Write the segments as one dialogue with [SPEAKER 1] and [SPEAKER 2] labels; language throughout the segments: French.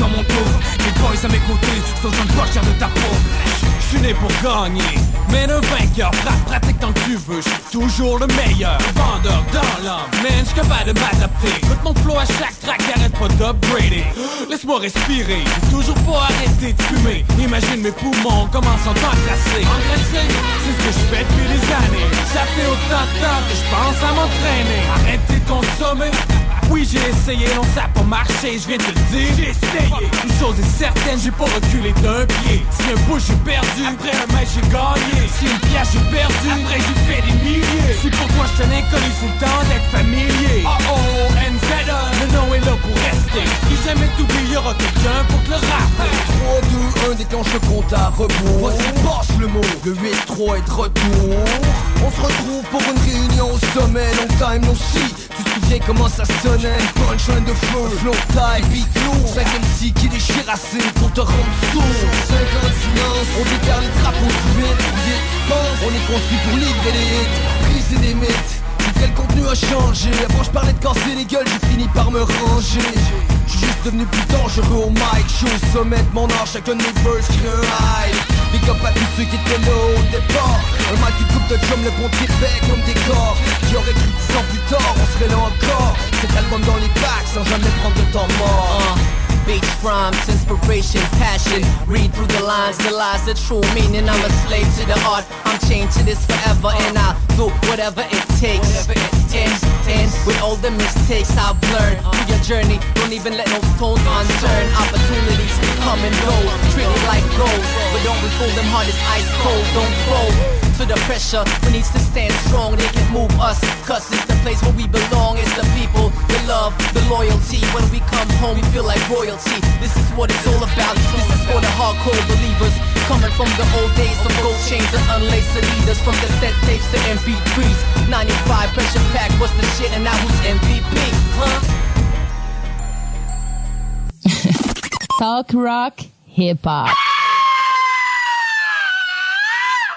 [SPEAKER 1] dans mon dos Les boys à mes côtés sont en poche de ta peau Je suis né pour gagner Mais le vainqueur frappe pratique tant que tu veux Je suis toujours le meilleur Vendeur dans l'âme Man, je suis capable de m'adapter Écoute mon flow à chaque track Arrête pas d'upgrader Laisse-moi respirer J'ai toujours pas arrêté de fumer Imagine mes poumons comment sont engrassés Engrassés C'est ce que je fais depuis des années Ça fait autant de temps que je pense à m'entraîner Arrêtez de consommer oui, j'ai essayé, non, ça a pas marché, je viens te le dire. J'ai essayé. Une chose est certaine, j'ai pas reculé d'un pied. Si un push, j'ai perdu. Après un match, j'ai gagné. Si une pièce, j'ai perdu. Après, j'ai fait des milliers. C'est pour toi, je tenais connu, c'est le temps d'être familier. Oh oh, NZ, le nom est là pour rester. Si jamais t'oublies, y'aura quelqu'un pour te le rappeler.
[SPEAKER 2] 3, 2, 1, déclenche le compte à rebours Voici passe le mot, le 8-3 est de retour On se retrouve pour une réunion au sommet Long time, non si, tu te souviens comment ça sonnait Punchline de feu, flow taille, beat lourd 5 MC qui déchire assez pour te rendre sourd 50 finances, on déterre les drapeaux du vide Pour y être, tu penses, on est construit pour livrer les hits Briser les mythes c'est Quel contenu a changé Avant je parlais de casser les gueules, j'ai fini par me ranger Je suis juste devenu plus dangereux au mic Je suis au sommet de mon art, chacun de mes verses crée un hype Big up à tous ceux qui étaient là au départ Un mic qui coupe de chum, le pont de Québec comme décor Qui aurait cru que 100 plus tard, on serait là encore Cet album dans les packs sans jamais prendre de temps mort
[SPEAKER 3] uh, Beach rhymes, inspiration, passion. Read through the lines, the lies, the true meaning. I'm a slave to the art. I'm chained to this forever, and I do whatever it takes. And, and with all the mistakes I've learned
[SPEAKER 2] Uh.
[SPEAKER 3] through your journey, don't even let no stones unturned. Opportunities come and go, treat it like gold, but don't be fooled. Them hard as ice cold, don't fold to the pressure. We need to stand strong, they can move us. Cause it's the place where we belong. It's the people, the love, the loyalty. When we come home, we feel like royalty. This is what it's all about. This is for the hardcore believers. Coming from the old days of gold chains and unlaced leaders. From the set tapes to MP3s. 95 pressure pack was the shit, and now who's MVP? Huh?
[SPEAKER 4] Talk rock, hip hop.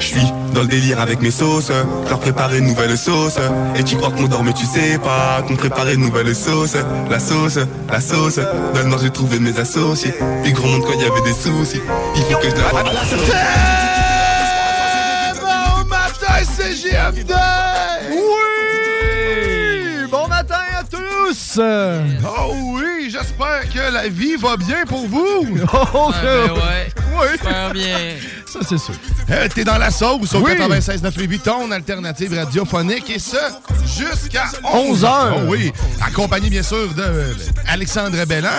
[SPEAKER 5] Je suis dans le délire avec mes sauces, je leur préparer une nouvelle sauce. Et tu crois qu'on dort mais tu sais pas qu'on préparait une nouvelle sauce. La sauce, la sauce, dans le nord j'ai trouvé mes associés. Puis gros monde quand il y avait des soucis, il faut que je leur la
[SPEAKER 6] Bon matin, c'est GFD! Oui! Bon matin à tous!
[SPEAKER 7] Oh oui, j'espère que la vie va bien pour vous.
[SPEAKER 6] Oh,
[SPEAKER 7] ben
[SPEAKER 6] ouais.
[SPEAKER 7] Oui.
[SPEAKER 6] Super bien. Ça, c'est sûr.
[SPEAKER 7] Euh, T'es dans la sauce au
[SPEAKER 6] Oui.
[SPEAKER 7] 96.9 Lévis, ton alternative radiophonique, et ce, jusqu'à
[SPEAKER 6] 11 heures.
[SPEAKER 7] Oh oui, accompagné bien sûr de euh, Alexandre Bellan,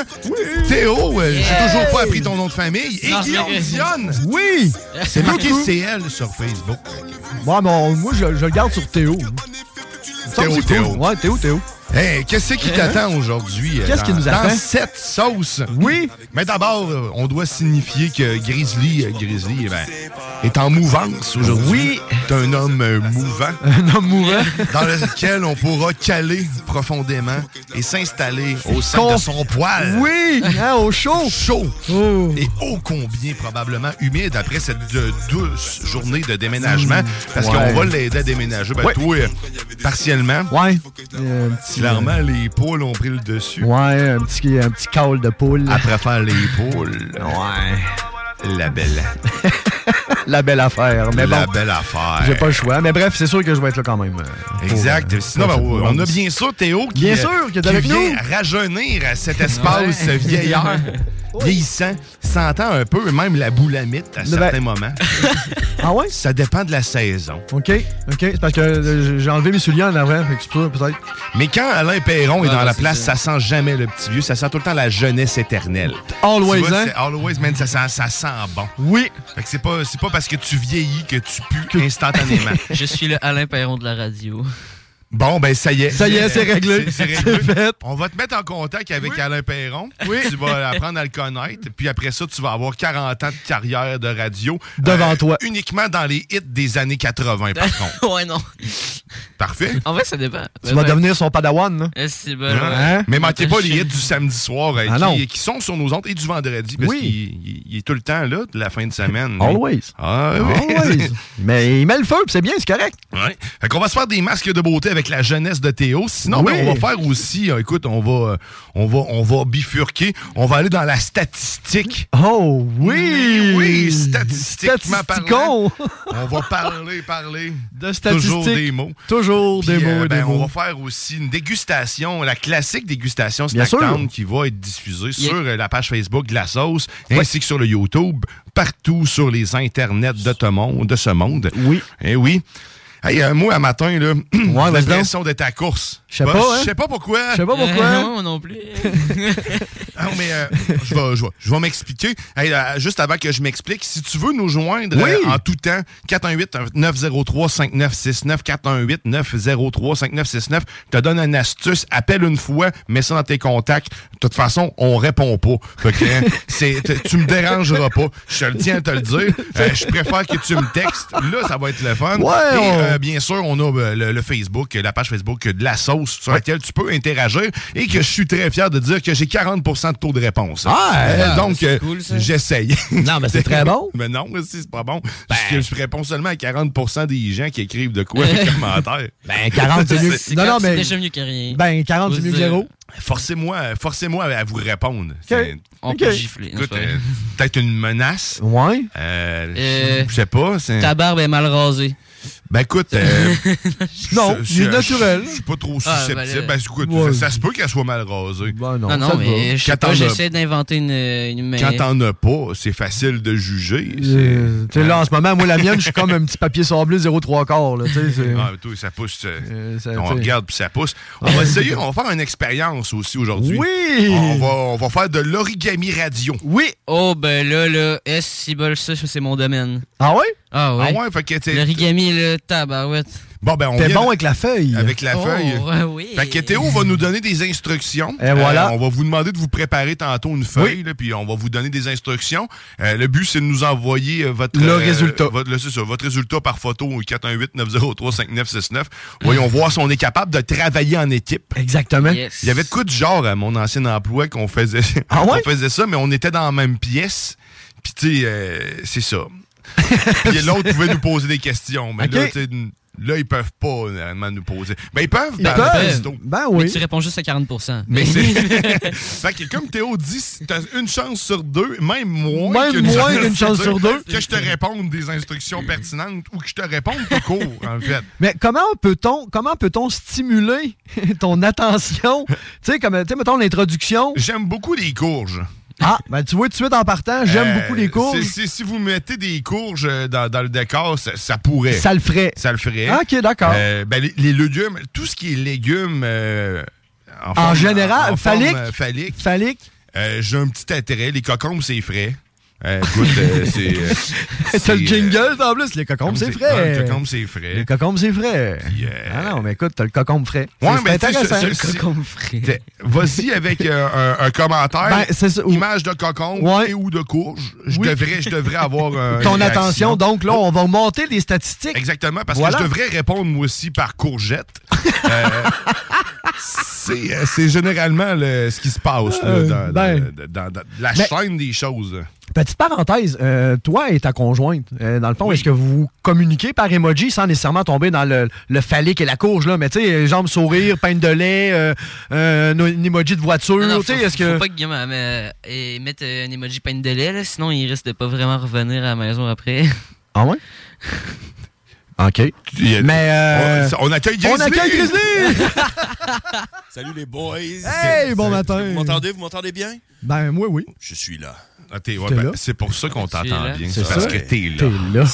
[SPEAKER 7] Théo, euh, j'ai
[SPEAKER 6] Yeah.
[SPEAKER 7] toujours pas appris ton nom de famille, et
[SPEAKER 6] Non,
[SPEAKER 7] Guillaume
[SPEAKER 6] c'est-
[SPEAKER 7] Dionne.
[SPEAKER 6] Oui!
[SPEAKER 7] C'est marqué
[SPEAKER 6] Marco.
[SPEAKER 7] CL sur Facebook.
[SPEAKER 6] Ouais, mais on- moi, je, je le garde sur Théo. Il me semble
[SPEAKER 7] Théo,
[SPEAKER 6] que c'est
[SPEAKER 7] Théo.
[SPEAKER 6] cool. Ouais, Théo, Théo.
[SPEAKER 7] Hey, qu'est-ce qui t'attend aujourd'hui? euh,
[SPEAKER 2] Hein? Qu'est-ce qui
[SPEAKER 7] dans-
[SPEAKER 2] nous attend?
[SPEAKER 7] Dans cette sauce. Oui. Mais d'abord, euh, on doit signifier que Grizzly, euh, Grizzly eh ben, est en mouvance aujourd'hui. Oui. T'es un homme euh, mouvant. Un homme mouvant. Dans lequel on pourra caler profondément et s'installer au sein
[SPEAKER 2] Con-
[SPEAKER 7] de son poil.
[SPEAKER 2] Oui, hein, au chaud.
[SPEAKER 7] Chaud.
[SPEAKER 6] Oh.
[SPEAKER 7] Et ô combien probablement humide après cette euh, douce journée de déménagement. Parce
[SPEAKER 2] Ouais.
[SPEAKER 7] qu'on va l'aider à déménager. Ben,
[SPEAKER 2] Ouais.
[SPEAKER 7] toi, euh, partiellement.
[SPEAKER 2] Ouais.
[SPEAKER 6] Euh,
[SPEAKER 7] Clairement, les poules ont pris le dessus.
[SPEAKER 2] Ouais, un petit, un petit col de poule.
[SPEAKER 7] Après faire les poules. Ouais. La belle.
[SPEAKER 2] La belle affaire. Mais
[SPEAKER 7] la
[SPEAKER 2] bon,
[SPEAKER 7] belle affaire.
[SPEAKER 2] j'ai pas le choix. Mais bref, c'est sûr que je vais être là quand même. euh, pour,
[SPEAKER 7] Exact.
[SPEAKER 2] euh,
[SPEAKER 7] Sinon,
[SPEAKER 2] pour
[SPEAKER 7] ben,
[SPEAKER 2] cette
[SPEAKER 7] on a
[SPEAKER 2] bande.
[SPEAKER 7] bien sûr Théo qui,
[SPEAKER 2] Bien
[SPEAKER 7] euh,
[SPEAKER 2] sûr, qui est
[SPEAKER 7] qui
[SPEAKER 2] avec
[SPEAKER 7] vient
[SPEAKER 2] nous.
[SPEAKER 7] rajeunir à cet espace
[SPEAKER 2] Ouais.
[SPEAKER 7] vieillard, vieillissant, s'entend un peu, même la boulamite à
[SPEAKER 2] Ben-
[SPEAKER 7] certains moments.
[SPEAKER 2] Ah ouais?
[SPEAKER 7] Ça dépend de la saison.
[SPEAKER 2] OK, OK. C'est parce que euh, j'ai enlevé mes souliers en avant, fait que c'est pour ça, peut-être.
[SPEAKER 7] Mais quand Alain Perron est
[SPEAKER 2] Ouais,
[SPEAKER 7] dans
[SPEAKER 2] non,
[SPEAKER 7] la
[SPEAKER 2] c'est
[SPEAKER 7] place, ça. sent jamais le petit vieux, ça sent tout le temps la jeunesse éternelle.
[SPEAKER 2] Always,
[SPEAKER 7] Tu vois,
[SPEAKER 2] hein?
[SPEAKER 7] c'est Always, man, ça sent, ça sent bon.
[SPEAKER 2] Oui.
[SPEAKER 7] Fait que c'est pas, c'est pas parce que tu vieillis que tu pues instantanément.
[SPEAKER 6] Je suis le Alain Perron de la radio.
[SPEAKER 7] Bon, ben ça y est.
[SPEAKER 6] Ça y est, c'est réglé.
[SPEAKER 7] C'est c'est
[SPEAKER 6] C'est
[SPEAKER 7] réglé. On va te mettre en contact avec Alain Perron. Tu vas apprendre à le connaître. Puis après ça, tu vas avoir 40 ans de carrière de radio. Euh,
[SPEAKER 2] Devant toi.
[SPEAKER 7] Uniquement dans les hits des années 80, par contre.
[SPEAKER 6] ouais, non.
[SPEAKER 7] Parfait.
[SPEAKER 6] En vrai, ça dépend. Ben,
[SPEAKER 2] Tu vas devenir son padawan, là.
[SPEAKER 6] Eh, C'est bon.
[SPEAKER 7] Hein?
[SPEAKER 6] ouais.
[SPEAKER 7] Mais manquez pas les hits du samedi soir euh,
[SPEAKER 2] Ah
[SPEAKER 7] qui-
[SPEAKER 2] non.
[SPEAKER 7] qui, sont sur nos ondes et du vendredi. Parce
[SPEAKER 2] Oui.
[SPEAKER 7] qu'il il- il est tout le temps là, de la fin de semaine.
[SPEAKER 2] Always.
[SPEAKER 7] Ah, oui.
[SPEAKER 2] Always. Mais il met le feu, puis c'est bien, c'est correct.
[SPEAKER 7] Ouais. Fait qu'on va se faire des masques de beauté avec la jeunesse de Théo. Sinon, ben,
[SPEAKER 2] Oui.
[SPEAKER 7] on va faire aussi, euh, écoute, on va, euh, on va, on va bifurquer. On va aller dans la statistique.
[SPEAKER 2] Oh oui!
[SPEAKER 7] Oui, statistiquement
[SPEAKER 2] Statisticon.
[SPEAKER 7] parlant. On va parler, parler.
[SPEAKER 2] De statistiques.
[SPEAKER 7] Toujours des mots.
[SPEAKER 2] Toujours des
[SPEAKER 7] Puis, euh,
[SPEAKER 2] mots, des
[SPEAKER 7] ben,
[SPEAKER 2] mots.
[SPEAKER 7] On va faire aussi une dégustation, la classique dégustation
[SPEAKER 2] Bien
[SPEAKER 7] Snackdown
[SPEAKER 2] sûr.
[SPEAKER 7] qui va être diffusée
[SPEAKER 2] Yeah.
[SPEAKER 7] sur euh, la page Facebook de la sauce, ainsi que sur le YouTube, partout sur les internets de, te mon- de ce monde.
[SPEAKER 2] Oui.
[SPEAKER 7] Eh oui. Hey, euh, moi, un matin, là,
[SPEAKER 2] vas-y
[SPEAKER 7] j'ai
[SPEAKER 2] donc.
[SPEAKER 7] l'impression d'être à course.
[SPEAKER 2] Je sais pas, hein?
[SPEAKER 7] Je sais pas pourquoi.
[SPEAKER 2] Je sais pas pourquoi.
[SPEAKER 6] Euh, non, non plus.
[SPEAKER 7] Non, mais euh, je vais, je vais- je vais m'expliquer. Hey, là, juste avant que je m'explique, si tu veux nous joindre
[SPEAKER 2] Oui.
[SPEAKER 7] euh, en tout temps, 418-903-5969, 418-903-5969, je te donne une astuce, appelle une fois, mets ça dans tes contacts. De toute façon, on répond pas. Fait que, hein, c'est- t- tu me dérangeras pas. Je te le tiens à te le dire. Euh, je préfère que tu me textes. Là, ça va être le fun.
[SPEAKER 2] Ouais,
[SPEAKER 7] Et,
[SPEAKER 2] on-
[SPEAKER 7] euh, bien sûr, on a euh, le, le Facebook, euh, la page Facebook euh, de la sauce sur laquelle tu peux interagir et que je suis très fier de dire que j'ai 40 de taux de réponse.
[SPEAKER 2] Ah, euh,
[SPEAKER 7] donc,
[SPEAKER 2] c'est
[SPEAKER 7] euh,
[SPEAKER 2] cool, ça.
[SPEAKER 7] j'essaye.
[SPEAKER 2] Non, mais c'est très bon. Ben.
[SPEAKER 7] Mais non, si, c'est pas bon. Parce que je réponds seulement à 40 des gens qui écrivent de quoi dans les commentaires.
[SPEAKER 2] Ben, 40, c'est mieux. Non, non, mais-
[SPEAKER 6] déjà mieux que rien.
[SPEAKER 2] Ben, 40, c'est mieux que zéro.
[SPEAKER 7] Forcez-moi, forcez-moi à vous répondre. C'est-
[SPEAKER 6] On peut gifler.
[SPEAKER 7] Écoute, euh, peut-être une menace.
[SPEAKER 2] Ouais.
[SPEAKER 7] Euh,
[SPEAKER 6] Euh,
[SPEAKER 7] je sais pas. c'est-
[SPEAKER 6] Ta barbe est mal rasée.
[SPEAKER 7] Ben écoute, euh,
[SPEAKER 2] Non,
[SPEAKER 7] je-
[SPEAKER 2] il est
[SPEAKER 7] je-
[SPEAKER 2] naturel.
[SPEAKER 7] Je suis pas trop
[SPEAKER 6] Ah,
[SPEAKER 7] susceptible.
[SPEAKER 6] ben, là-
[SPEAKER 7] Ben, écoute,
[SPEAKER 2] Ouais. Ben,
[SPEAKER 7] ça, ça se peut qu'elle soit mal rasée.
[SPEAKER 2] non,
[SPEAKER 6] Non, non, mais je sais
[SPEAKER 7] Quand
[SPEAKER 6] pas,
[SPEAKER 7] t'en as-
[SPEAKER 6] j'essaie d'inventer une, une
[SPEAKER 7] Quand
[SPEAKER 6] manière.
[SPEAKER 7] t'en as pas, c'est facile de juger.
[SPEAKER 2] Euh, tu sais, là, en ce moment, moi, la mienne, je suis comme un petit papier sablé 0,3 quarts, là, tu sais. c'est-
[SPEAKER 7] Ah, mais toi, ça pousse. euh,
[SPEAKER 2] ça,
[SPEAKER 7] on
[SPEAKER 2] t'sais.
[SPEAKER 7] regarde puis ça pousse. On va essayer, on va faire une expérience aussi aujourd'hui.
[SPEAKER 2] Oui!
[SPEAKER 7] On va, on va faire de l'origami radio.
[SPEAKER 2] Oui!
[SPEAKER 6] Oh, ben là, là, est si bol ça, c'est mon domaine.
[SPEAKER 2] Ah ouais?
[SPEAKER 6] Ah ouais?
[SPEAKER 7] Ah ouais, fait que t'es-
[SPEAKER 6] L'origami, le tabarouette.
[SPEAKER 7] Bon, ben, on
[SPEAKER 2] T'es
[SPEAKER 7] vient
[SPEAKER 2] bon avec la feuille.
[SPEAKER 7] avec la
[SPEAKER 6] Oh,
[SPEAKER 7] feuille.
[SPEAKER 6] ouais, oui.
[SPEAKER 7] Fait que Théo va nous donner des instructions. Euh,
[SPEAKER 2] Et voilà.
[SPEAKER 7] on va vous demander de vous préparer tantôt une feuille,
[SPEAKER 2] Oui.
[SPEAKER 7] là, puis on va vous donner des instructions. Euh, le but, c'est de nous envoyer euh, votre
[SPEAKER 2] Le
[SPEAKER 7] euh,
[SPEAKER 2] résultat.
[SPEAKER 7] Votre, le- c'est ça, votre résultat par photo au 418-903-5969. Voyons voir si on est capable de travailler en équipe.
[SPEAKER 2] Exactement.
[SPEAKER 6] Yes.
[SPEAKER 7] Il y avait de quoi de genre à mon ancien emploi qu'on faisait,
[SPEAKER 2] Ah ouais?
[SPEAKER 7] qu'on faisait ça, mais on était dans la même pièce. Puis, tu sais, euh, c'est ça. Puis l'autre pouvait nous poser des questions. Mais
[SPEAKER 2] Ok.
[SPEAKER 7] là, tu sais, là, ils peuvent pas normalement nous poser. Ben, ils peuvent.
[SPEAKER 2] Ils
[SPEAKER 7] dans le
[SPEAKER 2] peuvent.
[SPEAKER 7] texto.
[SPEAKER 2] Ben
[SPEAKER 6] Mais
[SPEAKER 2] oui.
[SPEAKER 6] tu réponds juste à 40%.
[SPEAKER 7] Mais c'est. fait que comme Théo dit, si t'as une chance sur deux, même moins
[SPEAKER 2] Même
[SPEAKER 7] qu'une
[SPEAKER 2] moins
[SPEAKER 7] chance,
[SPEAKER 2] qu'une chance sur deux.
[SPEAKER 7] que je te réponde des instructions pertinentes ou que je te réponde tout court, en fait.
[SPEAKER 2] Mais comment peut-on comment peut-on stimuler ton attention? tu sais, comme, tu sais, mettons l'introduction.
[SPEAKER 7] J'aime beaucoup les courges.
[SPEAKER 2] Ah, ben tu vois, tout de suite en partant, j'aime
[SPEAKER 7] Euh,
[SPEAKER 2] beaucoup les
[SPEAKER 7] c'est-
[SPEAKER 2] courses.
[SPEAKER 7] c'est- si vous mettez des courges euh, dans, dans le décor, ça, ça pourrait.
[SPEAKER 2] Ça le ferait.
[SPEAKER 7] Ça le ferait.
[SPEAKER 2] Ah, ok, d'accord.
[SPEAKER 7] Euh, ben, les, les légumes, tout ce qui est légumes. euh, en,
[SPEAKER 2] général,
[SPEAKER 7] en forme,
[SPEAKER 2] phallique?
[SPEAKER 7] euh, phallique.
[SPEAKER 2] Phallique.
[SPEAKER 7] Euh, J'ai un petit intérêt. Les cocombes, c'est frais. Euh, écoute, euh, c'est. euh,
[SPEAKER 2] T'as le
[SPEAKER 7] c'est,
[SPEAKER 2] jingle, en plus. Le cocombe, c'est frais.
[SPEAKER 7] Ouais, le cocombe, c'est frais.
[SPEAKER 2] Le cocombe, c'est frais. Ah non, mais écoute, t'as le cocombe frais.
[SPEAKER 7] euh, ben,
[SPEAKER 2] C'est- c'est intéressant.
[SPEAKER 7] frais. Vas-y avec euh, un, un commentaire.
[SPEAKER 2] Ben, c'est ça,
[SPEAKER 7] image de cocon
[SPEAKER 2] Ouais.
[SPEAKER 7] et ou de courge. Je devrais, je devrais avoir. euh,
[SPEAKER 2] Ton
[SPEAKER 7] une réaction.
[SPEAKER 2] attention, donc là, on va monter les statistiques.
[SPEAKER 7] Exactement, parce
[SPEAKER 2] Voilà.
[SPEAKER 7] que je devrais répondre moi aussi par courgette. Euh, c'est euh, c'est généralement le- ce qui se passe là,
[SPEAKER 2] Euh,
[SPEAKER 7] dans,
[SPEAKER 2] ben.
[SPEAKER 7] dans- dans- dans la
[SPEAKER 2] Mais-
[SPEAKER 7] chaîne des choses.
[SPEAKER 2] Petite parenthèse, euh, toi et ta conjointe, euh, dans le fond, est-ce que vous communiquez par emoji sans nécessairement tomber dans le, le phallique et la courge, là, mais tu sais, euh, jambes, sourire, peine de lait, euh, euh, un- une emoji de
[SPEAKER 6] Non, non,
[SPEAKER 2] voiture, tu
[SPEAKER 6] faut,
[SPEAKER 2] sais, est-ce
[SPEAKER 6] faut-
[SPEAKER 2] que...
[SPEAKER 6] faut pas que Guillaume euh, mais, euh, mette euh, un emoji peine de lait, là, sinon il risque de pas vraiment revenir à la maison après.
[SPEAKER 2] Ah ouais? OK. Mais... euh,
[SPEAKER 7] On, on accueille Grizzly!
[SPEAKER 2] On accueille Grizzly!
[SPEAKER 5] Salut les boys!
[SPEAKER 2] Hey, bon matin.
[SPEAKER 5] Vous m'entendez? Vous m'entendez bien?
[SPEAKER 2] ben, moi, oui.
[SPEAKER 5] Je suis là.
[SPEAKER 7] ouais, T'es ben, là? c'est pour ça qu'on t'entend
[SPEAKER 5] là.
[SPEAKER 7] bien.
[SPEAKER 5] C'est
[SPEAKER 7] C'est parce
[SPEAKER 5] ça.
[SPEAKER 7] que t'es là.
[SPEAKER 5] T'es là.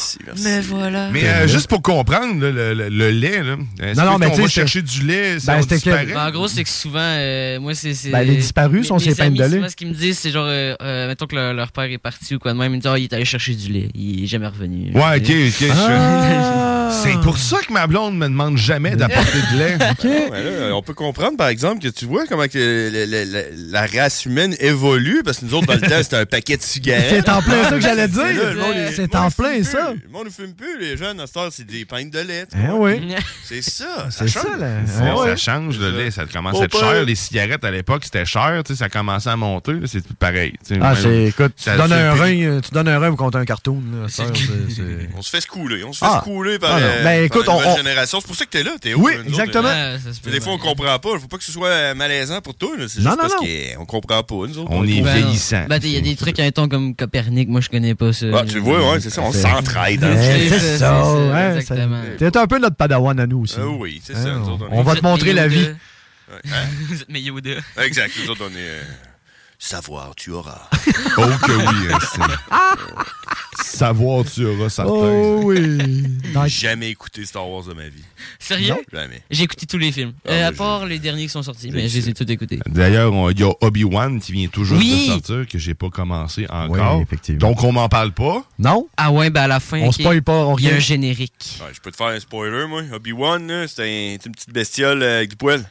[SPEAKER 6] Mais voilà.
[SPEAKER 7] Mais euh, juste pour comprendre, là, le, le- le lait, là, est-ce
[SPEAKER 2] Non, non,
[SPEAKER 7] que
[SPEAKER 2] mais
[SPEAKER 7] on
[SPEAKER 2] tu
[SPEAKER 7] va
[SPEAKER 2] sais,
[SPEAKER 7] chercher
[SPEAKER 2] c'est-
[SPEAKER 7] du lait, ça
[SPEAKER 2] Ben,
[SPEAKER 7] on
[SPEAKER 2] c'était que-
[SPEAKER 7] disparaît?
[SPEAKER 6] Ben, en gros, c'est que souvent, euh, moi, c'est. c'est-
[SPEAKER 2] Ben, les disparus
[SPEAKER 6] mes-
[SPEAKER 2] sont
[SPEAKER 6] mes
[SPEAKER 2] ses peines
[SPEAKER 6] amis,
[SPEAKER 2] de lait.
[SPEAKER 6] souvent, ce qu'ils me disent, c'est genre, euh, euh, mettons que leur, leur père est parti ou quoi de même, ils me disent, Ah, il est allé chercher du lait, il est jamais revenu.
[SPEAKER 7] Ouais, ok, ok. je-
[SPEAKER 6] Ah.
[SPEAKER 7] C'est pour ça que ma blonde me demande jamais d'apporter de lait.
[SPEAKER 5] Ouais, là, euh, on peut comprendre, par exemple, que tu vois comment que le- le- le- la race humaine évolue, parce que nous autres, dans le temps, c'était un paquet de cigarettes.
[SPEAKER 2] C'est en plein ça que j'allais
[SPEAKER 5] C'est là, le monde
[SPEAKER 2] dire.
[SPEAKER 5] est-
[SPEAKER 2] C'est en plein ça.
[SPEAKER 5] Le monde ne fume plus, les jeunes, à cette heure, c'est des pintes de lait. tu
[SPEAKER 2] Hein,
[SPEAKER 5] vois.
[SPEAKER 2] oui.
[SPEAKER 5] C'est ça,
[SPEAKER 7] C'est
[SPEAKER 5] ça change.
[SPEAKER 7] ça, là.
[SPEAKER 5] Ça-
[SPEAKER 7] Ça,
[SPEAKER 5] ça change.
[SPEAKER 7] change, le lait, ça commence
[SPEAKER 5] Faut
[SPEAKER 7] à être
[SPEAKER 5] pas-
[SPEAKER 7] cher. Les cigarettes, à l'époque, c'était cher, tu sais, ça commençait à monter, là, c'est tout pareil. tu sais.
[SPEAKER 2] Ah,
[SPEAKER 7] Mais-
[SPEAKER 2] c'est... Écoute, tu
[SPEAKER 7] ça-
[SPEAKER 2] donnes,
[SPEAKER 7] c'est-
[SPEAKER 2] un rein, euh, tu donnes un rein pour compter un cartoon. là, ça, c'est- c'est-
[SPEAKER 5] On se fait scouler, on se fait
[SPEAKER 2] Ah.
[SPEAKER 5] scouler par,
[SPEAKER 2] Ah, non.
[SPEAKER 5] euh,
[SPEAKER 2] Ben,
[SPEAKER 5] par
[SPEAKER 2] écoute,
[SPEAKER 5] la
[SPEAKER 2] on-
[SPEAKER 5] nouvelle
[SPEAKER 2] on-
[SPEAKER 5] génération. C'est pour ça que t'es là, t'es
[SPEAKER 2] Oui,
[SPEAKER 5] où, nous
[SPEAKER 2] exactement.
[SPEAKER 5] autres,
[SPEAKER 2] Ouais,
[SPEAKER 5] là?
[SPEAKER 2] Ah, ça se peut,
[SPEAKER 5] des fois, on comprend pas. Faut pas que ce soit euh, malaisant pour toi. là. C'est
[SPEAKER 2] Non,
[SPEAKER 5] juste
[SPEAKER 2] non,
[SPEAKER 5] parce
[SPEAKER 2] non.
[SPEAKER 5] qu'on comprend pas, nous autres.
[SPEAKER 7] On est
[SPEAKER 5] comprend.
[SPEAKER 7] vieillissant.
[SPEAKER 6] Ben, t'sais, il y a des trucs, mettons, comme Copernic, moi, je connais pas ça.
[SPEAKER 5] Ah, tu vois, ouais, c'est ça, on
[SPEAKER 6] Fait-
[SPEAKER 5] s'entraide. hein.
[SPEAKER 2] Eh, C'est
[SPEAKER 6] c'est
[SPEAKER 2] ça,
[SPEAKER 6] ça,
[SPEAKER 2] hein, ça-
[SPEAKER 6] exactement.
[SPEAKER 2] T'es un peu notre padawan à nous aussi.
[SPEAKER 5] Ah oui, c'est
[SPEAKER 2] Hein,
[SPEAKER 5] ça. nous
[SPEAKER 2] on-
[SPEAKER 5] autres,
[SPEAKER 2] On va te montrer la vie.
[SPEAKER 5] Ouais, hein?
[SPEAKER 6] Vous êtes mes Yoda.
[SPEAKER 5] Exact, nous autres, on est. euh, Savoir, tu auras.
[SPEAKER 7] Oh que oui, hein, c'est- Savoir, tu auras certain.
[SPEAKER 2] Oh oui.
[SPEAKER 5] J'ai jamais écouté Star Wars de ma vie.
[SPEAKER 6] Sérieux?
[SPEAKER 5] Jamais.
[SPEAKER 6] J'ai écouté tous les films.
[SPEAKER 5] Ah,
[SPEAKER 6] Euh,
[SPEAKER 5] moi,
[SPEAKER 6] à part les derniers qui sont sortis, mais je les ai tous écoutés.
[SPEAKER 7] D'ailleurs, on- il y a Obi-Wan qui vient toujours
[SPEAKER 6] Oui.
[SPEAKER 7] de sortir, que j'ai pas commencé encore.
[SPEAKER 2] Oui,
[SPEAKER 7] Donc, on m'en parle pas.
[SPEAKER 2] Non?
[SPEAKER 6] Ah ouais, ben à la fin.
[SPEAKER 7] On
[SPEAKER 6] ok,
[SPEAKER 7] spoil pas, on
[SPEAKER 6] Il y a
[SPEAKER 7] rien.
[SPEAKER 6] un générique.
[SPEAKER 5] Ouais, je peux te faire un spoiler, moi. Obi-Wan, là, c'est un- c'est une petite bestiole euh, avec du poil.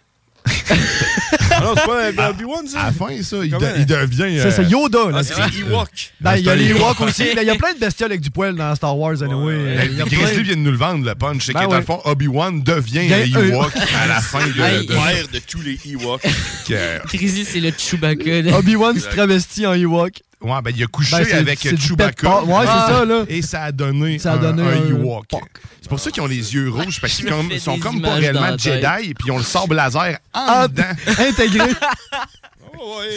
[SPEAKER 5] Ah non, c'est pas un Obi-Wan, ça.
[SPEAKER 7] À la fin, ça, il,
[SPEAKER 5] Comment?
[SPEAKER 7] de- il devient.
[SPEAKER 2] Ça,
[SPEAKER 7] euh,
[SPEAKER 2] c'est Yoda, là.
[SPEAKER 5] Ah, c'est les Ewoks.
[SPEAKER 2] Ben, il y a
[SPEAKER 7] C'est un
[SPEAKER 2] les
[SPEAKER 7] Ewok.
[SPEAKER 2] Ewoks aussi. là, Il y a plein de bestioles avec du poil dans Star Wars, anyway.
[SPEAKER 7] Euh,
[SPEAKER 2] Il y a plein-
[SPEAKER 7] Grizzly vient de nous le vendre, le punch. C'est
[SPEAKER 2] Ben
[SPEAKER 7] que dans
[SPEAKER 2] ouais.
[SPEAKER 7] le fond, oh, Obi-Wan devient
[SPEAKER 2] Bien,
[SPEAKER 7] le Ewok
[SPEAKER 2] euh,
[SPEAKER 7] à la fin de.
[SPEAKER 5] Le
[SPEAKER 7] de-
[SPEAKER 5] père de tous les Ewoks.
[SPEAKER 7] que-
[SPEAKER 6] Crazy, c'est le Chewbacca. de-
[SPEAKER 2] Obi-Wan se travestit en Ewok.
[SPEAKER 7] Ouais, ben, il a couché
[SPEAKER 2] Ben, c'est- c'est
[SPEAKER 7] avec euh,
[SPEAKER 2] du pet
[SPEAKER 7] Chewbacca. Ah.
[SPEAKER 2] porc. Ouais, c'est ça, là.
[SPEAKER 7] Et ça a donné,
[SPEAKER 2] Ça a
[SPEAKER 7] un-
[SPEAKER 2] donné
[SPEAKER 7] un,
[SPEAKER 2] un
[SPEAKER 7] Ewok. C'est pour ça qu'ils ont les yeux rouges, parce
[SPEAKER 6] Je
[SPEAKER 7] qu'ils
[SPEAKER 6] me
[SPEAKER 7] comme-
[SPEAKER 6] fais
[SPEAKER 7] sont
[SPEAKER 6] des
[SPEAKER 7] comme pas
[SPEAKER 6] images dans
[SPEAKER 7] réellement
[SPEAKER 6] la tête.
[SPEAKER 7] Jedi, puis ils ont le sable laser en
[SPEAKER 2] Ah,
[SPEAKER 7] dedans.
[SPEAKER 2] Intégré.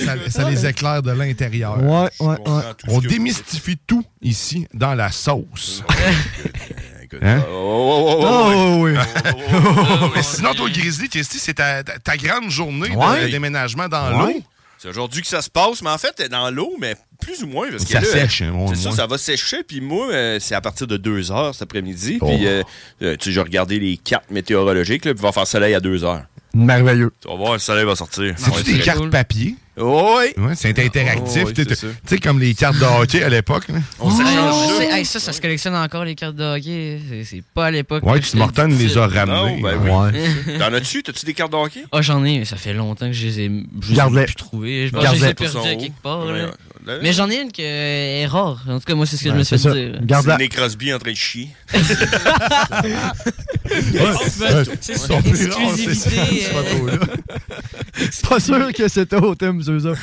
[SPEAKER 7] Ça, ça les éclaire de l'intérieur.
[SPEAKER 2] Ouais, ouais, ouais.
[SPEAKER 7] On démystifie tout ici dans la sauce.
[SPEAKER 5] Hein? Oh,
[SPEAKER 2] Oh, oui.
[SPEAKER 7] Mais sinon, toi, Grizzly, qu'est-ce que c'est ta, ta- ta grande journée
[SPEAKER 2] Ouais.
[SPEAKER 7] de déménagement dans
[SPEAKER 5] Ouais.
[SPEAKER 7] l'eau?
[SPEAKER 5] C'est aujourd'hui que ça se passe, mais en fait, t'es dans l'eau, mais plus ou moins. Parce que
[SPEAKER 7] Ça
[SPEAKER 5] là,
[SPEAKER 7] sèche, hein, moins,
[SPEAKER 5] C'est ça,
[SPEAKER 7] moins.
[SPEAKER 5] ça va sécher. Puis moi, euh, c'est à partir de 2 heures cet après-midi.
[SPEAKER 2] Oh.
[SPEAKER 5] Puis, euh, euh, tu sais, j'ai regardé les cartes météorologiques, là, puis il va faire soleil à 2 heures.
[SPEAKER 2] Merveilleux.
[SPEAKER 5] Tu vas voir, le soleil va sortir. Ah,
[SPEAKER 7] C'est-tu des cartes papier?
[SPEAKER 5] Oh Oui.
[SPEAKER 7] Ouais, c'est interactif.
[SPEAKER 5] Oh, oui,
[SPEAKER 7] tu
[SPEAKER 5] c'est
[SPEAKER 7] sais, tu sais, comme les cartes de hockey à l'époque. là.
[SPEAKER 5] On s'échange
[SPEAKER 6] C'est-
[SPEAKER 5] ça.
[SPEAKER 6] hey, ça, ça se collectionne encore, les cartes de hockey. C'est- C'est pas à l'époque.
[SPEAKER 7] Ouais,
[SPEAKER 6] que
[SPEAKER 7] tu Morton les a ramenés.
[SPEAKER 5] Non, ben oui. T'en as-tu? T'as-tu des cartes de hockey?
[SPEAKER 6] Ah, j'en ai, mais ça fait longtemps que je les ai, je les ai
[SPEAKER 2] Garde-les.
[SPEAKER 6] plus trouvées. Je pense que
[SPEAKER 2] Garde-les.
[SPEAKER 6] je les ai perdues à
[SPEAKER 5] Pour son
[SPEAKER 6] quelque part.
[SPEAKER 5] haut.
[SPEAKER 6] là.
[SPEAKER 5] Ouais.
[SPEAKER 6] Mais j'en ai une qui euh, est rare. En tout cas, moi, c'est ce que
[SPEAKER 2] Ouais,
[SPEAKER 6] je me
[SPEAKER 2] c'est
[SPEAKER 6] suis
[SPEAKER 2] ça.
[SPEAKER 6] fait dire.
[SPEAKER 2] Garde-la.
[SPEAKER 5] C'est Nick Crosby en train de chier.
[SPEAKER 6] Oh, C'est
[SPEAKER 7] son plus rare, c'est ça,
[SPEAKER 6] Exclusivité,
[SPEAKER 7] cette
[SPEAKER 6] euh,
[SPEAKER 7] photo-là.
[SPEAKER 2] Pas sûr que c'était au thème, ceux-là.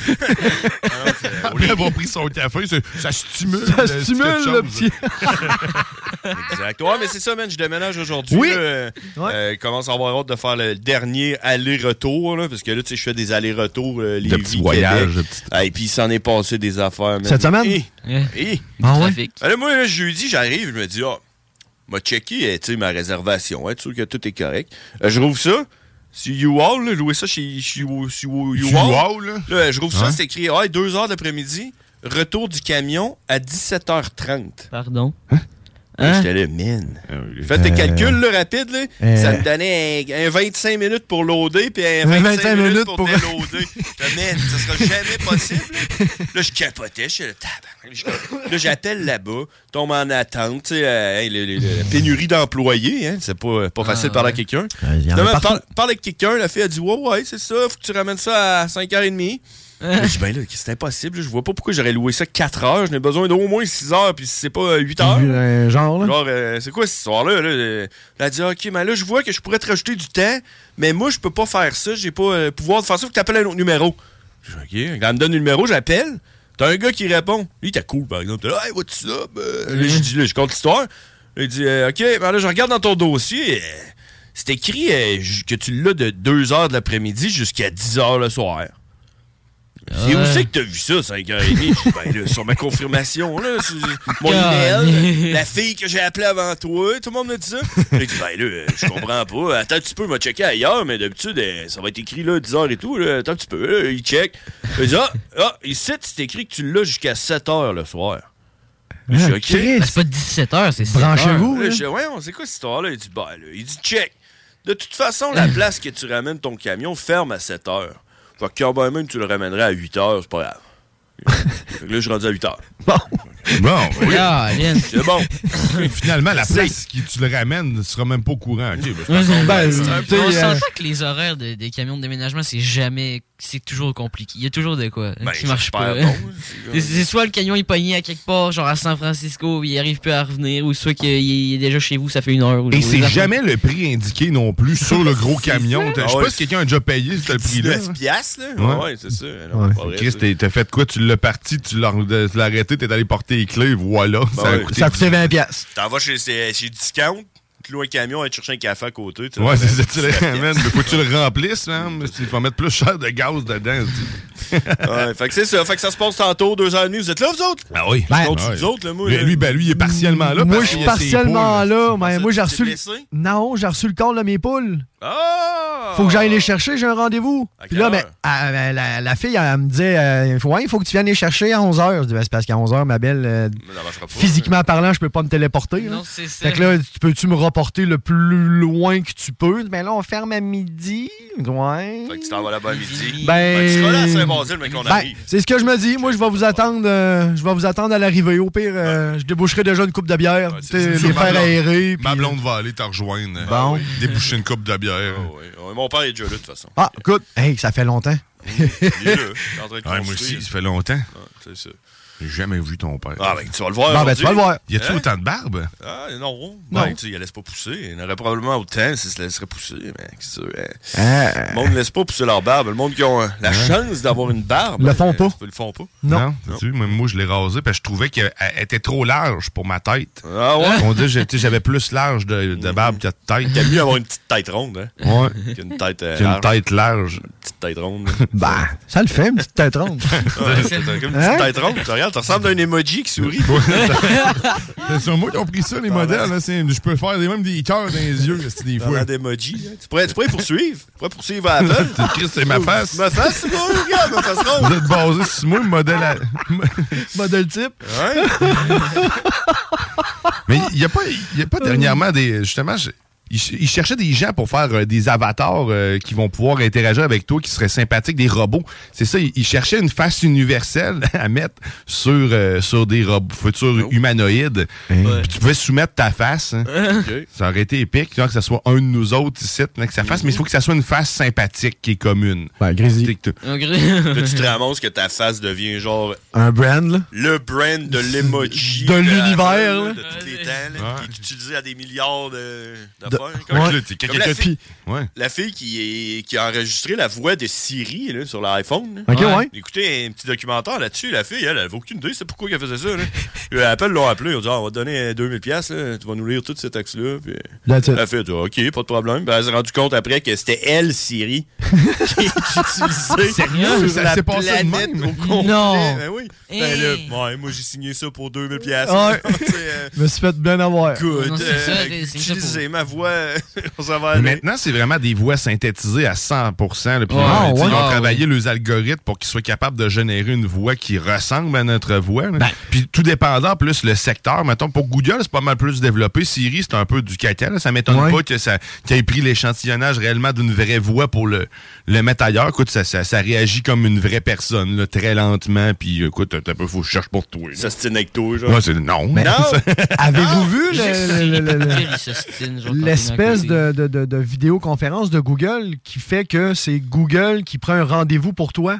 [SPEAKER 7] Au lieu d'avoir pris son café, c'est- ça stimule.
[SPEAKER 2] Ça
[SPEAKER 7] euh,
[SPEAKER 2] stimule
[SPEAKER 7] quelque
[SPEAKER 2] le
[SPEAKER 7] chose.
[SPEAKER 2] petit.
[SPEAKER 5] Exact. Ouais, mais c'est ça, man. Je déménage aujourd'hui.
[SPEAKER 2] Oui.
[SPEAKER 5] là. Euh, euh, commence à avoir hâte de faire le dernier aller-retour, là, parce que là, tu sais, je fais des allers-retours, euh, les
[SPEAKER 7] petits voyages, de petites-
[SPEAKER 5] Et puis, il s'en est passé des affaires, man.
[SPEAKER 2] Cette semaine?
[SPEAKER 5] Eh,
[SPEAKER 6] Ouais.
[SPEAKER 5] eh.
[SPEAKER 2] Ah ouais?
[SPEAKER 6] Trafic.
[SPEAKER 5] Alors, moi, là, jeudi, j'arrive, je me dis, ah, m'a checké, euh, tu sais, ma réservation, hein, tu sûr que tout est correct. Euh, je rouvre ça. Sur U-Haul, là, je louais ça chez, chez, U- sur U-
[SPEAKER 7] Sur
[SPEAKER 5] U-Haul.
[SPEAKER 7] U-Haul, là?
[SPEAKER 5] Là, je rouvre ça,
[SPEAKER 7] Hein?
[SPEAKER 5] c'est écrit, ah, 2h d'après-midi, retour du camion à 17h30.
[SPEAKER 7] Hein?
[SPEAKER 6] Pardon.
[SPEAKER 5] Là, J'étais là, mine.
[SPEAKER 7] Ah
[SPEAKER 5] Fais tes
[SPEAKER 8] Euh,
[SPEAKER 5] calculs là, rapides, là.
[SPEAKER 8] euh,
[SPEAKER 5] ça me donnait un, un 25 minutes pour loader, puis un 25,
[SPEAKER 8] 25
[SPEAKER 5] minutes,
[SPEAKER 8] minutes
[SPEAKER 5] pour,
[SPEAKER 8] pour-
[SPEAKER 5] déloader. J'étais, man, ça sera jamais possible. Là, Là, je capotais, je suis là, tabarnak. Je- Là, j'appelle là-bas, tombe en attente, tu sais, euh, hey, le- le- le- la pénurie d'employés, hein, c'est pas, pas facile
[SPEAKER 8] Ah,
[SPEAKER 5] de parler à quelqu'un.
[SPEAKER 8] y en a
[SPEAKER 5] Finalement,
[SPEAKER 8] partout.
[SPEAKER 5] parle, parle avec quelqu'un, la fille a dit, ouais, ouais, c'est ça, faut que tu ramènes ça à 5h30. Là, Je dis, ben là, c'est impossible, là, je vois pas pourquoi j'aurais loué ça 4 heures, j'en ai besoin d'au moins 6 heures, puis si c'est pas 8 heures.
[SPEAKER 2] Euh, genre, là.
[SPEAKER 5] Genre, euh, c'est quoi cette histoire-là? Là? Euh, Elle a dit, OK, mais là, je vois que je pourrais te rajouter du temps, mais moi, je peux pas faire ça. J'ai pas euh, pouvoir de faire ça. Faut que t'appelles un autre numéro. Je dis, OK. Quand elle me donne le numéro, j'appelle. T'as un gars qui répond. Lui, t'es cool, par exemple. T'es là, hey, what's up? Euh, là, je dis, là, je compte l'histoire. Il dit, euh, OK, ben là, je regarde dans ton dossier. euh, c'est écrit euh, ju- que tu l'as de 2h de l'après-midi jusqu'à 10h le soir. C'est où
[SPEAKER 8] Ouais.
[SPEAKER 5] c'est que t'as vu ça, 5h30? Je dis, ben là, sur ma confirmation, là, sur
[SPEAKER 7] Euh.
[SPEAKER 5] mon
[SPEAKER 8] God.
[SPEAKER 5] email, la fille que j'ai appelée avant toi, tout le monde m'a dit ça. J'ai dit, ben là, euh, je comprends pas. Attends un petit peu, m'a checké ailleurs, mais d'habitude, euh, ça va être écrit, là, 10h et tout. Là. Attends un petit peu, là, il check. Il dit, ah, ah, ici, c'est écrit que tu l'as jusqu'à 7h le soir. Je suis OK.
[SPEAKER 6] Bah, C'est pas 17h, c'est 7h.
[SPEAKER 5] Là, Euh, je dis, ouais, on sait quoi cette histoire-là? Il dit, bah, là, il dit, check. De toute façon, la place que tu ramènes ton camion ferme à 7 heures. Fait que quand ben même, tu le ramènerais à 8 heures, c'est pas grave. fait que là, je suis rendu à 8 heures.
[SPEAKER 2] Bon.
[SPEAKER 7] Bon, oui.
[SPEAKER 5] C'est bon.
[SPEAKER 7] Finalement, la
[SPEAKER 5] C'est-
[SPEAKER 7] place qui tu le ramènes ne sera même pas au courant. Ok, ben, euh,
[SPEAKER 6] Ouais,
[SPEAKER 7] c'est
[SPEAKER 6] c'est-
[SPEAKER 7] pas
[SPEAKER 6] ben,
[SPEAKER 7] grave.
[SPEAKER 6] on
[SPEAKER 9] euh,
[SPEAKER 6] s'entend que les horaires de- des camions de déménagement, c'est jamais. C'est toujours compliqué. Il y a toujours de quoi
[SPEAKER 5] Ben,
[SPEAKER 6] qui marche pas.
[SPEAKER 5] j'espère donc,
[SPEAKER 6] C'est- c'est soit le camion est pogné à quelque part, genre à San Francisco, il arrive plus à revenir, ou soit qu'il est déjà chez vous, ça fait une heure. ou-
[SPEAKER 7] Et
[SPEAKER 6] ou
[SPEAKER 7] c'est
[SPEAKER 6] des
[SPEAKER 7] jamais le prix indiqué non plus sur le gros camion. Je sais
[SPEAKER 5] Ah ouais,
[SPEAKER 7] pas si quelqu'un a déjà payé ce prix-là.
[SPEAKER 5] 9 piastres, là?
[SPEAKER 7] Ouais.
[SPEAKER 5] Ah Ouais, c'est ça. Non,
[SPEAKER 7] Ouais.
[SPEAKER 5] pas vrai,
[SPEAKER 7] Chris,
[SPEAKER 5] ça.
[SPEAKER 7] t'es- t'as fait quoi? Tu l'as parti, tu l'as tu l'as arrêté, t'es allé porter les clés, voilà. ça a
[SPEAKER 5] Ah Ben ouais.
[SPEAKER 7] coûté.
[SPEAKER 2] Ça a coûté 20 piastres.
[SPEAKER 5] T'en vas chez, chez, chez Discount, tu loues un camion, aller te chercher un café à côté. tu le
[SPEAKER 7] Ouais, c'est
[SPEAKER 5] ramènes.
[SPEAKER 7] ça, tu le ramènes. Mais faut que tu le remplisses, man. parce que Tu vas mettre plus cher de gaz dedans. tu dis.
[SPEAKER 5] Ouais, fait que c'est ça. Fait que ça se passe tantôt, 2h30. Vous êtes là, vous autres?
[SPEAKER 7] Ah oui.
[SPEAKER 5] Ben,
[SPEAKER 7] Ah
[SPEAKER 5] contre
[SPEAKER 7] oui.
[SPEAKER 5] vous autres, là, moi,
[SPEAKER 7] Mais
[SPEAKER 5] là.
[SPEAKER 7] lui, ben, lui, il est partiellement là.
[SPEAKER 2] Moi,
[SPEAKER 7] parce
[SPEAKER 2] je suis
[SPEAKER 7] qu'il y a ses poules.
[SPEAKER 2] partiellement là. mais moi, j'ai
[SPEAKER 7] t'es
[SPEAKER 2] reçu. le-
[SPEAKER 7] blessé?
[SPEAKER 2] Non, j'ai reçu le corps de mes poules.
[SPEAKER 5] Ah!
[SPEAKER 2] Faut que j'aille les chercher, j'ai un rendez-vous. Puis là,
[SPEAKER 5] quelle
[SPEAKER 2] ben, ah, ben, la, la fille, elle me dit euh, Faut- Ouais, il faut que tu viennes les chercher à 11h. Je dis Ben, C'est parce qu'à 11h, ma belle, euh, physiquement parlant, je peux pas me téléporter. là.
[SPEAKER 6] Non, c'est ça.
[SPEAKER 2] Fait que là, tu peux-tu me reporter le plus loin que tu peux Mais là, on ferme à midi. Ouais.
[SPEAKER 5] Fait que tu t'en vas là-bas à midi.
[SPEAKER 2] Ben,
[SPEAKER 5] tu seras
[SPEAKER 7] euh,
[SPEAKER 5] là à Saint-Basile, mais qu'on
[SPEAKER 2] ben,
[SPEAKER 5] arrive.
[SPEAKER 2] C'est ce que je me dis. Moi, je vais vous attendre. euh, je vais vous attendre à l'arrivée. Au pire, euh, je déboucherai déjà une coupe de bière, t'sais,
[SPEAKER 7] C'est sûr,
[SPEAKER 2] les
[SPEAKER 7] ma
[SPEAKER 2] faire
[SPEAKER 7] blonde-
[SPEAKER 2] aérer.
[SPEAKER 7] Ma blonde va aller te rejoindre.
[SPEAKER 2] Bon.
[SPEAKER 7] Déboucher une coupe de bière.
[SPEAKER 5] Ah Ouais, Mon père est déjà là, de toute façon.
[SPEAKER 2] Ah, écoute, hey, ça fait longtemps.
[SPEAKER 5] Il est là. Il est en train de
[SPEAKER 7] Ah, moi aussi,
[SPEAKER 5] construire.
[SPEAKER 7] ça fait longtemps.
[SPEAKER 5] C'est ça.
[SPEAKER 7] J'ai jamais vu ton père.
[SPEAKER 5] Ah, ben, tu vas le voir.
[SPEAKER 7] Bon, ben,
[SPEAKER 5] aujourd'hui.
[SPEAKER 7] tu vas le voir. Y a-tu
[SPEAKER 5] Hein?
[SPEAKER 7] autant de barbe?
[SPEAKER 5] Ah, non.
[SPEAKER 7] Non.
[SPEAKER 5] Ben, tu sais, il la laisse pas pousser. Il en aurait probablement autant s'il se laisserait pousser. Mais qu'est-ce que tu veux, hein?
[SPEAKER 2] Ah.
[SPEAKER 5] Le monde ne laisse pas pousser leur barbe. Le monde qui a
[SPEAKER 7] Ah.
[SPEAKER 5] la chance d'avoir une barbe.
[SPEAKER 2] Le font
[SPEAKER 5] euh,
[SPEAKER 2] pas.
[SPEAKER 5] Ils le font pas.
[SPEAKER 2] Non.
[SPEAKER 7] tu sais, même moi, je l'ai rasé parce que je trouvais qu'elle elle était trop large pour ma tête.
[SPEAKER 5] Ah ouais?
[SPEAKER 7] On dit que j'étais- j'avais plus large de, de barbe que de tête.
[SPEAKER 5] T'as mieux avoir une petite tête ronde, hein?
[SPEAKER 7] Ouais.
[SPEAKER 5] Qu'une tête euh,
[SPEAKER 7] J'ai une
[SPEAKER 5] large.
[SPEAKER 7] tête large.
[SPEAKER 5] Une petite tête ronde.
[SPEAKER 2] Bah, ça le fait, une petite tête ronde.
[SPEAKER 5] Ouais, t'as comme une petite
[SPEAKER 2] Hein?
[SPEAKER 5] tête ronde. Tu regardes, tu ressembles à un emoji qui sourit.
[SPEAKER 7] C'est sur moi qui ont pris ça, les modèles. là. C'est- Je peux faire des- même des cœurs dans les yeux, c'est des fois.
[SPEAKER 5] Parlant d'emoji, là. hein. tu pourrais, tu pourrais poursuivre. Tu pourrais poursuivre à Apple.
[SPEAKER 7] Chris, c'est ma face.
[SPEAKER 5] Ma face, Ah, c'est bon, bah, regarde, ma face ronde.
[SPEAKER 7] Vous êtes basé sur moi, le modèle. à-
[SPEAKER 2] Modèle type.
[SPEAKER 7] Mais il n'y a, pas- il y a pas dernièrement des. Justement, je- ils ch- ils cherchaient des gens pour faire euh, des avatars euh, qui vont pouvoir interagir avec toi, qui seraient sympathiques, des robots. C'est ça, ils ils cherchaient une face universelle à mettre sur, euh, sur des robots futurs humanoïdes. Puis tu pouvais soumettre ta face. hein.
[SPEAKER 5] Ok.
[SPEAKER 7] Ça aurait été épique, genre que ça soit un de nous autres ici, là, que ça fasse, mais il faut que ça soit une face sympathique qui est commune.
[SPEAKER 2] Ben, grésil.
[SPEAKER 6] Là,
[SPEAKER 5] tu te ramasses que ta face devient genre
[SPEAKER 2] Un brand, là.
[SPEAKER 5] le brand de l'emoji.
[SPEAKER 2] De
[SPEAKER 5] Apple,
[SPEAKER 2] l'univers,
[SPEAKER 5] là, De
[SPEAKER 2] là.
[SPEAKER 5] tous les temps, là, qui est utilisé à des milliards de- d'affaires.
[SPEAKER 7] De-
[SPEAKER 5] Comme-
[SPEAKER 7] Ouais. Quelqu'un
[SPEAKER 5] comme la
[SPEAKER 7] qui-
[SPEAKER 5] fille-
[SPEAKER 7] Ouais.
[SPEAKER 5] La fille qui, est- qui a enregistré la voix de Siri là, sur l'iPhone. là.
[SPEAKER 2] Ok, ouais.
[SPEAKER 5] Écoutez un petit documentaire là-dessus. La fille, elle n'avait aucune idée. C'est pourquoi elle faisait ça. Là. Euh, Apple l'ont appelé. Ils ont dit ah, On va te donner euh, 2000$. piastres, là. Tu vas nous lire tout cet axe-là. Puis,
[SPEAKER 2] That's it.
[SPEAKER 5] Elle a fait Ah, OK, pas de problème. Ben, elle s'est rendue compte après que c'était elle, Siri, qui utilisait
[SPEAKER 7] Sérieux? Ça
[SPEAKER 5] la
[SPEAKER 7] s'est passé de
[SPEAKER 5] planète
[SPEAKER 7] même?
[SPEAKER 5] au complet.
[SPEAKER 2] Non.
[SPEAKER 5] Ben oui. Ben,
[SPEAKER 6] Hey.
[SPEAKER 5] là, ouais, moi, j'ai signé ça pour 2000$. piastres. euh,
[SPEAKER 2] Ouais. Je me suis fait bien avoir.
[SPEAKER 5] Good.
[SPEAKER 2] Non, c'est
[SPEAKER 5] Euh,
[SPEAKER 2] ça,
[SPEAKER 6] c'est ça
[SPEAKER 5] utilisez ma voix voit. on s'en va
[SPEAKER 7] Mais
[SPEAKER 5] aller.
[SPEAKER 7] maintenant, c'est vraiment des voix synthétisées à 100 là, puis,
[SPEAKER 5] Ah,
[SPEAKER 7] euh, tu sais,
[SPEAKER 5] ouais?
[SPEAKER 7] Ils ont
[SPEAKER 5] Ah,
[SPEAKER 7] travaillé leurs algorithmes pour qu'ils soient capables de générer une voix qui ressemble à notre voix.
[SPEAKER 5] Ben.
[SPEAKER 7] là. Puis tout dépendant, plus le secteur. Mettons, pour Google, c'est pas mal plus développé. Siri, c'est un peu du caca. là. Ça m'étonne pas que ça qu'ils aient pris l'échantillonnage réellement d'une vraie voix pour le, le mettre ailleurs. Écoute, ça, ça- ça réagit comme une vraie personne, là, très lentement. Puis écoute, t'as peu, faut que je cherche pour toi.
[SPEAKER 5] Ça se tient avec toi, genre.
[SPEAKER 7] Ouais, c'est- non.
[SPEAKER 5] Mais-
[SPEAKER 7] Ça- Ah!
[SPEAKER 2] Avez-vous vu le-
[SPEAKER 6] J'ai-
[SPEAKER 2] le- le- le-
[SPEAKER 6] Il s'ostine, genre,
[SPEAKER 2] l'espèce de, de- de- de vidéoconférence de Google qui fait que c'est Google qui prend un rendez-vous pour toi?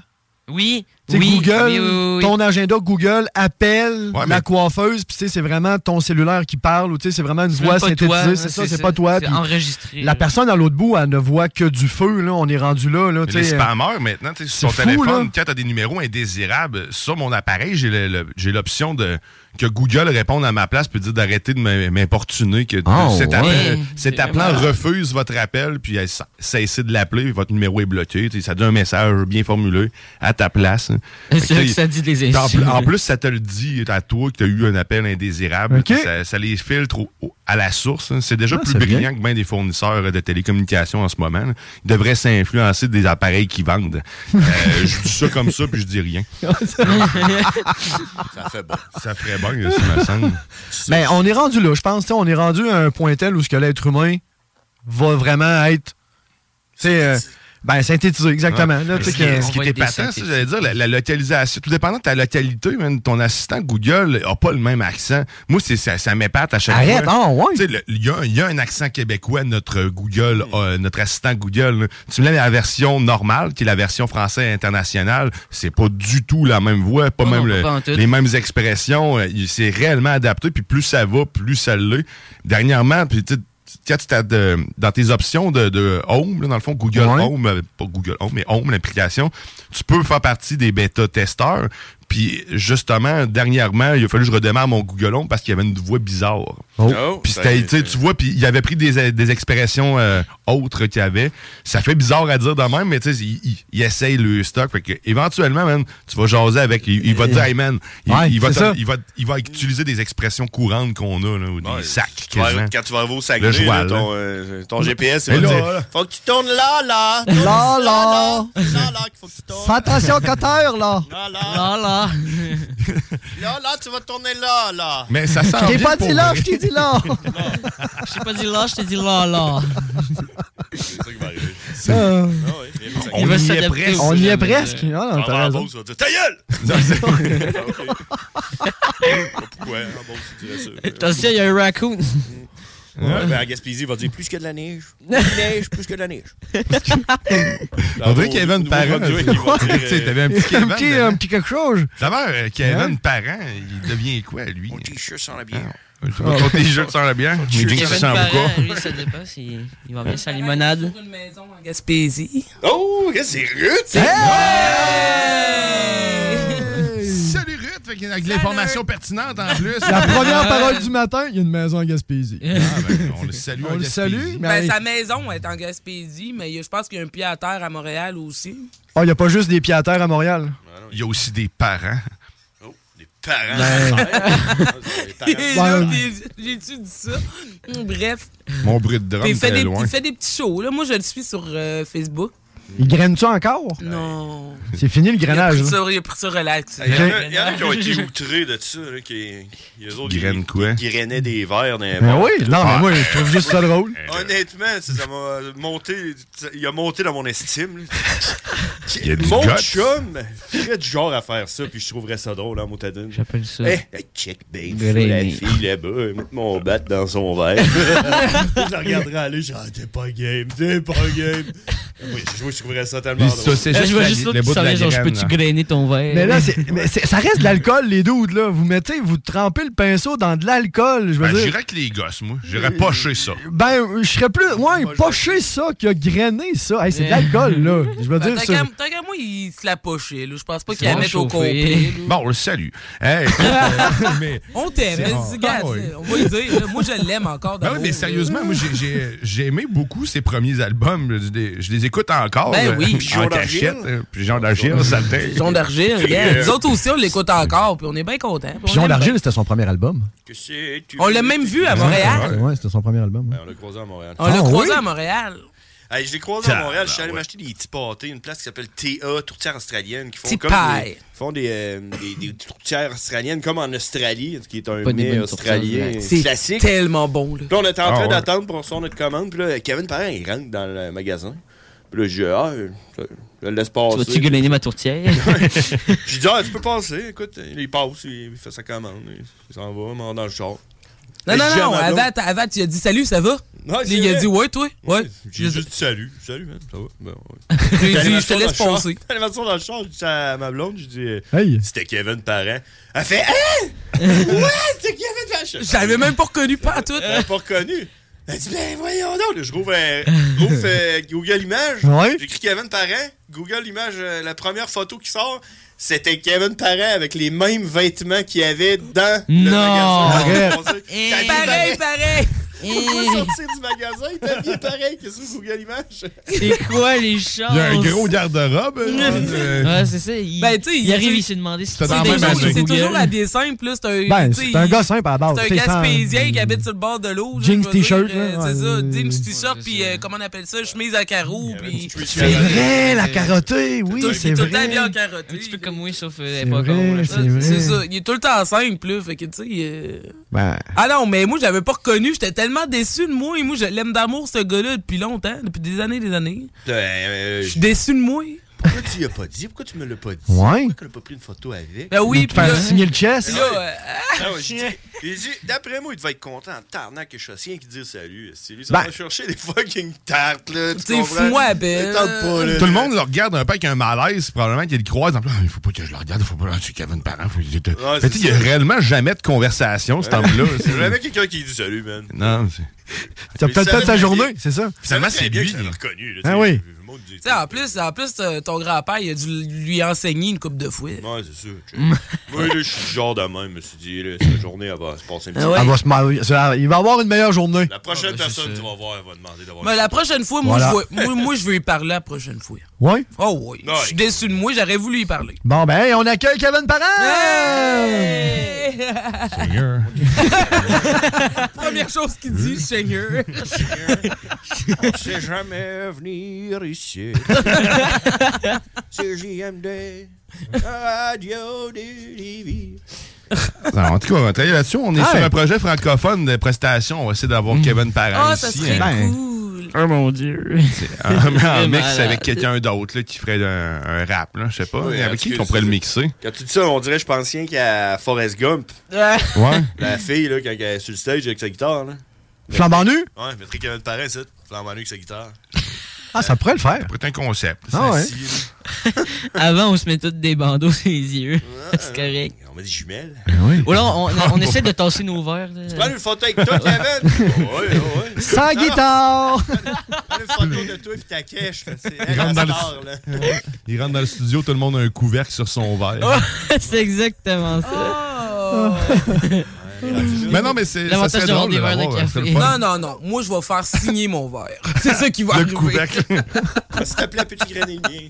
[SPEAKER 6] Oui.
[SPEAKER 2] Tu sais,
[SPEAKER 6] oui, Ah,
[SPEAKER 2] Google,
[SPEAKER 6] oui, oui, oui.
[SPEAKER 2] ton agenda Google appelle la coiffeuse, puis tu sais, c'est vraiment ton cellulaire qui parle, ou tu sais, c'est vraiment une
[SPEAKER 6] C'est
[SPEAKER 2] voix
[SPEAKER 6] même pas
[SPEAKER 2] synthétisée,
[SPEAKER 6] toi,
[SPEAKER 2] c'est
[SPEAKER 6] c'est
[SPEAKER 2] ça, c'est
[SPEAKER 6] ça,
[SPEAKER 2] pas toi.
[SPEAKER 6] c'est
[SPEAKER 2] puis
[SPEAKER 6] enregistré,
[SPEAKER 2] La
[SPEAKER 6] là.
[SPEAKER 2] personne à l'autre bout, elle ne voit que du feu, là, on est rendu là. là tu
[SPEAKER 7] les
[SPEAKER 2] sais, euh,
[SPEAKER 7] spammers maintenant, tu sais, sur ton
[SPEAKER 2] c'est fou,
[SPEAKER 7] téléphone,
[SPEAKER 2] là.
[SPEAKER 7] quand tu as des numéros indésirables, sur mon appareil, j'ai le- le- j'ai l'option de que Google réponde à ma place puis dire d'arrêter de m'im- m'importuner que
[SPEAKER 2] Ah,
[SPEAKER 7] cet,
[SPEAKER 2] ouais.
[SPEAKER 7] appel,
[SPEAKER 2] Hey,
[SPEAKER 7] cet
[SPEAKER 2] c'est
[SPEAKER 7] appelant
[SPEAKER 2] malade.
[SPEAKER 7] refuse votre appel puis elle sa- cessez de l'appeler, votre numéro est bloqué, tu sais, ça dit un message bien formulé à ta place. hein.
[SPEAKER 6] C'est
[SPEAKER 7] Fait
[SPEAKER 6] là
[SPEAKER 7] tu
[SPEAKER 6] que
[SPEAKER 7] sais,
[SPEAKER 6] ça dit les
[SPEAKER 7] en,
[SPEAKER 6] insultes.
[SPEAKER 7] en plus ça te le dit à toi que tu as eu un appel indésirable,
[SPEAKER 2] Ok.
[SPEAKER 7] ça, ça les filtre au- au- à la source, hein. c'est déjà
[SPEAKER 2] Ah,
[SPEAKER 7] plus
[SPEAKER 2] c'est
[SPEAKER 7] brillant
[SPEAKER 2] bien.
[SPEAKER 7] que bien des fournisseurs de télécommunications en ce moment. là. Ils devraient s'influencer des appareils qu'ils vendent. Euh, je dis ça comme ça, puis je dis rien. Ça fait bon. Ça ferait bon, ça me semble.
[SPEAKER 2] Mais Ben, on est rendu là, je pense. tu sais, On est rendu à un point tel où ce que l'être humain va vraiment être. tu sais, euh, ben, synthétisé, exactement.
[SPEAKER 7] Ouais.
[SPEAKER 2] là, tu sais
[SPEAKER 7] Ah, ce qui,
[SPEAKER 2] que-
[SPEAKER 7] ce qui était patent, c'est, j'allais dire, la, la localisation. Tout dépendant de ta localité, man, ton assistant Google n'a pas le même accent. Moi, c'est, ça, ça m'épate à chaque
[SPEAKER 2] Arrête,
[SPEAKER 7] fois.
[SPEAKER 2] ah ouais.
[SPEAKER 7] Tu sais, le- Il y, a un- il y a un accent québécois, notre
[SPEAKER 6] Mm.
[SPEAKER 7] Google, euh, notre assistant Google. là. Tu me mets la version normale, qui est la version française internationale, c'est pas du tout la même voix, pas
[SPEAKER 6] Oh
[SPEAKER 7] même
[SPEAKER 6] non,
[SPEAKER 7] le-
[SPEAKER 6] pas en tout.
[SPEAKER 7] les mêmes expressions. euh, il- c'est réellement adapté, puis plus ça va, plus ça l'est. Dernièrement, puis tu sais, quand tu t'as de- dans tes options de, de Home, là, dans le fond, Google Home, euh, pas Google Home, mais Home, l'application, tu peux faire partie des bêta-testeurs. Puis justement, dernièrement, il a fallu que je redémarre mon Google Home parce qu'il y avait une voix bizarre.
[SPEAKER 5] Oh.
[SPEAKER 7] Puis
[SPEAKER 5] Ça
[SPEAKER 7] c'était-
[SPEAKER 5] y est,
[SPEAKER 7] tu sais, tu vois, puis il avait pris des, des expressions euh, autres qu'il y avait. Ça fait bizarre à dire de même, mais tu sais, il, il- il essaye le stock. Fait que éventuellement, man, tu vas jaser avec. Il, il va te dire, hey man, il,
[SPEAKER 2] Ouais,
[SPEAKER 7] il va
[SPEAKER 2] c'est
[SPEAKER 7] te-
[SPEAKER 2] ça.
[SPEAKER 7] il va- il va utiliser des expressions courantes qu'on a, là, ou des sacs.
[SPEAKER 5] Tu vas-
[SPEAKER 7] quasiment.
[SPEAKER 5] quand tu vas au
[SPEAKER 7] Le
[SPEAKER 5] Saguenay,
[SPEAKER 7] joual,
[SPEAKER 5] là, ton,
[SPEAKER 7] là.
[SPEAKER 5] euh, ton GPS,
[SPEAKER 7] Mais
[SPEAKER 5] il va
[SPEAKER 7] là,
[SPEAKER 5] te dire
[SPEAKER 7] là.
[SPEAKER 5] Faut que tu tournes là, là. tourne
[SPEAKER 2] Là, là.
[SPEAKER 5] là, là, là, qu'il faut que tu tournes.
[SPEAKER 2] Fais attention au cutter, là.
[SPEAKER 5] Là, là.
[SPEAKER 6] Là, là.
[SPEAKER 5] Là, là, tu vas tourner là, là.
[SPEAKER 7] Mais ça sent bien pour vrai.
[SPEAKER 2] là.
[SPEAKER 6] Je t'ai pas dit là, je t'ai dit là, là.
[SPEAKER 5] C'est ça qui va arriver.
[SPEAKER 2] C'est-
[SPEAKER 5] Ah ouais,
[SPEAKER 2] On
[SPEAKER 5] il
[SPEAKER 2] y
[SPEAKER 5] va
[SPEAKER 2] est
[SPEAKER 5] s'adapter
[SPEAKER 2] presque.
[SPEAKER 5] au
[SPEAKER 2] On y est
[SPEAKER 5] jeune,
[SPEAKER 2] presque.
[SPEAKER 5] euh,
[SPEAKER 2] Ah, non,
[SPEAKER 5] on va
[SPEAKER 2] t'as
[SPEAKER 5] en
[SPEAKER 2] raison.
[SPEAKER 5] pause, on va dire, Ta gueule!
[SPEAKER 7] Non,
[SPEAKER 5] Ah, ok. Pourquoi? hein, En pause, tu dirais ça. euh,
[SPEAKER 6] Attention, il y a un raccoon.
[SPEAKER 5] Ouais, ben, à Gaspésie, il va dire plus que de la neige. Plus de neige, plus que de la neige.
[SPEAKER 7] On dirait Kevin
[SPEAKER 5] nouveau
[SPEAKER 7] Parent.
[SPEAKER 5] Rock Joe
[SPEAKER 7] Tu
[SPEAKER 5] qui va dire, euh,
[SPEAKER 7] sais, t'avais un petit
[SPEAKER 2] un
[SPEAKER 7] Kevin.
[SPEAKER 2] petit, un petit quelque chose.
[SPEAKER 7] D'abord, euh,
[SPEAKER 2] Ouais.
[SPEAKER 7] Kevin Parent, il devient quoi, lui? Mon t-shirt sans la bière. Je sais pas,
[SPEAKER 2] Ah.
[SPEAKER 7] ton t-shirt sans la bière, mes jeans
[SPEAKER 6] Kevin
[SPEAKER 7] sans
[SPEAKER 6] Parent,
[SPEAKER 7] bouca.
[SPEAKER 6] lui, ça dépasse, il, il va bien sa limonade.
[SPEAKER 3] Gaspésie.
[SPEAKER 5] Oh, qu'est-ce que c'est rude! c'est-
[SPEAKER 7] Salut Ruth, fait qu'il y a de l'information pertinente en plus.
[SPEAKER 2] La première parole du matin, il y a une maison à Gaspésie.
[SPEAKER 7] Ah, ben, on le salue.
[SPEAKER 2] On
[SPEAKER 7] à
[SPEAKER 2] le
[SPEAKER 7] Gaspésie.
[SPEAKER 2] salue, mais.
[SPEAKER 8] Ben, sa maison est en Gaspésie, mais il y a- je pense qu'il y a un pied à terre à Montréal aussi.
[SPEAKER 2] Oh, il n'y a pas juste des pieds à terre à Montréal.
[SPEAKER 7] Ah, Il y a aussi des parents.
[SPEAKER 5] Oh, Parents.
[SPEAKER 2] Ben.
[SPEAKER 8] Et là, t'es- J'ai-tu dit ça? Hum, Bref.
[SPEAKER 7] Mon bruit de drum,
[SPEAKER 8] Il fait,
[SPEAKER 7] t'es
[SPEAKER 8] des,
[SPEAKER 7] loin.
[SPEAKER 8] il fait des petits shows. Là. Moi, je le suis sur euh, Facebook.
[SPEAKER 2] Il graine-tu encore?
[SPEAKER 8] Non.
[SPEAKER 2] C'est fini le grainage.
[SPEAKER 8] Il a pris
[SPEAKER 2] là.
[SPEAKER 8] ça- il a pris ça relax.
[SPEAKER 5] Il y, en a, il y en a qui ont été outrés de ça, là, qui, les autres, qui-
[SPEAKER 7] Graine quoi?
[SPEAKER 5] qui rainaient des verres dans les
[SPEAKER 2] Ben
[SPEAKER 5] bars.
[SPEAKER 2] oui, non, mais
[SPEAKER 5] Ah,
[SPEAKER 2] moi, je trouve juste ça drôle.
[SPEAKER 5] Honnêtement, ça ça m'a monté. ça- Il a monté dans mon estime. là.
[SPEAKER 7] Il y a du
[SPEAKER 5] mon
[SPEAKER 7] guts.
[SPEAKER 5] chum ferait du genre à faire ça, puis je trouverais ça drôle, hein, motadine.
[SPEAKER 6] J'appelle ça.
[SPEAKER 5] Hey, hey, check, babe,
[SPEAKER 6] Grainer.
[SPEAKER 5] la fille là-bas, mette mon bat dans son verre. je la regarderais aller, genre, ah, t'es pas game, t'es pas game.
[SPEAKER 7] Ben,
[SPEAKER 5] Oui, je, je trouverais ça tellement drôle.
[SPEAKER 6] Là, je vois juste l'autre qui s'en vient, genre, je peux-tu grainer ton verre?
[SPEAKER 2] Mais là, c'est- mais c'est- ça reste de l'alcool, les doudes, là. Vous mettez, vous trempez le pinceau dans de l'alcool, je veux
[SPEAKER 7] Ben,
[SPEAKER 2] dire.
[SPEAKER 7] J'irais que les gosses, moi. J'irais pas chez ça.
[SPEAKER 2] Ben, je serais plus. Ouais, pocher ça que grainer ça. Hey, c'est de
[SPEAKER 8] Eh.
[SPEAKER 2] l'alcool, là. Je veux
[SPEAKER 8] Ben,
[SPEAKER 2] dire,
[SPEAKER 8] Tant
[SPEAKER 2] ça.
[SPEAKER 8] qu'à tant qu'à moi, il se la pochait. là. Je pense pas qu'il
[SPEAKER 7] C'est
[SPEAKER 8] la
[SPEAKER 7] bon,
[SPEAKER 8] mette au
[SPEAKER 7] chauffé.
[SPEAKER 8] complet. là.
[SPEAKER 7] Bon, on le salue. Hey, écoute, euh, mais-
[SPEAKER 8] On t'aime, hein,
[SPEAKER 7] C'est-
[SPEAKER 8] mais
[SPEAKER 7] Ah,
[SPEAKER 8] dis, regarde,
[SPEAKER 7] ah oui.
[SPEAKER 8] on va le dire. là. Moi, je l'aime encore.
[SPEAKER 7] Ben oui,
[SPEAKER 8] d'amour,
[SPEAKER 7] mais
[SPEAKER 8] là.
[SPEAKER 7] sérieusement, moi, j'ai- j'ai j'ai aimé beaucoup ses premiers albums. Je les, je les écoutais l'écoute encore.
[SPEAKER 8] Ben
[SPEAKER 7] euh,
[SPEAKER 8] oui.
[SPEAKER 7] en
[SPEAKER 8] Jean d'Argile.
[SPEAKER 7] cachette. euh, Puis Jean d'Argile, ça me
[SPEAKER 8] Pigeon d'argile, regarde. Nous autres aussi, on l'écoute encore, puis on est bien contents. puis on
[SPEAKER 2] Pigeon
[SPEAKER 8] l'aime
[SPEAKER 2] d'argile, c'était son premier album.
[SPEAKER 8] bien. On l'a même vu à Montréal.
[SPEAKER 2] Ouais, c'était son premier album.
[SPEAKER 7] Ben,
[SPEAKER 2] Ah, ouais.
[SPEAKER 5] On l'a croisé à Montréal.
[SPEAKER 8] Ah, On l'a croisé à Montréal.
[SPEAKER 5] Hey, je l'ai croisé à Montréal. Je suis allé m'acheter des petits pâtés, une place qui s'appelle TA, tourtière australienne, qui font
[SPEAKER 8] Petits
[SPEAKER 5] comme
[SPEAKER 8] pailles.
[SPEAKER 5] des, font des, euh, des- des tourtières australiennes, comme en Australie, ce qui est un
[SPEAKER 8] Pas des
[SPEAKER 5] mets
[SPEAKER 8] bonnes
[SPEAKER 5] australien
[SPEAKER 8] tourtières, ouais.
[SPEAKER 5] classique.
[SPEAKER 8] C'est tellement bon, là.
[SPEAKER 5] Puis on était en
[SPEAKER 8] Ah,
[SPEAKER 5] train
[SPEAKER 8] ouais.
[SPEAKER 5] d'attendre pour recevoir notre commande. Puis là, Kevin, pareil, il rentre dans le magasin. Puis là, je dis, ah, je, je le laisse
[SPEAKER 6] Tu
[SPEAKER 5] passer.
[SPEAKER 6] vas-tu gagner ma tourtière?
[SPEAKER 5] Je dis, ah, tu peux passer. Écoute, il passe, il fait sa commande. Il s'en va, il m'en dans le char.
[SPEAKER 8] Non,
[SPEAKER 5] Et
[SPEAKER 8] non,
[SPEAKER 5] je dis à
[SPEAKER 8] non, non.
[SPEAKER 5] Manon,
[SPEAKER 8] Avant, t'as- avant, tu as dit salut, ça va?
[SPEAKER 5] Ouais, c'est
[SPEAKER 8] il a
[SPEAKER 5] vrai.
[SPEAKER 8] dit ouais, toi. Ouais.
[SPEAKER 5] J'ai juste dit salut. Salut, man, ça va? Ben, ouais.
[SPEAKER 8] J'ai
[SPEAKER 5] J'allais
[SPEAKER 8] dit, je te
[SPEAKER 5] m'asseoir
[SPEAKER 8] laisse
[SPEAKER 5] dans le char.
[SPEAKER 8] passer.
[SPEAKER 5] J'allais m'asseoir dans le char, je dis à ma blonde, je dis, euh,
[SPEAKER 2] Hey.
[SPEAKER 5] c'était Kevin Parent. Elle fait, hein? ouais, c'est Kevin Parent.
[SPEAKER 8] Je l'avais même pas reconnu, pas tout.
[SPEAKER 5] Elle l'a pas reconnu. Elle dit, ben voyons donc. Là, je rouvre, euh, je rouvre, euh, Google Images.
[SPEAKER 2] Ouais.
[SPEAKER 5] J'écris Kevin Parent. Google Images, euh, la première photo qui sort, c'était Kevin Parent avec les mêmes vêtements qu'il avait dans le
[SPEAKER 6] Non.
[SPEAKER 5] magasin.
[SPEAKER 6] Arrête.
[SPEAKER 5] T'as mis
[SPEAKER 8] Pareil, pareil.
[SPEAKER 5] Pourquoi sortir du magasin? T'as bien pareil que sur Google Images.
[SPEAKER 6] C'est quoi les chances?
[SPEAKER 7] Il y a un gros garde-robe. euh,
[SPEAKER 6] Ouais, c'est ça. Il,
[SPEAKER 8] Ben, tu sais,
[SPEAKER 6] il
[SPEAKER 8] il-
[SPEAKER 6] arrive, il s'est demandé si
[SPEAKER 7] C'est dans la
[SPEAKER 6] des
[SPEAKER 7] même
[SPEAKER 6] gens sur
[SPEAKER 7] année.
[SPEAKER 8] C'est
[SPEAKER 6] Google.
[SPEAKER 8] toujours à des simples, là. C'est un,
[SPEAKER 2] Ben,
[SPEAKER 8] tu sais,
[SPEAKER 2] c'est un gars simple à la base.
[SPEAKER 8] C'est un
[SPEAKER 2] tu sais, sans-
[SPEAKER 8] Gaspésien qui habite sur le bord de l'eau. là,
[SPEAKER 2] Jeans,
[SPEAKER 8] je veux dire,
[SPEAKER 2] t-shirt,
[SPEAKER 8] euh,
[SPEAKER 2] là,
[SPEAKER 8] C'est ça,
[SPEAKER 2] ouais.
[SPEAKER 8] jeans, t-shirt, puis euh, comment on appelle ça, chemise à carreaux. puis-
[SPEAKER 2] C'est vrai, la carottée, oui,
[SPEAKER 8] Tout-
[SPEAKER 2] c'est
[SPEAKER 8] tout le temps
[SPEAKER 2] vrai.
[SPEAKER 8] bien en carotté.
[SPEAKER 6] Un petit peu comme moi, sauf euh,
[SPEAKER 2] C'est
[SPEAKER 6] pas
[SPEAKER 2] vrai,
[SPEAKER 6] con, là.
[SPEAKER 2] c'est vrai.
[SPEAKER 8] C'est ça, il est tout le temps simple, là. Fait que, tu sais. euh,
[SPEAKER 2] Ben,
[SPEAKER 8] Ah non, mais moi, je l'avais pas reconnu. J'étais tellement déçu de moi. Et moi, je l'aime d'amour, ce gars-là, depuis longtemps, depuis des années des années.
[SPEAKER 5] euh, Je
[SPEAKER 8] suis déçu de moi.
[SPEAKER 5] Pourquoi tu l'as pas dit? Pourquoi tu me l'as pas dit?
[SPEAKER 2] Ouais.
[SPEAKER 5] Pourquoi tu n'as pas pris une photo avec?
[SPEAKER 8] Ben oui,
[SPEAKER 2] Nous te faire
[SPEAKER 8] puis là-
[SPEAKER 2] signer le chest.
[SPEAKER 8] Puis là, euh,
[SPEAKER 5] Ah ouais, je dis- il dit, d'après moi, il devait être content en tarnac et chaussien qui dit salut. C'est lui, ça
[SPEAKER 7] Ben.
[SPEAKER 5] va chercher des fucking tartes, là. Tu
[SPEAKER 8] T'sais,
[SPEAKER 5] comprends?
[SPEAKER 8] fous-moi la belle.
[SPEAKER 5] Ça tente pas, là.
[SPEAKER 7] Tout le monde le regarde un peu avec un malaise, probablement qu'il le croise. En plus, Ah, il faut pas que je le regarde, il faut pas. Ah, c'est Kevin Parent. Faut...
[SPEAKER 5] Ouais,
[SPEAKER 7] Fait
[SPEAKER 5] c'est
[SPEAKER 7] que il y a
[SPEAKER 5] ça.
[SPEAKER 7] réellement jamais de conversation, cet homme-là.
[SPEAKER 5] Ouais.
[SPEAKER 7] c'est-
[SPEAKER 5] C'est jamais quelqu'un qui dit salut, man.
[SPEAKER 7] Non, c'est.
[SPEAKER 2] T'as
[SPEAKER 5] Mais
[SPEAKER 2] peut-être
[SPEAKER 5] ça
[SPEAKER 2] pas de sa
[SPEAKER 5] veut dire-
[SPEAKER 2] journée, c'est ça?
[SPEAKER 5] Ça veut
[SPEAKER 7] Finalement,
[SPEAKER 5] très
[SPEAKER 7] c'est
[SPEAKER 5] bien
[SPEAKER 7] lui.
[SPEAKER 5] que je l'ai reconnu, là,
[SPEAKER 2] Ah
[SPEAKER 5] tu
[SPEAKER 2] oui.
[SPEAKER 5] sais. Le monde dit,
[SPEAKER 8] Tu sais, en plus, en plus euh, ton grand-père, il a dû lui enseigner une coupe de fouet.
[SPEAKER 5] Ouais, c'est sûr. tu sais. Moi, là, je suis le genre de même, je me suis dit, là, cette journée, elle va se passer un petit
[SPEAKER 8] Ah
[SPEAKER 2] elle
[SPEAKER 7] Ah,
[SPEAKER 5] peu.
[SPEAKER 2] va se marier. Ça- Il va avoir une meilleure journée.
[SPEAKER 5] Ah La prochaine personne que tu vas voir, elle va demander d'avoir
[SPEAKER 8] ben, Mais la prochaine fois, moi,
[SPEAKER 2] Voilà.
[SPEAKER 8] je vais- moi, moi, je veux y parler la prochaine fois.
[SPEAKER 2] Ouais.
[SPEAKER 8] Oh oui, je suis déçu de moi, j'aurais voulu y parler.
[SPEAKER 2] Bon, ben, hey, on accueille Kevin Parent!
[SPEAKER 7] Seigneur.
[SPEAKER 8] Première chose qu'il dit, Seigneur.
[SPEAKER 5] On sait jamais venir ici. C'est JMD, Radio du Lévis.
[SPEAKER 7] Alors, en tout cas, on va travailler là-dessus. On est
[SPEAKER 5] Ah,
[SPEAKER 7] sur
[SPEAKER 5] ouais.
[SPEAKER 7] un projet francophone de prestations. On va essayer d'avoir Kevin Parent
[SPEAKER 8] Ah, ça
[SPEAKER 7] ici.
[SPEAKER 8] serait
[SPEAKER 7] hein.
[SPEAKER 8] cool.
[SPEAKER 6] Oh mon dieu.
[SPEAKER 7] Un- un Ah, mix
[SPEAKER 5] malade.
[SPEAKER 7] avec quelqu'un d'autre là, qui ferait un, un rap, là, je sais pas.
[SPEAKER 5] Ouais,
[SPEAKER 7] avec qui
[SPEAKER 5] excuse,
[SPEAKER 7] qu'on pourrait le
[SPEAKER 5] c'est-
[SPEAKER 7] mixer?
[SPEAKER 5] Quand tu dis ça, on dirait, je pense rien qu'à Forrest Gump.
[SPEAKER 7] Ouais.
[SPEAKER 5] La fille, là, quand elle est sur le stage avec sa guitare, là.
[SPEAKER 2] Flambant nu?
[SPEAKER 5] Ouais, mettrait Kevin Parent, ça. Flambant nu avec sa guitare.
[SPEAKER 2] Ah, ça pourrait le faire.
[SPEAKER 7] C'est un concept.
[SPEAKER 2] Ah, ouais.
[SPEAKER 6] Avant, on se met tous des bandeaux sur les yeux. C'est correct.
[SPEAKER 5] On met des jumelles.
[SPEAKER 2] Ben
[SPEAKER 6] Ou alors, on, on- on essaie de tasser nos verres. là.
[SPEAKER 5] Tu prends une photo avec toi, Kevin? ouais, ouais, ouais.
[SPEAKER 2] Sans
[SPEAKER 5] Non,
[SPEAKER 2] guitare!
[SPEAKER 5] Prends une photo de toi et ta cache, là. C'est
[SPEAKER 7] Il rentre, dans
[SPEAKER 5] elle, la star, Ah, là.
[SPEAKER 7] le... Ouais. Il rentre dans le studio, tout le monde a un couvercle sur son verre.
[SPEAKER 5] Ah!
[SPEAKER 6] c'est exactement ça.
[SPEAKER 5] Oh!
[SPEAKER 7] mais non, mais c'est, ça serait drôle de l'avoir. ça serait le fun.
[SPEAKER 8] Non, non, non. Moi, je vais faire signer mon verre. C'est ça qui va
[SPEAKER 7] Le
[SPEAKER 8] arriver.
[SPEAKER 7] couvercle.
[SPEAKER 5] S'il te plaît, petit grenouillier.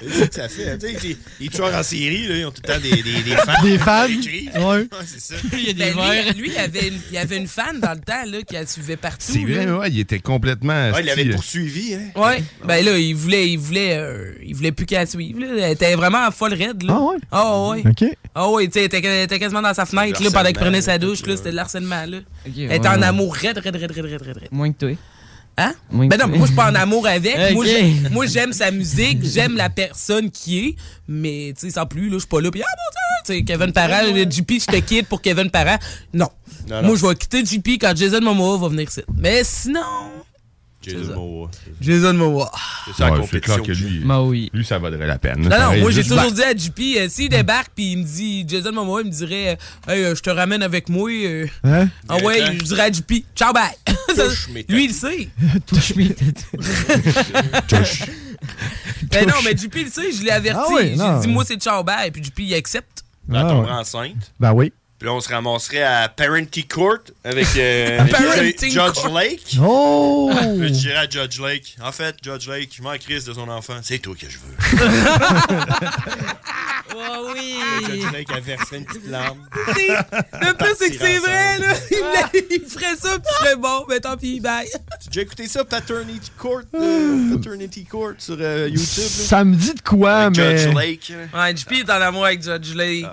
[SPEAKER 5] C'est ce que ça fait. hein. Tu sais, les- les tueurs en série, là, ils ont tout le temps des, des, des fans.
[SPEAKER 8] Ah,
[SPEAKER 2] Des fans.
[SPEAKER 5] écrits.
[SPEAKER 2] Ouais. Ah,
[SPEAKER 5] c'est ça.
[SPEAKER 6] Il y a
[SPEAKER 8] Ben,
[SPEAKER 6] des
[SPEAKER 8] lui,
[SPEAKER 6] verres.
[SPEAKER 8] lui, il, avait une, il avait une fan dans le temps là, qui la suivait partout.
[SPEAKER 7] C'est vrai,
[SPEAKER 8] là.
[SPEAKER 7] ouais, il était
[SPEAKER 2] Ah,
[SPEAKER 7] complètement.
[SPEAKER 5] Ouais, Ah, il l'avait
[SPEAKER 2] euh,
[SPEAKER 7] asti,
[SPEAKER 5] poursuivi. Hein.
[SPEAKER 8] Ouais. Ben là, il voulait, il voulait, euh, il voulait plus qu'à suivre. Là. Elle était vraiment folle raide. Là.
[SPEAKER 2] Ah ouais?
[SPEAKER 8] Ah ouais.
[SPEAKER 2] OK.
[SPEAKER 8] Ah ouais, tu sais, elle était, elle était quasiment dans sa fenêtre
[SPEAKER 5] C'est
[SPEAKER 8] là,
[SPEAKER 5] du
[SPEAKER 8] pendant qu'il
[SPEAKER 5] harcèlement,
[SPEAKER 8] prenait sa
[SPEAKER 5] là,
[SPEAKER 8] douche.
[SPEAKER 5] tout,
[SPEAKER 8] Là,
[SPEAKER 5] là.
[SPEAKER 8] c'était de l'harcèlement. Là.
[SPEAKER 6] Ok,
[SPEAKER 8] elle
[SPEAKER 6] ouais,
[SPEAKER 8] était en
[SPEAKER 6] ouais.
[SPEAKER 8] amour raide, raide, raide, raide, raide, raide. raide.
[SPEAKER 6] Moins que toi.
[SPEAKER 8] Hein?
[SPEAKER 6] Moins
[SPEAKER 8] Ben
[SPEAKER 6] que
[SPEAKER 8] non,
[SPEAKER 6] toi.
[SPEAKER 8] mais moi, je suis pas en amour avec. Moi,
[SPEAKER 6] Ok.
[SPEAKER 8] j'ai- Moi, j'aime sa musique, j'aime la personne qui est, mais tu sais, sans plus, là, je suis pas là. Puis, ah, bon, tu sais, Kevin Parent, le JP, je te quitte pour Kevin Parent. Non.
[SPEAKER 5] Non, non.
[SPEAKER 8] Moi, je vais quitter JP quand Jason Momoa va venir ici. Mais sinon,
[SPEAKER 7] euh,
[SPEAKER 5] Jason Momoa.
[SPEAKER 8] Jason Momoa.
[SPEAKER 5] C'est ça
[SPEAKER 7] Ouais,
[SPEAKER 5] la
[SPEAKER 7] c'est clair
[SPEAKER 5] compétition.
[SPEAKER 7] que lui, lui, ça vaudrait la peine.
[SPEAKER 8] Non, non,
[SPEAKER 7] Pareil,
[SPEAKER 8] moi, j'ai
[SPEAKER 7] juste
[SPEAKER 8] toujours dit à JP, euh, s'il débarque, puis il me dit, Jason Momoa, il me dirait, euh, hey, euh, je te ramène avec moi. euh.
[SPEAKER 2] Hein?
[SPEAKER 8] Ah ouais,
[SPEAKER 5] Directement.
[SPEAKER 8] je dirais à JP, ciao, bye. Ça,
[SPEAKER 5] Touche mes
[SPEAKER 8] Lui, il sait.
[SPEAKER 6] Touche me.
[SPEAKER 8] Ben non, mais JP, il sait, je l'ai averti.
[SPEAKER 2] Ah oui, non.
[SPEAKER 8] j'ai dit, moi, c'est ciao, bye. Puis JP, il accepte.
[SPEAKER 5] Dans
[SPEAKER 2] Ah,
[SPEAKER 5] ton
[SPEAKER 2] ouais.
[SPEAKER 5] enceinte.
[SPEAKER 2] Ben oui.
[SPEAKER 5] Puis là, on se ramasserait à Parenting Court avec, euh,
[SPEAKER 2] À
[SPEAKER 5] avec
[SPEAKER 2] Parenting
[SPEAKER 5] Ju- Judge
[SPEAKER 2] Court.
[SPEAKER 5] Lake.
[SPEAKER 2] Oh!
[SPEAKER 5] Puis là, je dirais à Judge Lake. En fait, Judge Lake, je m'en crise de son enfant. C'est toi que je veux.
[SPEAKER 6] Oh oui!
[SPEAKER 5] Judge Lake a versé une petite larme.
[SPEAKER 8] C'est- Le plus, c'est que c'est
[SPEAKER 5] Partir
[SPEAKER 8] vrai,
[SPEAKER 5] ensemble.
[SPEAKER 8] là. Il, me- il ferait ça, puis je serais bon, mais tant pis, bye.
[SPEAKER 5] Tu as déjà écouté ça, Paternity Court, euh, Paternity Court sur euh, YouTube? là?
[SPEAKER 2] Ça me dit de quoi, mais.
[SPEAKER 8] Ouais, JP est en amour avec Judge Lake.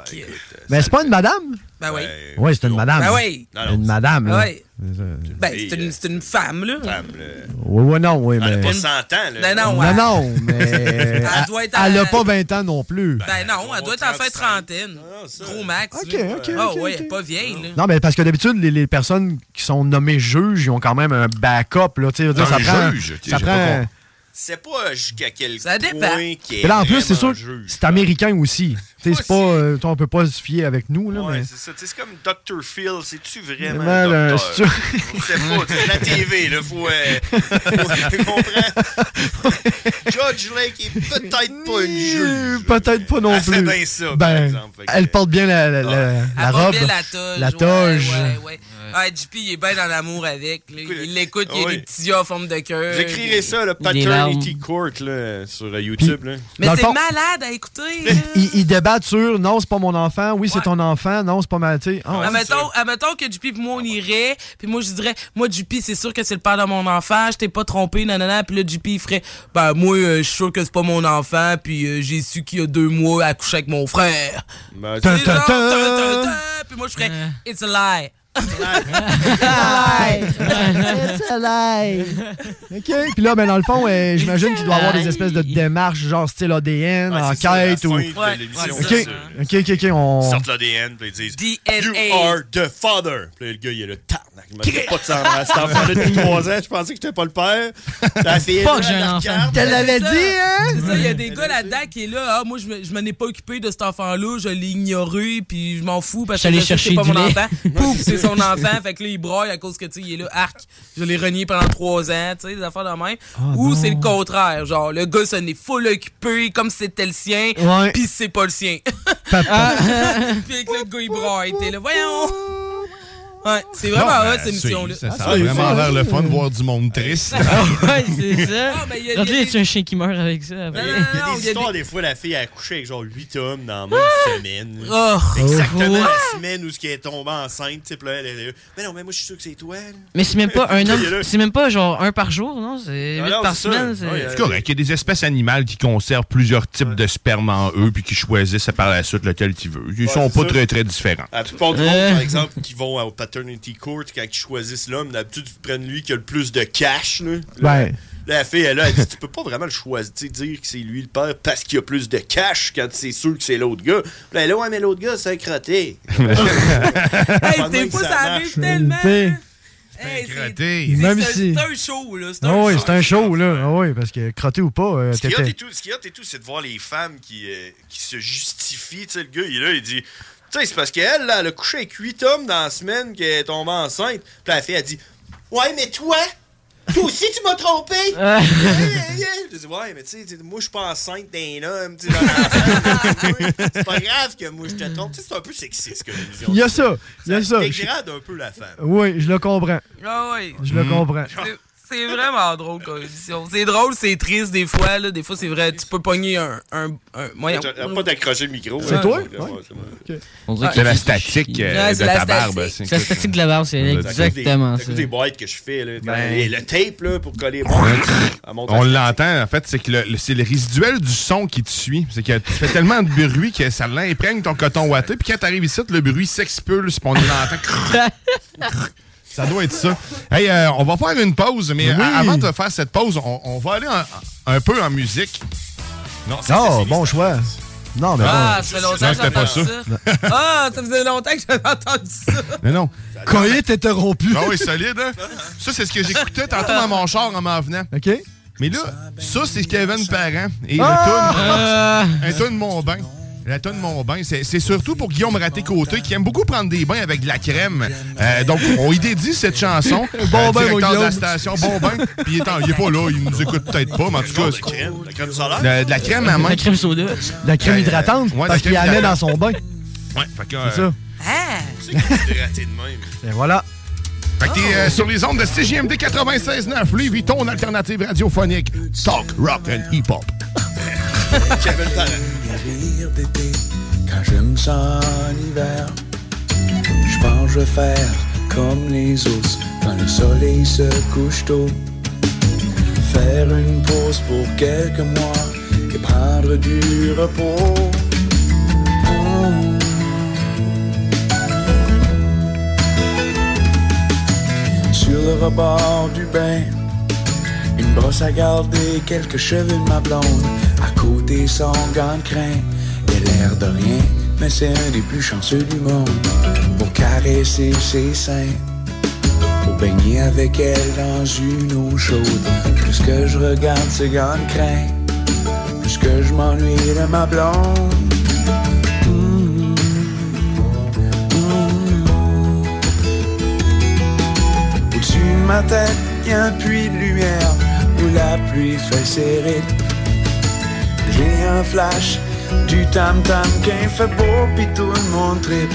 [SPEAKER 2] Mais c'est pas une madame?
[SPEAKER 8] ben oui.
[SPEAKER 5] Euh,
[SPEAKER 2] Oui, c'est une madame.
[SPEAKER 8] Ben oui.
[SPEAKER 2] Une madame, là.
[SPEAKER 8] Ouais. Ben, c'est une, c'est une femme, là. Femme, là.
[SPEAKER 2] Oui, oui, non, oui, mais.
[SPEAKER 8] Non, non,
[SPEAKER 2] Non,
[SPEAKER 8] ouais.
[SPEAKER 2] non, mais.
[SPEAKER 8] Elle doit être
[SPEAKER 2] elle
[SPEAKER 8] à-
[SPEAKER 2] n'a pas 20 ans non plus.
[SPEAKER 8] Ben non, elle doit être en fin trentaine. Gros max.
[SPEAKER 2] Ok,
[SPEAKER 8] là.
[SPEAKER 2] ok,
[SPEAKER 8] Ah
[SPEAKER 2] ok,
[SPEAKER 8] ouais, elle est pas vieille, là.
[SPEAKER 2] Non, mais parce que d'habitude, les, les personnes qui sont nommées juges, ils ont quand même un backup. Là, tu sais, je veux dire, ça
[SPEAKER 5] Un
[SPEAKER 2] prend.
[SPEAKER 5] juge, ok,
[SPEAKER 2] ça
[SPEAKER 5] j'ai
[SPEAKER 2] prend.
[SPEAKER 5] pas C'est pas jusqu'à quel point qui est.
[SPEAKER 2] Et là, en plus, c'est sûr,
[SPEAKER 5] vraiment
[SPEAKER 2] c'est américain aussi. Tu sais, c'est pas, euh, on peut pas se fier avec nous. Là, mais...
[SPEAKER 5] C'est ça, tu sais, c'est comme Dr. Phil, c'est-tu vraiment
[SPEAKER 2] Mal,
[SPEAKER 5] un
[SPEAKER 2] euh,
[SPEAKER 5] docteur?
[SPEAKER 2] c'est sûr.
[SPEAKER 5] On sait pas, c'est la TV, là, faut... euh, faut comprendre. Judge Lake est peut-être pas une juge.
[SPEAKER 2] Euh, Peut-être pas non
[SPEAKER 5] Elle
[SPEAKER 2] plus.
[SPEAKER 5] fait Ah, bien ça, par
[SPEAKER 2] Ben,
[SPEAKER 5] exemple, fait que-
[SPEAKER 2] elle porte bien la, la, la- la
[SPEAKER 8] Elle porte
[SPEAKER 2] robe.
[SPEAKER 8] bien la toge.
[SPEAKER 2] La
[SPEAKER 8] ouais,
[SPEAKER 2] toge.
[SPEAKER 8] Ouais, ouais. Ah, JP, il est bien dans l'amour avec. là. Il l'écoute, il y a
[SPEAKER 5] Oui.
[SPEAKER 8] des petits yeux en forme de cœur.
[SPEAKER 5] Vous écrirez ça, le Paternity Court, là, sur euh, YouTube, là.
[SPEAKER 8] Mais
[SPEAKER 2] Dans le
[SPEAKER 8] c'est
[SPEAKER 2] fond-
[SPEAKER 8] malade hein. à écouter. là.
[SPEAKER 2] Ils, ils débattent sur non, c'est pas mon enfant. Oui, c'est ton enfant. Non, c'est pas ma. tu sais, ah, ouais.
[SPEAKER 8] Admettons, admettons que Juppie et moi, on irait, puis moi, je dirais, moi, Juppie, c'est sûr que c'est le père de mon enfant, je t'ai pas trompé, nanana, puis là, Juppie, il ferait, ben, moi, euh, je suis sûr que c'est pas mon enfant, puis euh, j'ai su qu'il y a deux mois, à coucher avec mon frère.
[SPEAKER 5] Ben,
[SPEAKER 8] Puis
[SPEAKER 5] tu-
[SPEAKER 8] genre, tin, tin, tin, Puis moi, je ferais, it's a lie. It's a lie.
[SPEAKER 2] It's a lie. OK. Puis là, ben, dans le fond, euh, j'imagine qu'il doit y avoir des espèces de démarches, genre style ADN,
[SPEAKER 5] Ouais, c'est ça,
[SPEAKER 2] enquête
[SPEAKER 5] la
[SPEAKER 2] ou.
[SPEAKER 5] fin de l'émission,
[SPEAKER 2] OK.
[SPEAKER 5] c'est ça.
[SPEAKER 2] OK, OK, OK. On...
[SPEAKER 5] Ils sortent l'ADN, puis ils disent You are the father. Puis là, le gars, il est le tarnac. Il m'a fait pas de sang à cet enfant-là depuis 3 ans. Je pensais que j'étais pas le père. T'as essayé
[SPEAKER 8] Pas
[SPEAKER 5] de-
[SPEAKER 8] que j'ai un
[SPEAKER 5] la
[SPEAKER 8] enfant.
[SPEAKER 5] carte.
[SPEAKER 8] T'as
[SPEAKER 2] l'avais dit, hein?
[SPEAKER 8] C'est ça, il y a des gars là-dedans qui est là. Ah, moi, je me- je m'en ai pas occupé de cet enfant-là, je l'ai ignoré, puis je m'en fous parce que
[SPEAKER 6] J'allais
[SPEAKER 8] je sais que c'est
[SPEAKER 6] chercher
[SPEAKER 8] pas
[SPEAKER 6] du
[SPEAKER 8] mon
[SPEAKER 6] lait.
[SPEAKER 8] enfant. Pouf, c'est son enfant. Fait que là, il broille à cause que, tu sais, il est là, arc, je l'ai renié pendant trois ans, tu sais, des affaires de même. Ou c'est le contraire, genre, le gars s'en est full occupé comme si c'était le sien,
[SPEAKER 2] Ouais.
[SPEAKER 8] puis c'est pas le sien. Ah,
[SPEAKER 2] Papa.
[SPEAKER 8] puis que le gars, il broille, t'es là, voyons! Ouais, c'est vraiment
[SPEAKER 7] Non,
[SPEAKER 8] hot,
[SPEAKER 7] ben,
[SPEAKER 8] cette
[SPEAKER 7] c'est-
[SPEAKER 8] mission-là.
[SPEAKER 6] Ah,
[SPEAKER 8] Ah,
[SPEAKER 7] Ça, ça a vraiment l'air le fun de voir du monde triste.
[SPEAKER 6] ouais, c'est ça.
[SPEAKER 8] Ah, ben, il y a-
[SPEAKER 6] Rendu,
[SPEAKER 8] il y a-
[SPEAKER 6] y a-tu un chien qui meurt avec ça? après?
[SPEAKER 5] Il y a
[SPEAKER 8] Non,
[SPEAKER 5] des
[SPEAKER 8] il y a
[SPEAKER 5] histoires, des... fois, la fille a couché avec genre 8 hommes dans la même semaine.
[SPEAKER 8] Oh.
[SPEAKER 5] Exactement
[SPEAKER 6] Oh.
[SPEAKER 5] la semaine où ce qui est tombé enceinte. tu sais, puis là, elle est là, Mais non, mais moi, je suis sûr que c'est toi. là.
[SPEAKER 6] Mais c'est même pas un
[SPEAKER 5] Il est
[SPEAKER 6] homme,
[SPEAKER 5] là.
[SPEAKER 6] c'est même pas genre un par jour, non? C'est
[SPEAKER 5] Ah
[SPEAKER 6] huit
[SPEAKER 5] non,
[SPEAKER 6] par
[SPEAKER 5] c'est ça.
[SPEAKER 6] semaine.
[SPEAKER 5] Ouais,
[SPEAKER 6] C'est
[SPEAKER 5] euh,
[SPEAKER 7] C'est correct. Il y a des espèces animales qui conservent plusieurs types de sperme en eux puis qui choisissent par la suite lequel ils veulent. Ils
[SPEAKER 5] Ouais,
[SPEAKER 7] sont
[SPEAKER 5] c'est
[SPEAKER 7] pas
[SPEAKER 5] ça. Ah,
[SPEAKER 7] très, très différents.
[SPEAKER 5] À tout monde,
[SPEAKER 7] Euh.
[SPEAKER 5] par exemple, qui vont au paternity court, quand ils choisissent l'homme, d'habitude, ils prennent lui qui a le plus de cash. Là. Là,
[SPEAKER 2] Ouais.
[SPEAKER 5] la fille, elle, elle dit Tu peux pas vraiment le choisir, tu sais, dire que c'est lui le père parce qu'il a plus de cash quand c'est sûr que c'est l'autre gars. Puis Là, elle, ouais, mais l'autre gars, c'est un crotté.
[SPEAKER 8] Hey, des fois, ça arrive tellement.
[SPEAKER 2] T'sais,
[SPEAKER 8] Hey, c'est-
[SPEAKER 2] Et
[SPEAKER 8] c'est-
[SPEAKER 2] même
[SPEAKER 8] c'est-
[SPEAKER 2] si-
[SPEAKER 8] C'est un show, là. C'est
[SPEAKER 2] Ah
[SPEAKER 8] un
[SPEAKER 2] oui,
[SPEAKER 8] show.
[SPEAKER 2] c'est un show, là. Ah oui, parce que crotté ou pas, euh,
[SPEAKER 5] Ce qui hâte
[SPEAKER 2] t'étais.
[SPEAKER 5] et tout, ce qui hâte et tout, c'est de voir les femmes qui, euh, qui se justifient. Tu sais, le gars, il est là, il dit. Tu sais, c'est parce qu'elle, là, elle a couché avec huit hommes dans la semaine qu'elle est tombée enceinte. Puis la fille, elle dit Ouais, mais toi, toi aussi, tu m'as trompé. Ouais, ouais, ouais. Je dis Ouais, mais tu sais, tu sais, moi, je suis pas enceinte d'un homme. tu sais, dans- c'est pas grave que moi, je te trompe. Tu sais, c'est un peu sexiste comme vision.
[SPEAKER 2] Il y a ça, il y a ça.
[SPEAKER 5] dégrade un peu la femme.
[SPEAKER 2] Oui, je le comprends.
[SPEAKER 8] Ah oui.
[SPEAKER 2] Je le comprends.
[SPEAKER 8] C'est- C'est vraiment drôle comme émission. C'est drôle, c'est triste des fois. Là. Des fois, c'est vrai, tu peux pogner un. un, un moyen.
[SPEAKER 5] T'as pas d'accrocher le micro.
[SPEAKER 8] C'est
[SPEAKER 5] hein.
[SPEAKER 8] toi?
[SPEAKER 5] Ouais, ouais, c'est moi.
[SPEAKER 6] On dirait
[SPEAKER 8] Ah,
[SPEAKER 6] que
[SPEAKER 7] C'est la
[SPEAKER 6] c'est-
[SPEAKER 7] statique euh,
[SPEAKER 6] Ouais,
[SPEAKER 7] de
[SPEAKER 6] c'est la
[SPEAKER 7] ta barbe.
[SPEAKER 6] statique. C'est la
[SPEAKER 7] hein.
[SPEAKER 6] statique de la barbe, c'est exactement
[SPEAKER 5] C'est à cause des- à cause
[SPEAKER 6] ça.
[SPEAKER 5] des boîtes que je fais. Là,
[SPEAKER 6] Ben.
[SPEAKER 5] Et le tape là, pour coller. Elle monte
[SPEAKER 7] On
[SPEAKER 5] à-
[SPEAKER 7] l'entend, en fait, c'est que le, le- c'est le résiduel du son qui te suit. C'est que tu fais tellement de bruit que ça l'imprègne ton coton ouaté, puis quand t'arrives ici, le bruit s'expulse, puis on l'entend. Crrr. ça doit être ça. Hey, euh, on va faire une pause, mais
[SPEAKER 2] Oui.
[SPEAKER 7] a- avant de faire cette pause, on, on va aller en- un peu en musique. Non, ça, c'est-
[SPEAKER 2] Non, bon choix. Non, mais
[SPEAKER 8] Ah,
[SPEAKER 2] bon.
[SPEAKER 8] ça fait longtemps que
[SPEAKER 7] c'était pas
[SPEAKER 8] j'entends ça. Ah, ça faisait longtemps que j'avais entendu ça.
[SPEAKER 7] Mais non.
[SPEAKER 2] Coït interrompu.
[SPEAKER 7] Ah oui, solide, hein? Ça, c'est ce que j'écoutais tantôt dans mon char en m'en venant.
[SPEAKER 2] OK.
[SPEAKER 7] Mais là, ça, c'est Kevin Parent. Et
[SPEAKER 2] Ah!
[SPEAKER 7] le tune. Un tune Mon Bain. La tune Mon Bain, c'est c'est surtout pour Guillaume Raté-Côté qui aime beaucoup prendre des bains avec de la crème. Euh, donc, on y dédie cette chanson. Euh,
[SPEAKER 2] Bon bain, mon
[SPEAKER 7] directeur de la
[SPEAKER 2] Guillaume.
[SPEAKER 7] station, Bon Bain. Puis il est, en- il est pas là, il nous écoute peut-être pas, mais en tout cas,
[SPEAKER 5] La crème, la crème solaire.
[SPEAKER 7] de, de la crème à main.
[SPEAKER 6] La crème soda.
[SPEAKER 2] La crème
[SPEAKER 7] Euh,
[SPEAKER 2] hydratante,
[SPEAKER 7] ouais, la
[SPEAKER 2] parce
[SPEAKER 7] crème
[SPEAKER 2] qu'il Ben, la met
[SPEAKER 7] hydratante.
[SPEAKER 2] dans son bain.
[SPEAKER 7] Ouais, fait que,
[SPEAKER 2] C'est
[SPEAKER 7] euh,
[SPEAKER 2] ça.
[SPEAKER 10] Ah!
[SPEAKER 5] Dératé de même.
[SPEAKER 11] Et voilà.
[SPEAKER 8] Fait que t'es euh, sur les ondes de CJMD 96.9, Louis Vuitton, alternative radiophonique, talk, rock and hip-hop.
[SPEAKER 5] Kevin Parent.
[SPEAKER 12] navire d'été quand j'aime ça en hiver. Je pense que je vais faire comme les ours quand le soleil se couche tôt. Faire une pause pour quelques mois et prendre du repos. Oh. Sur le rebord du bain, une brosse à garder, quelques cheveux de ma blonde. À côté, son gant de crin. Il a l'air de rien, mais c'est un des plus chanceux du monde. Pour caresser ses seins, pour baigner avec elle dans une eau chaude. Plus que je regarde ses gants de crin, plus que je m'ennuie de ma blonde. Au-dessus de ma tête, y a un puits de lumière où la pluie fait ses rythmes. J'ai un flash du tam-tam qui fait beau, puis tout le monde trip.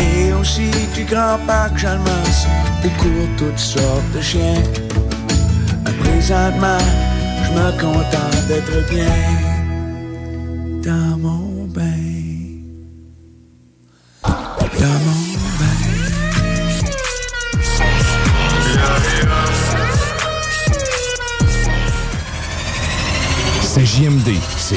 [SPEAKER 12] Et aussi du grand parc Chalmers où courent toutes sortes de chiens. À présentement, je me contente d'être bien dans mon bain. Dans mon
[SPEAKER 7] C'est JMD, c'est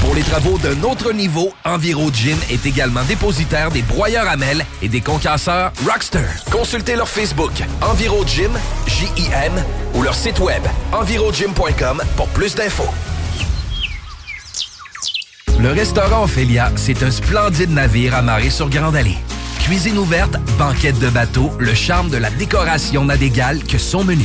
[SPEAKER 13] Pour les travaux d'un autre niveau, EnviroGym est également dépositaire des broyeurs à mêles et des concasseurs Rockster. Consultez leur Facebook EnviroGym, J-I-M, ou leur site web envirogym.com pour plus d'infos. Le restaurant Ophélia, c'est un splendide navire amarré sur Grande Allée. Cuisine ouverte, banquette de bateau, le charme de la décoration n'a d'égal que son menu.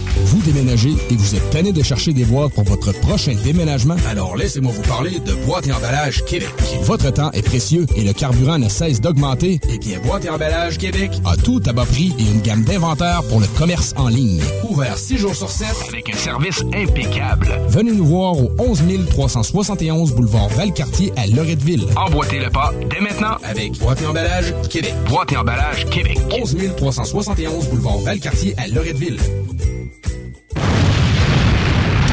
[SPEAKER 14] Vous déménagez et vous êtes tanné de chercher des boîtes pour votre prochain déménagement? Alors laissez-moi vous parler de Boîte et Emballage Québec. Votre temps est précieux et le carburant ne cesse d'augmenter? Eh bien, Boîte et Emballage Québec a tout à bas prix et une gamme d'inventaires pour le commerce en ligne. Ouvert 6 jours sur 7 avec un service impeccable. Venez nous voir au 11 371 boulevard Valcartier à Loretteville.
[SPEAKER 13] Emboîtez le pas dès maintenant avec Boîte et Emballage Québec. Boîte et Emballage Québec.
[SPEAKER 14] 11 371 boulevard Valcartier à Loretteville.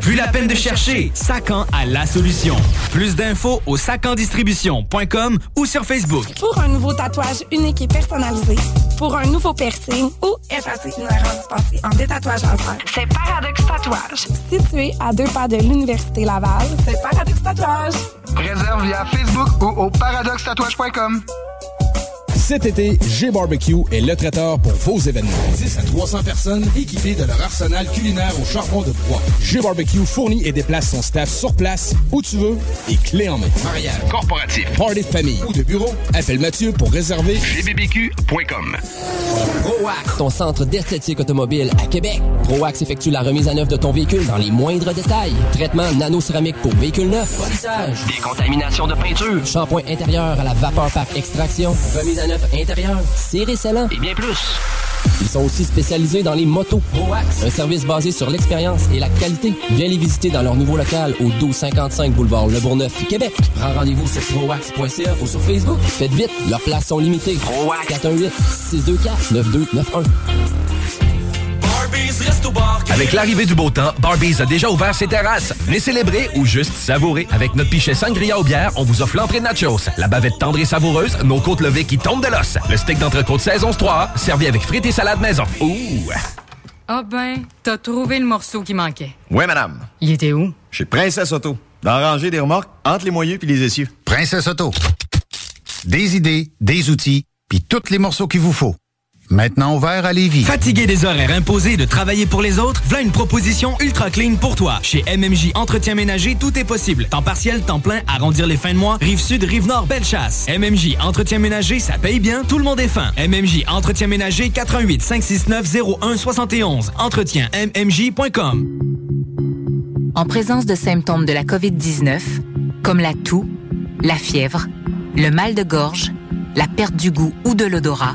[SPEAKER 15] Plus la peine de chercher, Sacan a la solution. Plus d'infos au sacandistribution.com ou sur Facebook.
[SPEAKER 16] Pour un nouveau tatouage unique et personnalisé, pour un nouveau piercing ou effacer une erreur dispensée en détatouage laser, c'est Paradox Tatouage. Situé à deux pas de l'Université Laval, c'est Paradox Tatouage.
[SPEAKER 2] Réserve via Facebook ou au paradoxtatouage.com.
[SPEAKER 14] Cet été, G-Barbecue est le traiteur pour vos événements. 10 à 300 personnes équipées de leur arsenal culinaire au charbon de bois. G-Barbecue fournit et déplace son staff sur place, où tu veux, et clé en main. Mariage, corporatif, party de famille ou de bureau, appelle Mathieu pour réserver gbbq.com.
[SPEAKER 17] ProAx, ton centre d'esthétique automobile à Québec. ProAx effectue la remise à neuf de ton véhicule dans les moindres détails. Traitement nano-céramique pour véhicule neuf. Polissage. Décontamination de peinture. Shampoing intérieur à la vapeur par extraction. Remise à neuf intérieure. Cire et scellant. Et bien plus. Ils sont aussi spécialisés dans les motos. ProAx, un service basé sur l'expérience et la qualité. Viens les visiter dans leur nouveau local au 1255 boulevard Le Bourgneuf, Québec. Prends rendez-vous sur proax.ca ou sur Facebook. Faites vite, leurs places sont limitées. ProAx 418 624 9291.
[SPEAKER 13] Avec l'arrivée du beau temps, Barbies a déjà ouvert ses terrasses. Venez célébrer ou juste savourer. Avec notre pichet sangria au bière, on vous offre l'entrée de nachos, la bavette tendre et savoureuse, nos côtes levées qui tombent de l'os, le steak d'entrecôte saison 3, servi avec frites et salade maison. Ouh!
[SPEAKER 18] Ah ben, t'as trouvé le morceau qui manquait.
[SPEAKER 19] Oui, madame.
[SPEAKER 18] Il était où?
[SPEAKER 19] Chez Princesse Auto. Dans la rangée des remorques, entre les moyeux puis les essieux. Princesse Auto. Des idées, des outils, puis tous les morceaux qu'il vous faut. Maintenant ouvert à Lévis.
[SPEAKER 15] Fatigué des horaires imposés de travailler pour les autres, voilà une proposition ultra clean pour toi. Chez MMJ Entretien Ménager, tout est possible. Temps partiel, temps plein, arrondir les fins de mois, rive sud, rive nord, belle chasse. MMJ Entretien Ménager, ça paye bien, tout le monde est fin. MMJ Entretien Ménager, 88 569 0171. Entretien MMJ.com.
[SPEAKER 20] En présence de symptômes de la COVID-19, comme la toux, la fièvre, le mal de gorge, la perte du goût ou de l'odorat,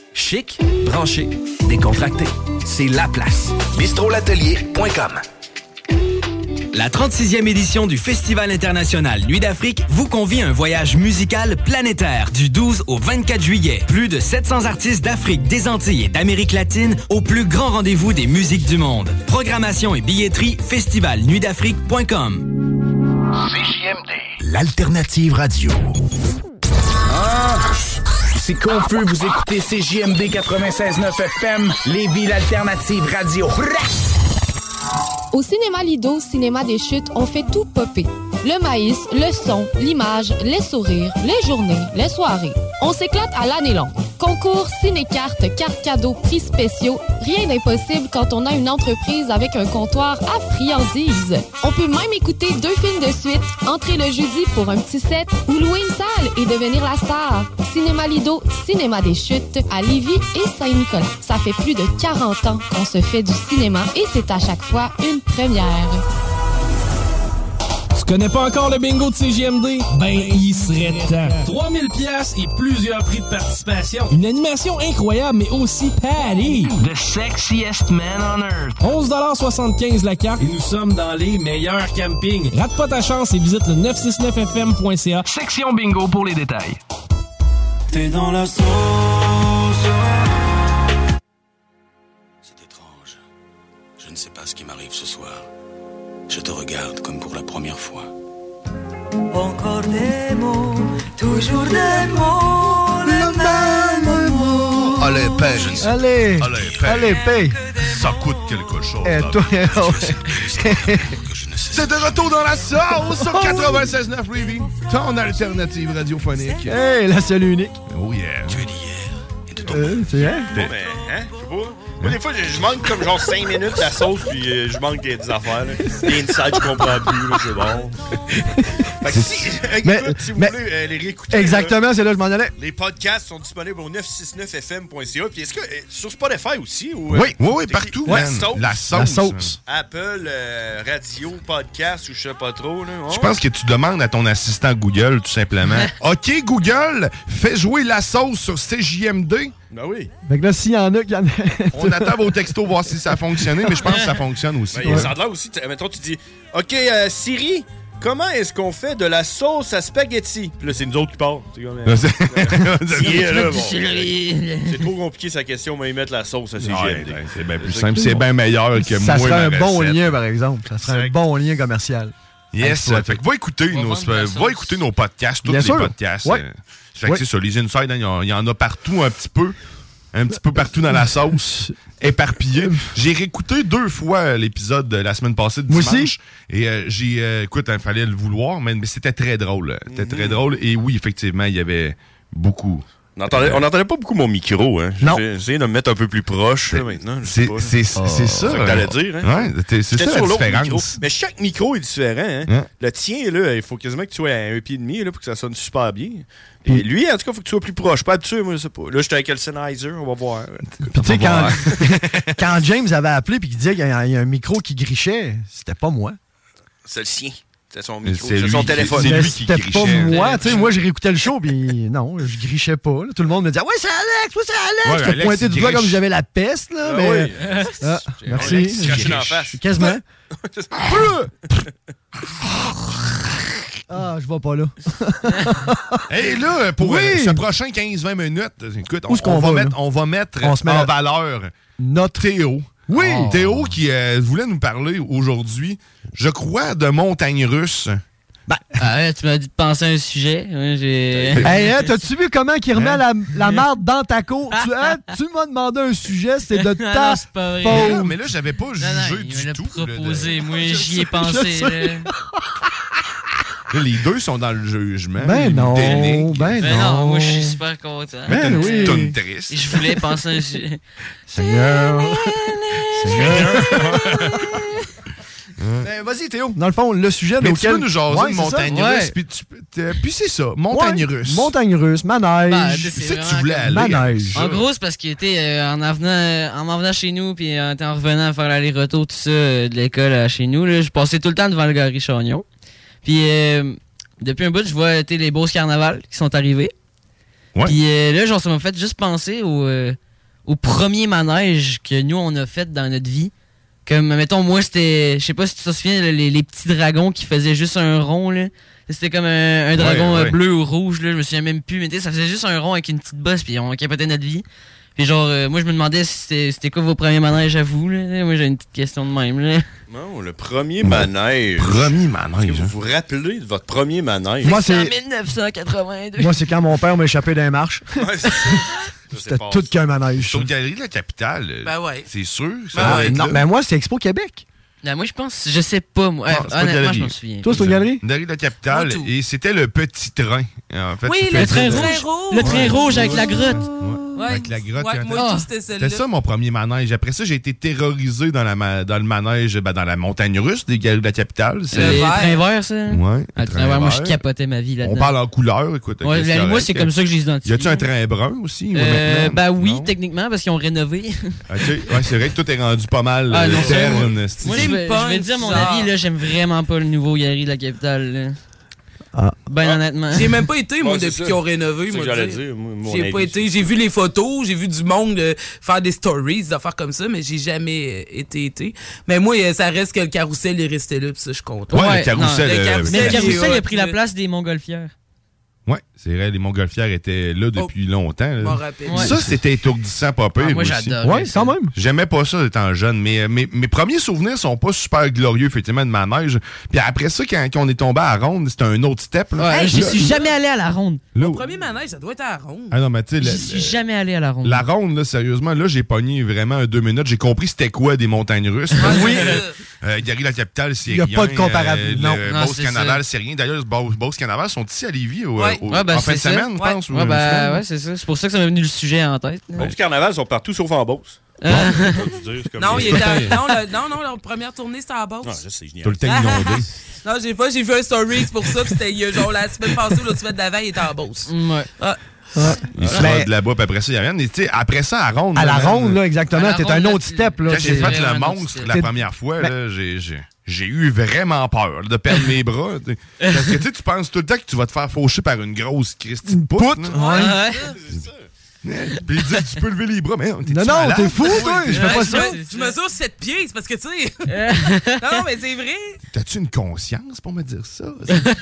[SPEAKER 13] Chic, branché, décontracté. C'est la place. Bistrolatelier.com.
[SPEAKER 15] La 36e édition du Festival international Nuit d'Afrique vous convie à un voyage musical planétaire du 12 au 24 juillet. Plus de 700 artistes d'Afrique, des Antilles et d'Amérique latine au plus grand rendez-vous des musiques du monde. Programmation et billetterie festivalnuitdafrique.com.
[SPEAKER 13] L'alternative radio.
[SPEAKER 12] C'est confus, vous écoutez CJMD 96.9 FM, les villes alternatives radio.
[SPEAKER 21] Au cinéma Lido, cinéma des chutes, on fait tout popper. Le maïs, le son, l'image, les sourires, les journées, les soirées. On s'éclate à l'année longue. Concours, ciné-cartes, cartes cadeaux, prix spéciaux, rien d'impossible quand on a une entreprise avec un comptoir à friandises. On peut même écouter deux films de suite, entrer le jeudi pour un petit set ou louer une salle et devenir la star. Cinéma Lido, cinéma des chutes à Lévis et Saint-Nicolas. Ça fait plus de 40 ans qu'on se fait du cinéma et c'est à chaque fois une première.
[SPEAKER 22] Tu connais pas encore le bingo de CGMD? Ben, il serait temps. 3000 pièces et plusieurs prix de participation. Une animation incroyable, mais aussi patty. The sexiest man on earth. 11,75 la carte. Et nous sommes dans les meilleurs campings. Rate pas ta chance et visite le 969fm.ca. Section bingo pour les détails.
[SPEAKER 23] T'es dans la sauce.
[SPEAKER 24] C'est étrange. Je ne sais pas ce qui m'arrive ce soir. Je te regarde comme pour la première fois.
[SPEAKER 25] Encore des mots, toujours des mots, le même mot.
[SPEAKER 7] Allez, paye.
[SPEAKER 2] Allez,
[SPEAKER 7] Allez, paye.
[SPEAKER 2] allez, paye.
[SPEAKER 7] Ça coûte quelque chose.
[SPEAKER 2] Eh,
[SPEAKER 7] là.
[SPEAKER 2] toi,
[SPEAKER 7] oh. C'est de retour dans la sauce sur 96.9 Revy, ton alternative radiophonique.
[SPEAKER 2] Hey, la seule et unique.
[SPEAKER 7] Oh yeah.
[SPEAKER 2] Euh, c'est vrai?
[SPEAKER 5] Bon, ben, hein, je sais pas. Moi, des fois, je, je manque comme genre 5 minutes de la sauce, puis euh, je manque des, des affaires. là. Des insides, je comprends plus, là, c'est bon. Fait que si, écoute,
[SPEAKER 2] Mais-
[SPEAKER 5] si vous
[SPEAKER 2] mais-
[SPEAKER 5] voulez euh, les réécouter.
[SPEAKER 2] Exactement,
[SPEAKER 5] là,
[SPEAKER 2] c'est là que je m'en allais.
[SPEAKER 5] Les podcasts sont disponibles au 969fm.ca. Puis est-ce que euh, sur Spotify aussi ou, euh,
[SPEAKER 7] Oui, oui, oui,
[SPEAKER 5] t'écris
[SPEAKER 7] partout,
[SPEAKER 5] La
[SPEAKER 7] man.
[SPEAKER 5] sauce.
[SPEAKER 7] La sauce. La sauce.
[SPEAKER 5] Apple, euh, radio, podcast ou je sais pas trop. Là.
[SPEAKER 7] Je pense que tu demandes à ton assistant Google, tout simplement. OK, Google, fais jouer la sauce sur CJMD.
[SPEAKER 5] Ben oui.
[SPEAKER 2] Fait que là, s'il y en a qui en
[SPEAKER 7] On attend vos textos voir si ça a fonctionné, mais je pense que ça fonctionne aussi.
[SPEAKER 5] Ben, il y a ça a l'air aussi. t- Mettons, tu dis OK, euh, Siri, comment est-ce qu'on fait de la sauce à spaghetti Puis là, c'est nous autres qui parlent. C'est comme, euh,
[SPEAKER 7] Là, c'est-
[SPEAKER 5] euh,
[SPEAKER 7] Tu
[SPEAKER 5] Siri,
[SPEAKER 7] mets
[SPEAKER 5] là,
[SPEAKER 7] du
[SPEAKER 5] bon.
[SPEAKER 7] céleri.
[SPEAKER 5] C'est trop compliqué sa question, mais ils mettent la sauce à CGMD.
[SPEAKER 7] Ouais, ben, c'est bien plus simple, c'est bien meilleur que
[SPEAKER 2] Ça
[SPEAKER 7] moi.
[SPEAKER 2] serait un
[SPEAKER 7] ma
[SPEAKER 2] bon
[SPEAKER 7] recette.
[SPEAKER 2] lien, par exemple. Ça serait un bon lien commercial.
[SPEAKER 7] Yes,
[SPEAKER 2] Avec
[SPEAKER 7] fait que va écouter, nos, euh, va écouter nos podcasts, tous
[SPEAKER 2] Bien
[SPEAKER 7] les
[SPEAKER 2] sûr.
[SPEAKER 7] podcasts.
[SPEAKER 2] Ouais.
[SPEAKER 7] euh, Fait que
[SPEAKER 2] Ouais.
[SPEAKER 7] c'est ça, les insides, hein, il y en- il y en a partout un petit peu. Un petit peu partout dans la sauce, éparpillé. J'ai réécouté deux fois euh, l'épisode de la semaine passée de
[SPEAKER 2] Moi
[SPEAKER 7] dimanche.
[SPEAKER 2] aussi.
[SPEAKER 7] Et euh, j'ai... euh, écoute, il fallait le vouloir, mais, mais c'était très drôle. euh. C'était très drôle. Et oui, effectivement, il y avait beaucoup...
[SPEAKER 5] Mhm. On entendait- on n'entendait pas beaucoup mon micro. Hein. Non. J'ai essayé de me mettre un peu plus proche là, maintenant. je sais
[SPEAKER 7] C'est
[SPEAKER 5] pas.
[SPEAKER 7] c'est-
[SPEAKER 5] Ah.
[SPEAKER 7] c'est ça.
[SPEAKER 5] que t'allais dire. Hein?
[SPEAKER 7] Ouais, t'es- c'est
[SPEAKER 5] J'étais
[SPEAKER 7] ça la
[SPEAKER 5] sur l'autre micro.
[SPEAKER 7] différence.
[SPEAKER 5] Mais chaque micro est différent. hein.
[SPEAKER 7] Hein?
[SPEAKER 5] Le tien, là, il faut quasiment que tu sois à un pied et demi là, pour que ça sonne super bien. Et lui, en tout cas, il faut que tu sois plus proche. Pas habitué, moi, je sais pas. Là, j'étais avec le Sennheiser, on va voir.
[SPEAKER 7] Ah
[SPEAKER 2] Puis tu
[SPEAKER 7] bah
[SPEAKER 2] sais, quand, quand James avait appelé et qu'il disait qu'il y, a il y a un micro qui grichait, c'était pas moi.
[SPEAKER 5] C'est le sien. C'est son
[SPEAKER 7] Mais
[SPEAKER 5] micro,
[SPEAKER 7] c'est
[SPEAKER 5] c'est
[SPEAKER 7] lui
[SPEAKER 5] son
[SPEAKER 7] qui-
[SPEAKER 5] téléphone.
[SPEAKER 7] c'est lui
[SPEAKER 2] Mais
[SPEAKER 7] qui
[SPEAKER 2] C'était pas
[SPEAKER 7] grichait.
[SPEAKER 2] moi. Tu sais, moi, j'ai réécouté le show puis non, je grichais pas. là. Tout le
[SPEAKER 9] Ah
[SPEAKER 2] monde me disait Ouais, c'est Alex, oui, c'est
[SPEAKER 7] Ouais,
[SPEAKER 2] Alex. J'étais
[SPEAKER 7] Alex,
[SPEAKER 2] pointé
[SPEAKER 7] il
[SPEAKER 2] du doigt
[SPEAKER 7] griche.
[SPEAKER 2] comme j'avais la peste. Là,
[SPEAKER 7] Ah
[SPEAKER 2] mais...
[SPEAKER 7] oui.
[SPEAKER 2] Ah, merci.
[SPEAKER 7] Alex, il se crachait dans la
[SPEAKER 2] Griche.
[SPEAKER 7] face.
[SPEAKER 2] Quasiment. Ah, je vais pas là.
[SPEAKER 7] Et là, pour
[SPEAKER 2] Oui.
[SPEAKER 7] euh, ce prochain 15-20 minutes, écoute,
[SPEAKER 2] Où
[SPEAKER 7] on,
[SPEAKER 2] est-ce qu'on
[SPEAKER 7] on va,
[SPEAKER 2] va, là?
[SPEAKER 7] mettre, on va mettre
[SPEAKER 2] On se met Ah.
[SPEAKER 7] en
[SPEAKER 2] à-
[SPEAKER 7] valeur notre Théo. Oui! Théo qui euh, voulait nous parler aujourd'hui, je crois, de montagne russe.
[SPEAKER 9] Ah ouais, tu m'as dit de penser à un sujet. Ouais, j'ai...
[SPEAKER 2] Hey, hein, t'as-tu vu comment qu'il
[SPEAKER 9] Hein?
[SPEAKER 2] remet la, la marde dans ta cour? Tu, hein, tu m'as demandé un sujet, c'est de
[SPEAKER 9] Non,
[SPEAKER 2] ta
[SPEAKER 9] non, c'est pas vrai.
[SPEAKER 2] faute.
[SPEAKER 9] Non,
[SPEAKER 7] mais là, j'avais pas
[SPEAKER 9] du
[SPEAKER 7] jugé
[SPEAKER 9] tout. proposé, moi,
[SPEAKER 7] Je
[SPEAKER 9] j'y
[SPEAKER 7] sais,
[SPEAKER 9] ai
[SPEAKER 7] je
[SPEAKER 9] pensé.
[SPEAKER 7] sais.
[SPEAKER 9] là.
[SPEAKER 7] Là, les deux sont dans le jugement.
[SPEAKER 2] Ben
[SPEAKER 7] Ils nous
[SPEAKER 2] non,
[SPEAKER 7] dénigrent.
[SPEAKER 2] ben
[SPEAKER 9] Mais non, moi, je suis super content.
[SPEAKER 7] Mais Ben t'as une oui. toune
[SPEAKER 9] triste. Je voulais penser à un sujet.
[SPEAKER 2] Seigneur. Seigneur.
[SPEAKER 7] Ben, vas-y, Théo.
[SPEAKER 2] Dans le fond, le sujet
[SPEAKER 7] Mais
[SPEAKER 2] auquel...
[SPEAKER 7] tu peux nous jaser
[SPEAKER 2] Ouais,
[SPEAKER 7] de
[SPEAKER 2] c'est ça.
[SPEAKER 7] montagne
[SPEAKER 2] Ouais.
[SPEAKER 7] russe, puis, tu peux- t'es- Euh, puis c'est ça, montagne
[SPEAKER 2] Ouais,
[SPEAKER 7] russe.
[SPEAKER 2] Montagne russe, manège.
[SPEAKER 9] Ben, tu sais, c'est vraiment comme-
[SPEAKER 2] Manège.
[SPEAKER 9] En gros, c'est parce qu'il était euh, en en venant- en m'en venant chez nous, puis euh, en, en revenant à faire l'aller-retour, tout ça, euh, de l'école à chez nous, là, je passais tout le temps devant le Gary Chagnon. Puis euh, depuis un bout, je vois euh, tu sais, les Beauce Carnavals qui sont arrivés. Puis euh, là, genre, ça m'a fait juste penser au, euh, au premier manège que nous, on a fait dans notre vie. Comme, mettons, moi, c'était. Je sais pas si tu te souviens, là, les, les petits dragons qui faisaient juste un rond, là. C'était comme un, un dragon
[SPEAKER 1] Ouais,
[SPEAKER 9] euh,
[SPEAKER 1] ouais.
[SPEAKER 9] bleu ou rouge, là. Je me souviens même plus. Mais tu sais, ça faisait juste un rond avec une petite bosse, puis on capotait notre vie. Puis genre, euh, moi, je me demandais si c'était- c'était quoi vos premiers manèges à vous, là. Moi, j'ai une petite question de même, là.
[SPEAKER 5] Non, le premier manège. Premier manège.
[SPEAKER 7] hein.
[SPEAKER 5] Vous vous rappelez de votre premier manège?
[SPEAKER 2] Moi, c'est-
[SPEAKER 9] En 1982.
[SPEAKER 2] Moi, c'est quand mon père m'a échappé d'un marche.
[SPEAKER 7] C'était
[SPEAKER 2] tout qu'un manège.
[SPEAKER 7] Sur le Galerie de la Capitale. euh,
[SPEAKER 9] Ben ouais.
[SPEAKER 7] C'est sûr.
[SPEAKER 2] Ah,
[SPEAKER 7] ça va être
[SPEAKER 2] non,
[SPEAKER 7] là.
[SPEAKER 2] mais moi, c'est Expo Québec.
[SPEAKER 9] Non, moi, je pense. Je sais pas, moi.
[SPEAKER 7] Non,
[SPEAKER 9] Ouais,
[SPEAKER 7] c'est pas
[SPEAKER 9] honnêtement,
[SPEAKER 7] Galerie.
[SPEAKER 9] je m'en souviens.
[SPEAKER 2] Toi, c'est au Galerie?
[SPEAKER 7] Galerie de la Capitale. Et c'était le petit train. En fait,
[SPEAKER 9] Oui,
[SPEAKER 7] c'était
[SPEAKER 9] le train
[SPEAKER 7] ça,
[SPEAKER 9] rouge. Le train rouge avec la grotte.
[SPEAKER 7] Ouais, Avec la grotte.
[SPEAKER 9] Ouais,
[SPEAKER 7] quand
[SPEAKER 9] moi
[SPEAKER 7] t'as-
[SPEAKER 9] aussi, c'était celle-là.
[SPEAKER 7] ça mon premier manège. Après ça, j'ai été terrorisé dans, la ma- dans le manège, ben, dans la montagne russe des Galeries de la Capitale.
[SPEAKER 9] Le, train vert, ça.
[SPEAKER 7] Ouais,
[SPEAKER 9] Ah, le train vert, moi, je capotais ma vie là-dedans.
[SPEAKER 7] On parle en couleur, écoute.
[SPEAKER 9] Ouais,
[SPEAKER 7] ok,
[SPEAKER 9] la- moi,
[SPEAKER 7] correct.
[SPEAKER 9] c'est comme ça que je les identifie.
[SPEAKER 7] Y a-tu un train brun aussi? ou
[SPEAKER 9] Euh,
[SPEAKER 7] maintenant?
[SPEAKER 9] bah oui, techniquement, parce qu'ils ont rénové.
[SPEAKER 7] Ok, ouais, c'est vrai que tout est rendu pas mal
[SPEAKER 9] Ah,
[SPEAKER 7] euh,
[SPEAKER 9] non, c'est-
[SPEAKER 7] terne, c'est-
[SPEAKER 9] Moi, je vais, je vais dire mon avis, là, j'aime vraiment pas le nouveau Gary de la capitale. là. Ben, honnêtement.
[SPEAKER 8] Ah. J'ai même pas été, moi,
[SPEAKER 9] Ouais, c'est
[SPEAKER 8] depuis
[SPEAKER 9] ça.
[SPEAKER 8] qu'ils ont rénové.
[SPEAKER 9] C'est
[SPEAKER 8] moi,
[SPEAKER 9] ce que j'allais
[SPEAKER 8] tu sais.
[SPEAKER 9] dire, moi, mon
[SPEAKER 8] J'ai
[SPEAKER 9] avis,
[SPEAKER 8] pas été. J'ai vu les photos, j'ai vu du monde euh, faire des stories, des affaires comme ça, mais j'ai jamais euh, été, été. Mais moi, euh, ça reste que le carrousel est resté là, puis ça, je suis content.
[SPEAKER 7] Ouais, le carrousel, euh,
[SPEAKER 9] Mais le
[SPEAKER 8] il est
[SPEAKER 9] carrousel il
[SPEAKER 8] hot,
[SPEAKER 9] a pris la
[SPEAKER 8] là.
[SPEAKER 9] place des montgolfières.
[SPEAKER 7] Ouais, c'est vrai, les montgolfières étaient là depuis longtemps. là.
[SPEAKER 9] Oh. m'en rappelle. Ouais.
[SPEAKER 7] Ça, c'était étourdissant, pas pire.
[SPEAKER 9] Ah, moi,
[SPEAKER 7] aussi.
[SPEAKER 9] j'adorais Ouais,
[SPEAKER 2] quand même.
[SPEAKER 7] J'aimais pas ça étant jeune, mais euh, mes, mes premiers souvenirs sont pas super glorieux, effectivement, de ma neige. Puis après ça, quand, quand on est tombé à Ronde, c'était un autre step. Là.
[SPEAKER 9] Hey, j'y
[SPEAKER 7] Là-
[SPEAKER 9] suis jamais allé à la ronde.
[SPEAKER 7] là où-
[SPEAKER 8] Premier manège, ça doit être à la ronde.
[SPEAKER 7] Ah non, mais tu sais,
[SPEAKER 9] J'y
[SPEAKER 7] le-
[SPEAKER 9] suis jamais allé à la ronde.
[SPEAKER 7] La ronde, là, sérieusement, là, j'ai pogné vraiment un deux minutes. J'ai compris c'était quoi des montagnes russes. Ah, Euh, oui. Gary la capitale, c'est
[SPEAKER 2] Il y
[SPEAKER 7] rien. euh,
[SPEAKER 2] a pas de comparable. Non.
[SPEAKER 7] Le
[SPEAKER 2] Non,
[SPEAKER 7] Beauce
[SPEAKER 2] c'est
[SPEAKER 7] Carnaval,
[SPEAKER 2] ça.
[SPEAKER 7] c'est rien. D'ailleurs, Beauce Beauce Carnaval sont ici à Lévis au-
[SPEAKER 9] Ouais.
[SPEAKER 7] au-
[SPEAKER 9] Ouais, ben,
[SPEAKER 7] en fin de
[SPEAKER 9] c'est ça.
[SPEAKER 7] semaine, je pense. ou
[SPEAKER 9] Ouais,
[SPEAKER 7] une
[SPEAKER 9] ben,
[SPEAKER 7] semaine.
[SPEAKER 9] ouais, c'est ça. C'est pour ça que ça m'est venu le sujet en tête. là.
[SPEAKER 5] Les carnaval sont partout sauf en Beauce. Non, je peux pas te dire, c'est comme-
[SPEAKER 8] Euh. Non, il était à-
[SPEAKER 5] Ouais.
[SPEAKER 8] non, le- non, non, la première tournée, c'était à la bourse.
[SPEAKER 5] Ah, je sais, je n'y
[SPEAKER 7] Tout le temps inondé.
[SPEAKER 8] non, j'ai pas, j'ai vu un story c'est pour ça, puis c'était il y a genre la semaine passée ou la semaine d'avant, il était à la bourse.
[SPEAKER 2] Mm,
[SPEAKER 8] Ah.
[SPEAKER 7] Il se
[SPEAKER 8] Ben-
[SPEAKER 7] rend de là-bas, puis après ça, il rien. Mais tu sais, après ça, à ronde.
[SPEAKER 2] À la
[SPEAKER 7] là,
[SPEAKER 2] ronde, là,
[SPEAKER 7] À
[SPEAKER 2] exactement.
[SPEAKER 7] la
[SPEAKER 2] T'es
[SPEAKER 7] ronde,
[SPEAKER 2] un
[SPEAKER 7] là,
[SPEAKER 2] autre step, là.
[SPEAKER 7] Quand
[SPEAKER 2] C'est-
[SPEAKER 7] j'ai fait le monstre la
[SPEAKER 2] T'es-
[SPEAKER 7] première fois,
[SPEAKER 2] Ben,
[SPEAKER 7] là, j'ai- j'ai j'ai eu vraiment peur de perdre mes bras. tu sais. Parce que tu sais, tu penses tout le temps que tu vas te faire faucher par une grosse Christine de poutre. là. Puis il dit, tu peux lever les bras, mais non,
[SPEAKER 2] Non, non, t'es fou, toi, je fais pas ça.
[SPEAKER 8] me- Je mesure 7 pieds, c'est parce que tu sais. non, mais c'est vrai.
[SPEAKER 7] T'as-tu une conscience pour me dire ça?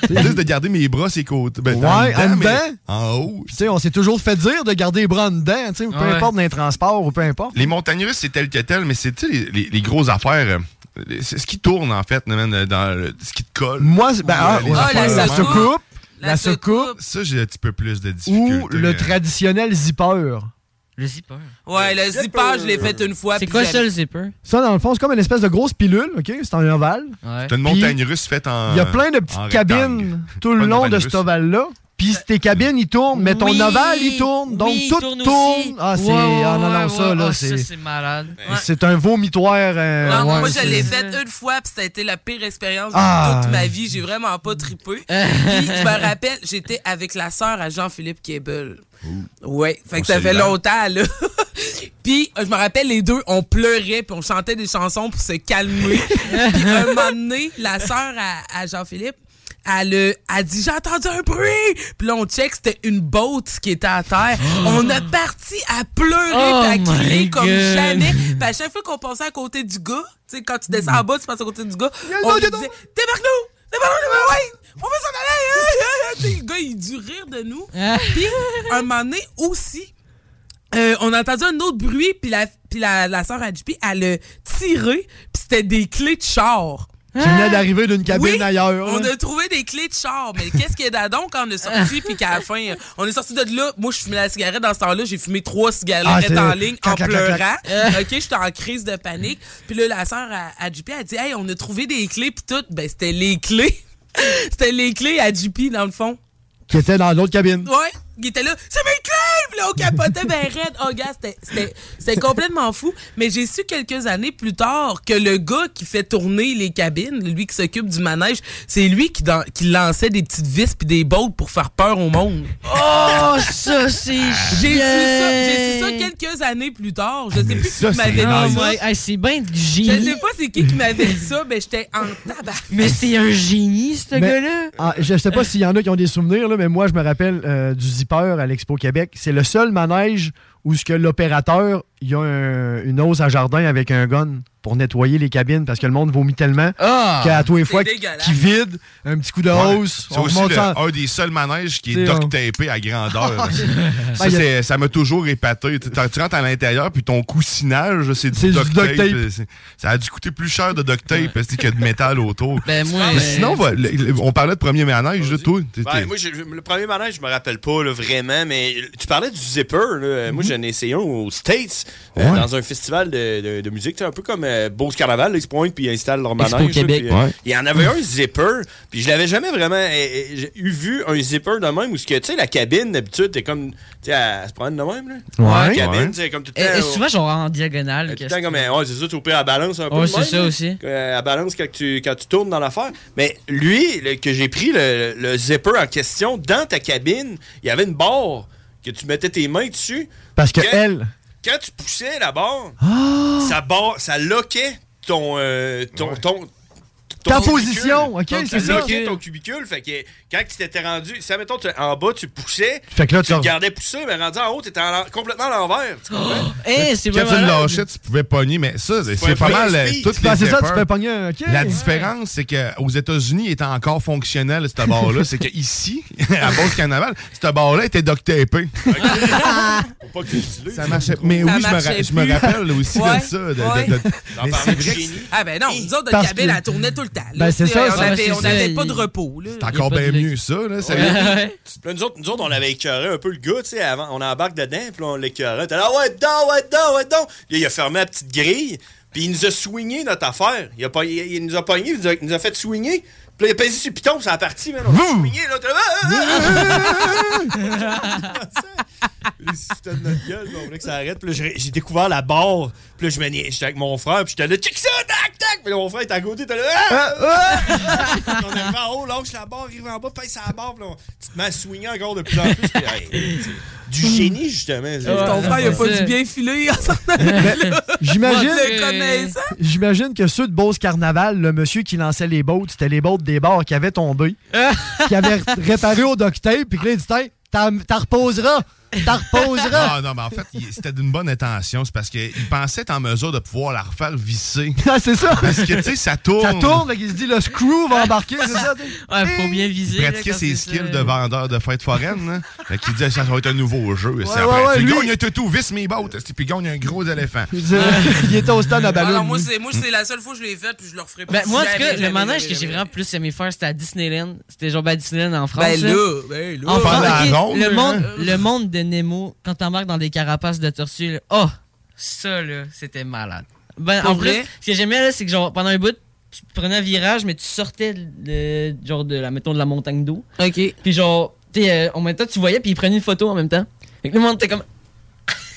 [SPEAKER 7] C'est juste de garder mes bras ses côtés. Ben, en
[SPEAKER 2] Ouais, en
[SPEAKER 7] mais
[SPEAKER 2] dedans.
[SPEAKER 7] En haut.
[SPEAKER 2] Tu sais, on s'est toujours fait dire de garder les bras en dedans, tu sais, ou peu
[SPEAKER 7] Ouais.
[SPEAKER 2] importe dans les transports, ou peu importe.
[SPEAKER 7] Les montagnes russes, c'est tel que tel, mais c'est tu sais, les, les- les grosses affaires. euh, les- C'est ce qui tourne, en fait, man, dans le- ce qui te colle.
[SPEAKER 2] Moi, c'est- ben, ah,
[SPEAKER 7] les
[SPEAKER 2] ouais,
[SPEAKER 7] affaires
[SPEAKER 2] la
[SPEAKER 7] vraiment-
[SPEAKER 2] soucoupe, la La soucoupe.
[SPEAKER 7] Ça, j'ai un petit peu plus de difficulté. hein.
[SPEAKER 2] Ou le traditionnel zipper.
[SPEAKER 9] Le zipper.
[SPEAKER 8] Ouais, le zipper, je l'ai fait une fois.
[SPEAKER 9] C'est
[SPEAKER 8] puis
[SPEAKER 9] quoi
[SPEAKER 8] j'avais-
[SPEAKER 9] ça, le zipper?
[SPEAKER 2] Ça, dans le fond, c'est comme une espèce de grosse pilule, OK? C'est en ovale.
[SPEAKER 7] C'est une
[SPEAKER 2] Puis,
[SPEAKER 7] montagne russe faite en.
[SPEAKER 2] Il y a plein de
[SPEAKER 7] en
[SPEAKER 2] petites
[SPEAKER 7] rectangle.
[SPEAKER 2] cabines tout
[SPEAKER 7] Pas
[SPEAKER 2] le
[SPEAKER 7] de
[SPEAKER 2] long
[SPEAKER 7] ovale
[SPEAKER 2] de
[SPEAKER 7] russe.
[SPEAKER 2] cet ovale-là. Puis tes cabines, ils tournent, mais ton
[SPEAKER 9] Oui!
[SPEAKER 2] ovale, il tourne. Donc,
[SPEAKER 9] Oui, il
[SPEAKER 2] tout
[SPEAKER 9] tourne
[SPEAKER 2] tourne.
[SPEAKER 9] aussi.
[SPEAKER 2] Ah, c'est...
[SPEAKER 9] Ouais, ouais,
[SPEAKER 2] ah, non, non,
[SPEAKER 9] ouais,
[SPEAKER 2] ça,
[SPEAKER 9] ouais.
[SPEAKER 2] là,
[SPEAKER 9] Ah, oh, ça,
[SPEAKER 2] c'est...
[SPEAKER 9] c'est malade.
[SPEAKER 2] C'est un vomitoire. euh,
[SPEAKER 8] Non,
[SPEAKER 2] ouais,
[SPEAKER 8] moi, je
[SPEAKER 2] c'est-
[SPEAKER 8] l'ai faite une fois, puis ça a été la pire expérience
[SPEAKER 2] Ah.
[SPEAKER 8] de toute ma vie. J'ai vraiment pas trippé. puis, je me rappelle, j'étais avec la sœur à Jean-Philippe Kebel. Ouais, fait
[SPEAKER 1] On
[SPEAKER 8] que ça fait
[SPEAKER 1] célibate.
[SPEAKER 8] longtemps, là. puis, euh, je me rappelle, les deux, on pleurait, puis on chantait des chansons pour se calmer. puis, un moment donné, la sœur à, à Jean-Philippe, elle euh, a dit j'ai entendu un bruit puis là on check c'était une botte qui était à terre on a parti à pleurer
[SPEAKER 1] Oh
[SPEAKER 8] puis à crier
[SPEAKER 1] my
[SPEAKER 8] comme
[SPEAKER 1] God.
[SPEAKER 8] jamais puis à chaque fois qu'on passait à côté du gars tu sais quand tu descends en bas tu passes à côté du gars on lui disait débarque nous débarque nous ouais on veut s'en aller Tu sais, le gars il a dû rire de nous
[SPEAKER 22] Ah.
[SPEAKER 8] puis un moment donné aussi euh, on a entendu un autre bruit, puis la, puis la, la sœur à JP, elle a tiré, puis c'était des clés de char.
[SPEAKER 2] Qui venait d'arriver d'une cabine
[SPEAKER 8] Oui,
[SPEAKER 2] ailleurs.
[SPEAKER 8] On
[SPEAKER 2] là.
[SPEAKER 8] a trouvé des clés de char, mais qu'est-ce qu'il y a d'adon quand on est sorti, puis qu'à la fin, euh, on est sorti de là. Moi, je fumais la cigarette dans ce temps-là, j'ai fumé trois
[SPEAKER 1] Ah,
[SPEAKER 8] cigarettes
[SPEAKER 1] c'est-
[SPEAKER 8] en ligne en
[SPEAKER 1] clac, clac, clac,
[SPEAKER 8] pleurant.
[SPEAKER 1] clac.
[SPEAKER 8] OK, j'étais en crise de panique. Puis là, la sœur à, à JP, elle dit Hey, on a trouvé des clés, puis tout. Ben, c'était les clés. c'était les clés à JP, dans le fond.
[SPEAKER 2] Qui était dans l'autre cabine.
[SPEAKER 8] Ouais, il était là, c'est mes clés! Puis là, on capotait ben raide. Oh, gars, c'était- c'était- c'était complètement fou. Mais j'ai su quelques années plus tard que le gars qui fait tourner les cabines, lui qui s'occupe du manège, c'est lui qui, dan- qui lançait des petites vis puis des bolts pour faire peur au monde.
[SPEAKER 9] Oh, ça, c'est
[SPEAKER 8] J'ai su ça, j'ai su
[SPEAKER 9] chiant.
[SPEAKER 8] ça quelques années plus tard. Je sais plus
[SPEAKER 9] ça,
[SPEAKER 8] qui m'avait
[SPEAKER 9] c'est
[SPEAKER 8] dit
[SPEAKER 9] nice.
[SPEAKER 8] ça.
[SPEAKER 9] Ouais, hey, c'est bien de
[SPEAKER 8] Je
[SPEAKER 9] génie.
[SPEAKER 8] sais pas c'est qui qui m'avait dit ça, mais j'étais en tabac.
[SPEAKER 9] Mais c'est un génie, ce
[SPEAKER 2] Mais-
[SPEAKER 9] gars-là.
[SPEAKER 2] Ah, je sais pas s'il y en a qui ont des souvenirs, là, mais moi, je me rappelle euh, du Zipper à l'Expo Québec. C'est le seul manège où ce que l'opérateur, il y a un- une hausse à jardin avec un gun pour nettoyer les cabines parce que le monde vomit tellement
[SPEAKER 7] Ah!
[SPEAKER 2] qu'à tous les
[SPEAKER 7] C'est
[SPEAKER 2] fois qu'il
[SPEAKER 7] dégueulasse.
[SPEAKER 2] qu'il vide, un petit coup de
[SPEAKER 7] Ouais.
[SPEAKER 2] hausse,
[SPEAKER 7] C'est
[SPEAKER 2] on
[SPEAKER 7] aussi ah,
[SPEAKER 2] remonte
[SPEAKER 7] le-
[SPEAKER 2] ça.
[SPEAKER 7] un des seuls manèges qui
[SPEAKER 2] T'sais,
[SPEAKER 7] est
[SPEAKER 2] on-
[SPEAKER 7] duct-tapé à grandeur.
[SPEAKER 2] Ben,
[SPEAKER 7] ça,
[SPEAKER 2] y a-
[SPEAKER 7] c'est- ça m'a toujours épaté. Tu tu rentres à l'intérieur, puis ton coussinage, c'est du
[SPEAKER 2] C'est du
[SPEAKER 7] duct
[SPEAKER 2] duct tape.
[SPEAKER 7] tape. C'est- Ça a dû coûter plus cher de duct tape parce qu'il y a de métal autour.
[SPEAKER 9] Ben, moi,
[SPEAKER 7] Mais
[SPEAKER 9] euh,
[SPEAKER 7] sinon, va- le- le- on parlait de premier manège, là, toi. t'es-
[SPEAKER 5] Ouais,
[SPEAKER 7] t'es-
[SPEAKER 5] Ben, moi, j'ai- le premier manège, je me rappelle pas là, vraiment, mais tu parlais du zipper. là. Euh, Moi, j'en ai essayé un aux States, euh,
[SPEAKER 7] Ouais.
[SPEAKER 5] dans un festival de, de, de musique. tu sais, Un peu comme euh, Beauce Carnaval, là, ils se pointent puis ils installent leur manège.
[SPEAKER 9] Expo
[SPEAKER 5] là,
[SPEAKER 9] Québec.
[SPEAKER 5] puis, euh,
[SPEAKER 9] Ouais.
[SPEAKER 5] Il y en avait un zipper, puis je l'avais jamais vraiment euh, euh, j'ai eu vu un zipper de même où, ce que, tu sais, la cabine, d'habitude, t'es comme, tu sais, à se prendre de même. Là.
[SPEAKER 9] Ouais.
[SPEAKER 5] La cabine,
[SPEAKER 9] Ouais.
[SPEAKER 5] tu sais, comme tout le
[SPEAKER 9] Et,
[SPEAKER 5] temps,
[SPEAKER 9] et
[SPEAKER 5] au-
[SPEAKER 9] souvent, genre en diagonale.
[SPEAKER 5] tout le
[SPEAKER 9] qu'est-ce
[SPEAKER 5] temps comme, euh, ouais, c'est ça, tu opères à balance un peu.
[SPEAKER 9] Ouais,
[SPEAKER 5] de
[SPEAKER 9] c'est
[SPEAKER 5] même,
[SPEAKER 9] ça
[SPEAKER 5] là.
[SPEAKER 9] aussi.
[SPEAKER 5] Euh, à balance quand tu, quand tu tournes dans l'affaire. Mais lui, le- que j'ai pris le, le zipper en question, dans ta cabine, il y avait une barre que tu mettais tes mains dessus.
[SPEAKER 2] Parce que
[SPEAKER 5] Quand-
[SPEAKER 2] elle.
[SPEAKER 5] Quand tu poussais la barre, ça, barre, ça loquait ton. euh, ton, ton- ton
[SPEAKER 2] Ta
[SPEAKER 5] cubicule.
[SPEAKER 2] position, ok,
[SPEAKER 5] Donc,
[SPEAKER 2] c'est ça.
[SPEAKER 5] loquait ton cubicule. Fait que quand tu t'étais rendu, ça mettons, tu- en bas, tu poussais.
[SPEAKER 2] Fait que là,
[SPEAKER 5] tu
[SPEAKER 2] tu-
[SPEAKER 5] le gardais pousser, mais rendu en haut, t'étais en- complètement à l'envers. Tu comprends?
[SPEAKER 7] Eh,
[SPEAKER 9] Eh,
[SPEAKER 7] Quand tu le lâchais, tu pouvais pogner, mais ça, c'est- c'est
[SPEAKER 5] Ouais,
[SPEAKER 7] pas
[SPEAKER 5] ouais,
[SPEAKER 7] mal. euh,
[SPEAKER 5] speed.
[SPEAKER 7] toutes
[SPEAKER 2] Ben,
[SPEAKER 7] les
[SPEAKER 2] c'est ça, tu
[SPEAKER 7] zippers.
[SPEAKER 2] peux pogner un- ok.
[SPEAKER 7] La différence, c'est qu'aux États-Unis, il était encore fonctionnel, ce bar-là. c'est qu'ici, à Beauce Carnaval, ce bar-là était duct-tapé. Ça marchait. Mais
[SPEAKER 8] Ça
[SPEAKER 7] oui, je me,
[SPEAKER 8] marchait
[SPEAKER 7] ra- je me
[SPEAKER 8] plus.
[SPEAKER 7] rappelle aussi
[SPEAKER 8] Ouais,
[SPEAKER 7] de ça. de- de-
[SPEAKER 8] ouais.
[SPEAKER 7] de- mais c'est
[SPEAKER 8] de
[SPEAKER 7] vrai que
[SPEAKER 8] Ah ben non, nous autres, notre
[SPEAKER 7] Parce
[SPEAKER 8] cabine,
[SPEAKER 7] que-
[SPEAKER 8] elle tournait tout le temps. là.
[SPEAKER 7] Ben, c'est
[SPEAKER 8] Tu sais,
[SPEAKER 7] ça,
[SPEAKER 8] On
[SPEAKER 7] ça,
[SPEAKER 8] avait-
[SPEAKER 7] c'est
[SPEAKER 8] on
[SPEAKER 7] ça.
[SPEAKER 8] n'avait pas de repos. là.
[SPEAKER 7] c'est encore bien mieux, ça. Là, ça-
[SPEAKER 5] Ouais. Là, nous, autres, nous autres, on l'avait écœuré un peu le gars, tu sais, avant, on embarque dedans, puis là, on l'écœurait. T'es là, ouais, dedans, ouais, dedans, ouais, dedans. Puis il a fermé la petite grille, puis il nous a swingé notre affaire. Il, a pas, il, il nous a pogné, il nous a, il nous a fait swinguer. Puis là, il a pesé sur le piton, c'est parti, man. On a swingé, là, t'es là, Ah, ah, ah, ah, ah. Les systèmes de notre gueule, on voulait que ça arrête. Puis là, j'ai- j'ai découvert la barre. Puis là, je me niais- j'étais avec mon frère. Puis j'étais là, check ça, tac, tac. Puis là, mon frère était à côté. T'es là, ah! Puis on arrivait en haut, lâche la barre, arrive en bas, pèse la barre. Puis là, on- tu te mets à swinguer encore de plus en plus. Puis, hey, c'est du génie, justement. ça.
[SPEAKER 8] Ton frère, il a pas du bien filé. il en s'en allait là.
[SPEAKER 2] J'imagine,
[SPEAKER 8] Moi, je le connais, ça.
[SPEAKER 2] j'imagine que ceux de Beauce Carnaval, le monsieur qui lançait les boats, c'était les boats des bars qui avaient tombé,
[SPEAKER 8] Ah!
[SPEAKER 2] qui avaient réparé au duct tape, puis que là, il dit Hey, T'en t'en reposeras! T'en
[SPEAKER 8] Ah,
[SPEAKER 2] reposeras!
[SPEAKER 7] Ah, Non, non, mais en fait, il- c'était d'une bonne intention. C'est parce qu'il pensait être en mesure de pouvoir la refaire visser.
[SPEAKER 2] Ah, c'est ça!
[SPEAKER 7] Parce que, tu sais, ça tourne.
[SPEAKER 2] Ça tourne, fait qu'il se dit le screw va embarquer, c'est ça? tu sais?
[SPEAKER 9] Ouais, faut bien viser.
[SPEAKER 7] Il
[SPEAKER 9] là,
[SPEAKER 7] pratiquait
[SPEAKER 9] quand
[SPEAKER 7] ses
[SPEAKER 9] c'est
[SPEAKER 7] skills
[SPEAKER 9] ça.
[SPEAKER 7] de vendeur de fêtes foraines. Hein? Fait qu'il disait, ça, ça va être un nouveau jeu. c'est après,
[SPEAKER 2] ouais, ouais,
[SPEAKER 7] tu
[SPEAKER 2] lui-
[SPEAKER 7] gagnes un toutou, visse mes bottes. esti, Puis gagne un gros éléphant. Ah,
[SPEAKER 2] Il disait- Il était au stand à ballon.
[SPEAKER 8] Alors, moi, c'est moi, c'est la seule fois que je l'ai faite, puis je le referai
[SPEAKER 9] Ben,
[SPEAKER 8] pas.
[SPEAKER 9] moi, en tout
[SPEAKER 8] Jamais,
[SPEAKER 9] cas, le
[SPEAKER 8] jamais, jamais,
[SPEAKER 9] manège que j'ai
[SPEAKER 8] jamais.
[SPEAKER 9] vraiment plus aimé faire, c'était à Disneyland. C'était genre ben, à Disneyland en France.
[SPEAKER 8] Ben
[SPEAKER 9] là.
[SPEAKER 8] là, ben là.
[SPEAKER 9] En France,
[SPEAKER 8] Faire
[SPEAKER 9] ok,
[SPEAKER 8] la ronde,
[SPEAKER 9] le,
[SPEAKER 8] hein.
[SPEAKER 9] monde, le monde de Nemo, quand t'embarques dans des carapaces de tortues, là, oh, ça, là, c'était malade. Ben,
[SPEAKER 8] Pour
[SPEAKER 9] en plus,
[SPEAKER 8] vrai?
[SPEAKER 9] ce que j'aimais, là, c'est que genre, pendant un bout, tu prenais un virage, mais tu sortais de, genre de la, mettons, de la montagne d'eau.
[SPEAKER 8] OK.
[SPEAKER 9] Puis genre, tu sais, euh, en même temps, tu voyais, puis ils prenaient une photo en même temps. Fait que le monde était comme...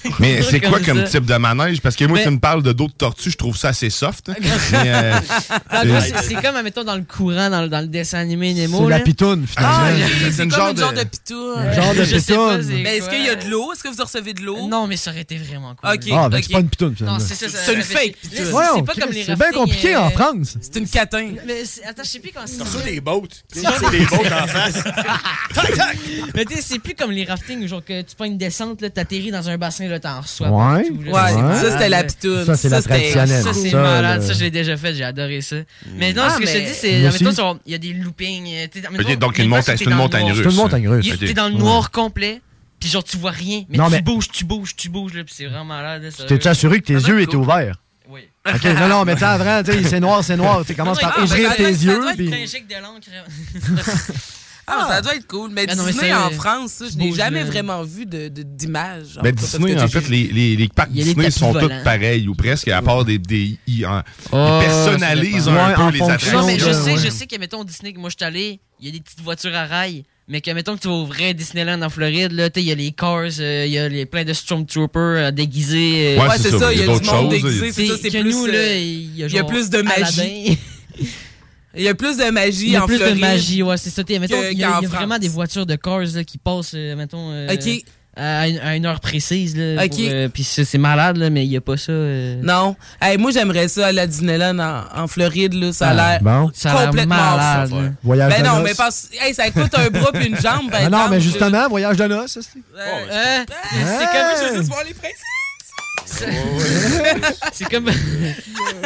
[SPEAKER 7] Mais c'est quoi
[SPEAKER 9] Comme
[SPEAKER 7] comme
[SPEAKER 9] ça. Ben-
[SPEAKER 7] type de manège? Parce que moi,
[SPEAKER 9] Mais-
[SPEAKER 7] tu me parles de dos de tortue, je trouve ça assez soft. hein. Mais, euh,
[SPEAKER 9] En gros,
[SPEAKER 7] euh,
[SPEAKER 9] Ah, Ben, c'est- c'est comme, mettons, dans le courant, dans le, dans le dessin animé Nemo.
[SPEAKER 7] C'est la
[SPEAKER 9] là.
[SPEAKER 2] pitoune,
[SPEAKER 7] finalement. Ah, oui,
[SPEAKER 8] C'est
[SPEAKER 7] c'est
[SPEAKER 8] comme
[SPEAKER 7] une
[SPEAKER 8] une
[SPEAKER 7] genre
[SPEAKER 8] genre,
[SPEAKER 7] de-
[SPEAKER 8] de pitoune.
[SPEAKER 7] Un genre de
[SPEAKER 8] euh, Je sais
[SPEAKER 7] pitoune.
[SPEAKER 8] pas c'est
[SPEAKER 9] Mais
[SPEAKER 8] Mais
[SPEAKER 9] Ben, est-ce
[SPEAKER 8] est-ce
[SPEAKER 9] qu'il
[SPEAKER 8] qu'il y a de l'eau? Est-ce que vous recevez de l'eau?
[SPEAKER 9] Non, mais ça aurait été vraiment cool.
[SPEAKER 8] OK.
[SPEAKER 2] Ah, ben, c'est pas une pitoune, finalement.
[SPEAKER 9] Non, c'est ça, ça-
[SPEAKER 8] C'est une
[SPEAKER 9] ça-
[SPEAKER 8] fake
[SPEAKER 9] là,
[SPEAKER 8] pitoune.
[SPEAKER 9] c'est-
[SPEAKER 2] Voyons,
[SPEAKER 9] C'est pas
[SPEAKER 2] Chris,
[SPEAKER 9] comme les
[SPEAKER 2] c'est bien
[SPEAKER 9] raftings,
[SPEAKER 2] compliqué
[SPEAKER 9] euh,
[SPEAKER 2] en France.
[SPEAKER 8] C'est une catin.
[SPEAKER 9] Mais c'est- attends, je sais plus comment ça
[SPEAKER 5] T'as reçu
[SPEAKER 9] s'appelle.
[SPEAKER 5] des boats. C'est des boats en face. Tac, tac.
[SPEAKER 9] euh, Mais tu sais, c'est plus comme les raftings, genre que tu prends une descente, là, t'atterris dans un bassin, là, t'en reçois.
[SPEAKER 2] Ouais.
[SPEAKER 9] partout, là.
[SPEAKER 2] Ouais,
[SPEAKER 9] C'est
[SPEAKER 2] ça,
[SPEAKER 9] malade,
[SPEAKER 2] c'était la
[SPEAKER 9] là.
[SPEAKER 2] pitoune. Ça, c'est la
[SPEAKER 9] c'était-
[SPEAKER 2] traditionnelle.
[SPEAKER 9] Ça, c'est
[SPEAKER 2] Ça,
[SPEAKER 9] malade.
[SPEAKER 2] le-
[SPEAKER 9] Ça, je l'ai déjà fait, j'ai adoré ça. Mais non,
[SPEAKER 8] Ah,
[SPEAKER 9] ce que je
[SPEAKER 8] mais-
[SPEAKER 9] te dis, c'est.
[SPEAKER 2] Moi
[SPEAKER 9] admettons,
[SPEAKER 2] aussi.
[SPEAKER 9] genre, Il y a des loopings. euh, t'es- admettons,
[SPEAKER 7] Ok, donc
[SPEAKER 9] il y a place
[SPEAKER 7] une montagne-
[SPEAKER 9] où t'es
[SPEAKER 7] c'est une
[SPEAKER 9] dans le
[SPEAKER 7] montagne
[SPEAKER 9] noir.
[SPEAKER 7] russe. C'est une montagne russe,
[SPEAKER 9] Il-
[SPEAKER 7] ok.
[SPEAKER 9] T'es dans le
[SPEAKER 7] Ouais.
[SPEAKER 9] noir complet, puis genre, tu vois rien. Mais
[SPEAKER 2] Non,
[SPEAKER 9] tu
[SPEAKER 2] mais-
[SPEAKER 9] bouges, tu bouges, tu bouges, là, puis c'est vraiment malade. là,
[SPEAKER 8] euh,
[SPEAKER 9] ça.
[SPEAKER 2] T'es-tu assuré que tes yeux étaient ouverts?
[SPEAKER 9] Oui.
[SPEAKER 2] Ok, non, non, mais tu sais, vraiment, tu sais, c'est noir, c'est noir. Tu commences par
[SPEAKER 9] Ah, ben,
[SPEAKER 2] ouvrir
[SPEAKER 9] ça
[SPEAKER 2] tes
[SPEAKER 9] doit être-
[SPEAKER 2] yeux.
[SPEAKER 9] Ça doit être
[SPEAKER 2] puis-
[SPEAKER 9] t'injectes de l'encre.
[SPEAKER 8] Ah, ça doit être cool. Mais
[SPEAKER 9] Ah, non, mais
[SPEAKER 8] Disney
[SPEAKER 9] c'est-
[SPEAKER 8] en France, ça, je n'ai
[SPEAKER 9] bouge,
[SPEAKER 8] jamais
[SPEAKER 9] là.
[SPEAKER 8] vraiment vu de- de- d'image.
[SPEAKER 7] Ben,
[SPEAKER 8] en tout cas,
[SPEAKER 7] Disney,
[SPEAKER 8] parce
[SPEAKER 7] en
[SPEAKER 8] que
[SPEAKER 7] fait, les, les, les parcs
[SPEAKER 8] Il y a les
[SPEAKER 7] Disney
[SPEAKER 8] tapis
[SPEAKER 7] sont tous
[SPEAKER 8] volants.
[SPEAKER 7] pareils ou presque, à part des. des ils, en- ils
[SPEAKER 8] Oh,
[SPEAKER 7] personnalisent
[SPEAKER 8] ça dépend.
[SPEAKER 7] un
[SPEAKER 8] Ouais,
[SPEAKER 7] peu
[SPEAKER 8] en
[SPEAKER 7] les
[SPEAKER 8] fonction
[SPEAKER 7] attractions.
[SPEAKER 9] Non, mais je
[SPEAKER 7] là,
[SPEAKER 9] sais,
[SPEAKER 7] ouais.
[SPEAKER 9] je sais que, mettons, au Disney, que moi, je suis allé, il y a des petites voitures à rail. Mais que, mettons, que tu vas au vrai Disneyland en Floride, là, tu sais, il y a les cars, euh, il y a les, plein de Stormtroopers euh, déguisés. euh,
[SPEAKER 8] Ouais, Ouais, c'est c'est ça, ça, il y a il y a du d'autres monde choses, déguisé, c'est ça, c'est
[SPEAKER 9] que
[SPEAKER 8] plus,
[SPEAKER 9] nous, là,
[SPEAKER 8] euh,
[SPEAKER 9] il y a,
[SPEAKER 8] il y a
[SPEAKER 9] genre
[SPEAKER 8] plus de magie.
[SPEAKER 9] Aladdin.
[SPEAKER 8] Il y a plus de magie
[SPEAKER 9] Il y a
[SPEAKER 8] en
[SPEAKER 9] plus
[SPEAKER 8] Floride
[SPEAKER 9] de magie, ouais, c'est ça. T'sais, mettons,
[SPEAKER 8] que-
[SPEAKER 9] il y a,
[SPEAKER 8] qu'en
[SPEAKER 9] il y a
[SPEAKER 8] France.
[SPEAKER 9] vraiment des voitures de cars là, qui passent, euh, mettons, euh,
[SPEAKER 8] Ok.
[SPEAKER 9] à, une, à une heure précise. Là,
[SPEAKER 8] Ok.
[SPEAKER 9] pour, euh, Puis ça, c'est malade, là, mais il n'y a pas ça. euh,
[SPEAKER 8] Non. Hey, moi, j'aimerais ça aller à Disneyland en, en Floride. Là, ça a
[SPEAKER 9] Ah,
[SPEAKER 8] l'air
[SPEAKER 2] bon.
[SPEAKER 9] Ça a l'air
[SPEAKER 8] complètement
[SPEAKER 9] malade,
[SPEAKER 8] fou.
[SPEAKER 9] là.
[SPEAKER 2] Voyage
[SPEAKER 8] Ben
[SPEAKER 2] de
[SPEAKER 8] non,
[SPEAKER 2] noces.
[SPEAKER 8] mais parce hey, ça coûte un bras puis une jambe.
[SPEAKER 2] Ah
[SPEAKER 8] Ben
[SPEAKER 2] non, mais
[SPEAKER 8] je-
[SPEAKER 2] justement, voyage de noces. ça, c'est-
[SPEAKER 8] Euh,
[SPEAKER 9] Hein?
[SPEAKER 8] C'est comme je veux juste voir les princesses.
[SPEAKER 9] C'est comme.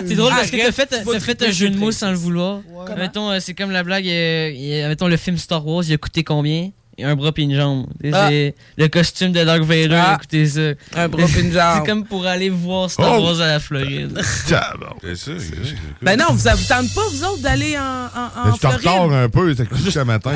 [SPEAKER 9] C'est drôle parce que t'as
[SPEAKER 8] Arrête,
[SPEAKER 9] fait,
[SPEAKER 8] tu vas
[SPEAKER 9] t'as fait
[SPEAKER 8] triper
[SPEAKER 9] un jeu
[SPEAKER 8] sur
[SPEAKER 9] de
[SPEAKER 8] le
[SPEAKER 9] mots sans le vouloir.
[SPEAKER 8] Comment?
[SPEAKER 9] Mettons, euh, c'est comme la blague, euh, il- mettons le film Star Wars, il a coûté combien Et Un bras puis une jambe. Et
[SPEAKER 8] Ah.
[SPEAKER 9] c'est- Le costume de Dark Vader, il a
[SPEAKER 8] Ah.
[SPEAKER 9] coûté ça.
[SPEAKER 8] Un bras puis une jambe.
[SPEAKER 9] C'est comme pour aller voir Star
[SPEAKER 8] Oh.
[SPEAKER 9] Wars à la Floride.
[SPEAKER 7] C'est ça,
[SPEAKER 8] Ben non, vous, vous tentez pas, vous autres, d'aller en, en,
[SPEAKER 7] Mais
[SPEAKER 8] en
[SPEAKER 7] tu t'en
[SPEAKER 8] Floride?
[SPEAKER 7] retard
[SPEAKER 2] hein.
[SPEAKER 7] un peu, t'as couché ce matin.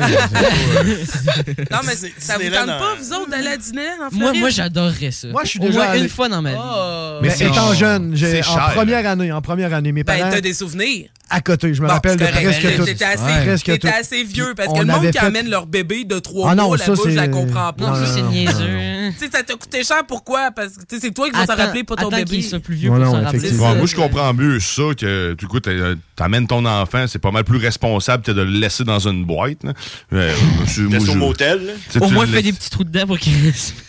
[SPEAKER 8] Non, mais ça vous
[SPEAKER 9] Disneyland
[SPEAKER 8] tente
[SPEAKER 7] hein.
[SPEAKER 8] pas, vous autres, d'aller à Disneyland en Floride?
[SPEAKER 9] Moi, moi j'adorerais ça.
[SPEAKER 2] Moi, je suis
[SPEAKER 9] Au
[SPEAKER 2] déjà
[SPEAKER 9] moins
[SPEAKER 2] allé.
[SPEAKER 9] une fois dans ma vie.
[SPEAKER 8] Euh,
[SPEAKER 2] Mais
[SPEAKER 7] c'est
[SPEAKER 2] étant
[SPEAKER 7] cher.
[SPEAKER 2] jeune, j'ai-
[SPEAKER 7] Oh. C'est
[SPEAKER 2] en
[SPEAKER 7] cher.
[SPEAKER 2] première année, en première année, mes
[SPEAKER 8] Ben,
[SPEAKER 2] parents
[SPEAKER 8] t'as des souvenirs.
[SPEAKER 2] à côté, je me
[SPEAKER 8] Bon,
[SPEAKER 2] rappelle de
[SPEAKER 8] c'est correct.
[SPEAKER 2] presque
[SPEAKER 8] Ben,
[SPEAKER 2] tout.
[SPEAKER 8] T'étais assez,
[SPEAKER 2] Ouais. Presque
[SPEAKER 8] t'étais
[SPEAKER 2] tout.
[SPEAKER 8] assez vieux parce
[SPEAKER 2] on
[SPEAKER 8] que le monde
[SPEAKER 2] avait
[SPEAKER 8] qui
[SPEAKER 2] fait-
[SPEAKER 8] emmène leur bébé de 3
[SPEAKER 2] Ah non,
[SPEAKER 8] mois là-bas,
[SPEAKER 2] ça,
[SPEAKER 8] je la
[SPEAKER 2] c'est-
[SPEAKER 8] comprends pas.
[SPEAKER 2] Non, ça, c'est Non, non, niaiseux,
[SPEAKER 8] Tu sais, ça t'a coûté cher, pourquoi? Parce que tu sais, c'est toi qui vas t'en
[SPEAKER 9] Attends-
[SPEAKER 8] rappeler, pas ton
[SPEAKER 9] attends
[SPEAKER 8] bébé.
[SPEAKER 9] qu'il soit plus vieux
[SPEAKER 7] Ouais,
[SPEAKER 9] pour
[SPEAKER 7] non,
[SPEAKER 9] s'en rappeler.
[SPEAKER 7] effectivement. moi, je comprends mieux ça que, du coup, t'es- t'amènes ton enfant, c'est pas mal plus responsable que de le laisser dans une boîte. là. Euh, monsieur, moi,
[SPEAKER 5] Laisse au
[SPEAKER 7] je-
[SPEAKER 5] motel, là.
[SPEAKER 7] Tu sais,
[SPEAKER 9] Au
[SPEAKER 7] tu
[SPEAKER 9] moins,
[SPEAKER 7] le
[SPEAKER 9] fais des
[SPEAKER 7] laisses-
[SPEAKER 9] petits trous dedans pour qu'il.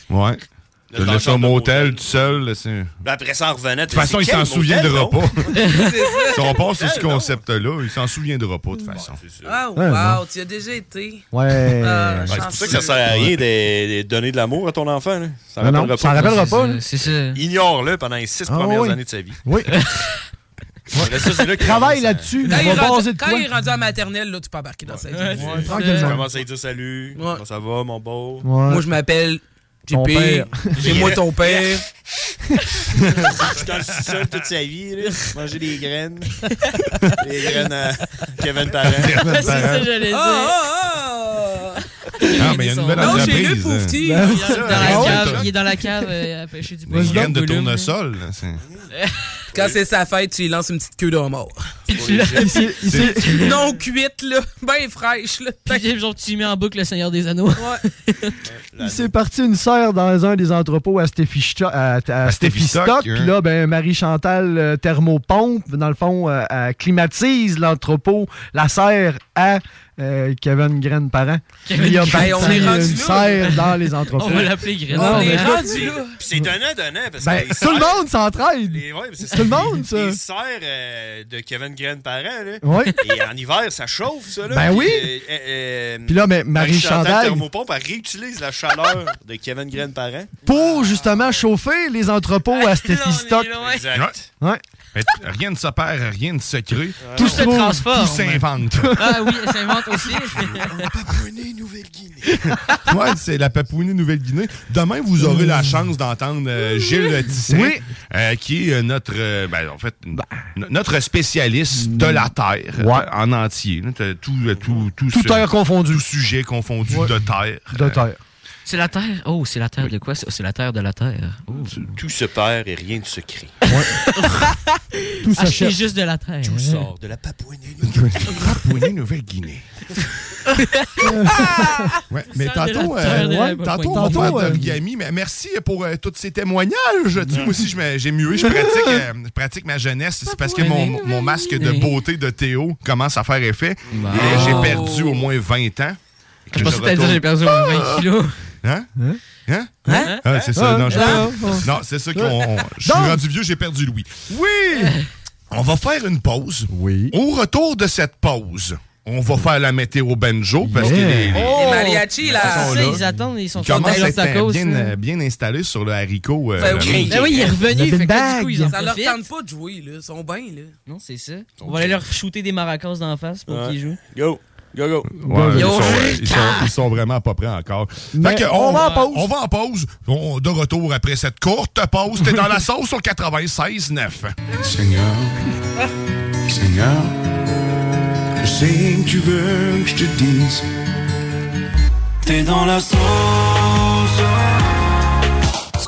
[SPEAKER 7] Ouais. Tu le laisses au motel tout seul. là, c'est-
[SPEAKER 5] Ben, Après ça, on revenait.
[SPEAKER 7] De toute façon, il s'en souviendra pas. Si on part sur ce
[SPEAKER 5] Motel, non.
[SPEAKER 7] concept-là, il s'en souviendra pas, de toute façon.
[SPEAKER 8] Ah, wow,
[SPEAKER 7] Ah,
[SPEAKER 8] tu y as déjà été.
[SPEAKER 2] Ouais.
[SPEAKER 8] Ah,
[SPEAKER 5] c'est pour ça que ça sert à rien de, de donner de l'amour à ton enfant. là. Ça
[SPEAKER 2] Non, non, ça en rappellera pas, là.
[SPEAKER 9] C'est ça.
[SPEAKER 5] Ignore-le pendant les six
[SPEAKER 2] Ah,
[SPEAKER 5] premières
[SPEAKER 2] oui.
[SPEAKER 5] années de sa vie.
[SPEAKER 2] Oui.
[SPEAKER 5] Après ça, c'est là
[SPEAKER 2] Travaille
[SPEAKER 5] qu'il commence à-
[SPEAKER 2] là-dessus,
[SPEAKER 8] Quand, il
[SPEAKER 2] on
[SPEAKER 8] est
[SPEAKER 2] va
[SPEAKER 8] rendu,
[SPEAKER 2] baser de
[SPEAKER 8] quand il est
[SPEAKER 2] quoi.
[SPEAKER 8] rendu à maternelle, là, tu peux embarquer dans sa vie.
[SPEAKER 5] Ouais,
[SPEAKER 2] tranquillement.
[SPEAKER 5] Je commence à lui dire salut. Comment ça va, mon beau?
[SPEAKER 8] Moi, je m'appelle
[SPEAKER 2] Ton
[SPEAKER 8] JP.
[SPEAKER 2] père.
[SPEAKER 8] C'est moi ton père.
[SPEAKER 5] Je suis dans le sous-sol toute sa vie. Là. Manger des graines. des graines à Kevin Parent.
[SPEAKER 7] Kevin C'est ça, Parent.
[SPEAKER 9] j'allais
[SPEAKER 8] dire. Ah, ah,
[SPEAKER 7] Ah, mais il y a une nouvelle
[SPEAKER 8] Non,
[SPEAKER 7] entreprise.
[SPEAKER 8] chez lui,
[SPEAKER 7] là.
[SPEAKER 8] Poufty.
[SPEAKER 9] Il est dans
[SPEAKER 7] Ah,
[SPEAKER 9] la
[SPEAKER 7] ouais,
[SPEAKER 9] cave,
[SPEAKER 7] t'as-
[SPEAKER 9] il est dans la cave euh, à pêcher du
[SPEAKER 7] Une
[SPEAKER 9] poisson.
[SPEAKER 7] graine de
[SPEAKER 9] Gollum, là.
[SPEAKER 7] tournesol. là, c'est-
[SPEAKER 8] Quand c'est sa fête, tu lui lances une petite queue de homard. Puis
[SPEAKER 9] tu la- C'est- c'est-
[SPEAKER 8] Non cuite, là. Ben fraîche, là.
[SPEAKER 9] Puis genre, tu mets en boucle le Seigneur des Anneaux.
[SPEAKER 2] Il s'est parti une serre dans un des entrepôts à Stéphistock. À, à
[SPEAKER 9] Stéphistock,
[SPEAKER 2] Stéphistock,
[SPEAKER 9] hein.
[SPEAKER 2] Puis là, ben, Marie-Chantal euh, Thermopompe, dans le fond, euh, elle climatise l'entrepôt, la serre à euh, Kevin Graine parent.
[SPEAKER 5] Kevin
[SPEAKER 2] Il a
[SPEAKER 5] Graine.
[SPEAKER 2] parti
[SPEAKER 5] Hey, on est rendu
[SPEAKER 2] une
[SPEAKER 5] là.
[SPEAKER 2] serre dans les entrepôts.
[SPEAKER 5] On
[SPEAKER 2] Non,
[SPEAKER 5] est
[SPEAKER 2] mais-
[SPEAKER 5] rendu là. Puis c'est donnant, donnant. Parce
[SPEAKER 2] Ben,
[SPEAKER 5] que les
[SPEAKER 2] tout le
[SPEAKER 5] serres-
[SPEAKER 2] monde s'entraide.
[SPEAKER 5] Les- ouais, mais c'est ça.
[SPEAKER 2] Tout le monde, ça.
[SPEAKER 5] Les serres euh, de Kevin Graine parent, là.
[SPEAKER 2] Ouais.
[SPEAKER 5] Et en hiver, ça chauffe, ça, là.
[SPEAKER 2] Ben oui.
[SPEAKER 5] Euh, euh, euh,
[SPEAKER 2] Puis là, mais Marie Chantal-
[SPEAKER 5] Thermopompe, elle réutilise la chaleur de Kevin Graine parent.
[SPEAKER 2] Pour justement chauffer les entrepôts à Stéphistock.
[SPEAKER 5] Exact.
[SPEAKER 2] Ouais.
[SPEAKER 7] Mais rien ne s'opère, rien ne se crée.
[SPEAKER 2] Tout se
[SPEAKER 7] trouve,
[SPEAKER 2] transforme.
[SPEAKER 7] Tout s'invente.
[SPEAKER 9] ah oui, elle s'invente aussi.
[SPEAKER 7] ouais, c'est la Papouinie Nouvelle-Guinée. Demain, vous aurez la chance d'entendre euh, Gilles Tissé,
[SPEAKER 2] Oui.
[SPEAKER 7] euh, qui est notre, euh, ben, en fait, no- notre spécialiste de la Terre euh, en entier. là. T'as Tout, euh, tout, tout,
[SPEAKER 2] Tout terre confondu.
[SPEAKER 7] Tout sujet confondu de Terre. euh,
[SPEAKER 2] De terre.
[SPEAKER 9] C'est la terre. Oh, c'est la terre de quoi ça? C'est la terre de la terre. Oh.
[SPEAKER 5] Tout se perd et rien ne se crée.
[SPEAKER 9] Tout
[SPEAKER 5] s'achète.
[SPEAKER 9] juste de la terre.
[SPEAKER 5] Tout sort de la
[SPEAKER 7] Papouinie Nouvelle-Guinée. Euh, Ouais, mais
[SPEAKER 5] Salle de
[SPEAKER 7] tantôt,
[SPEAKER 5] la
[SPEAKER 7] euh,
[SPEAKER 5] terre de
[SPEAKER 7] ouais,
[SPEAKER 5] la
[SPEAKER 7] tantôt, on va
[SPEAKER 5] Papouasie.
[SPEAKER 7] faire
[SPEAKER 5] Tantôt, euh,
[SPEAKER 7] d'origami. Mais merci pour euh, tous ces témoignages. Tu vois, moi aussi, je me- j'ai mué. Je pratique, euh, je pratique ma jeunesse. C'est parce que mon, mon masque de beauté de Théo commence à faire effet. Et j'ai perdu au moins 20 ans.
[SPEAKER 9] Je pensais que t'allais dire j'ai perdu au moins 20 kilos.
[SPEAKER 7] Hein? Hein? Hein?
[SPEAKER 9] Hein?
[SPEAKER 7] Ah, c'est
[SPEAKER 9] Hein?
[SPEAKER 7] ça. Non, je-
[SPEAKER 9] Hein?
[SPEAKER 7] non c'est ça qu'on. on- Je suis
[SPEAKER 9] Donc-
[SPEAKER 7] rendu vieux, j'ai perdu Louis. Oui! On va faire une pause. Oui. Au retour de cette pause, on va faire la météo banjo parce que les- les-
[SPEAKER 8] Les mariachis, là.
[SPEAKER 7] Ils sont là.
[SPEAKER 9] ils attendent, ils sont
[SPEAKER 7] il commence à
[SPEAKER 9] contents de
[SPEAKER 7] être
[SPEAKER 9] leur tacos,
[SPEAKER 7] bien,
[SPEAKER 9] là.
[SPEAKER 7] euh, bien installé sur le haricot. euh,
[SPEAKER 8] Ben
[SPEAKER 7] euh,
[SPEAKER 8] oui.
[SPEAKER 9] Ben oui, il est revenu. fait que là, du coup, ils en
[SPEAKER 8] Ça leur
[SPEAKER 9] profitent.
[SPEAKER 8] tente pas de jouer, là. Ils sont bien, là.
[SPEAKER 9] Non, c'est ça. On va aller leur shooter des maracas d'en face pour
[SPEAKER 7] Ouais.
[SPEAKER 9] qu'ils jouent.
[SPEAKER 5] Go! Go, go!
[SPEAKER 7] Ouais, ils,
[SPEAKER 9] Yo, hein?
[SPEAKER 7] sont, euh, ils,
[SPEAKER 9] Rita!
[SPEAKER 7] sont, ils sont vraiment pas prêts encore.
[SPEAKER 2] Mais
[SPEAKER 7] Fait que
[SPEAKER 2] on va en pause.
[SPEAKER 7] On va en pause. On- de retour après cette courte pause. T'es dans la sauce sur 96.9.
[SPEAKER 13] Seigneur, Seigneur, je sais que tu veux que je te dise.
[SPEAKER 26] T'es dans la sauce.
[SPEAKER 22] Tu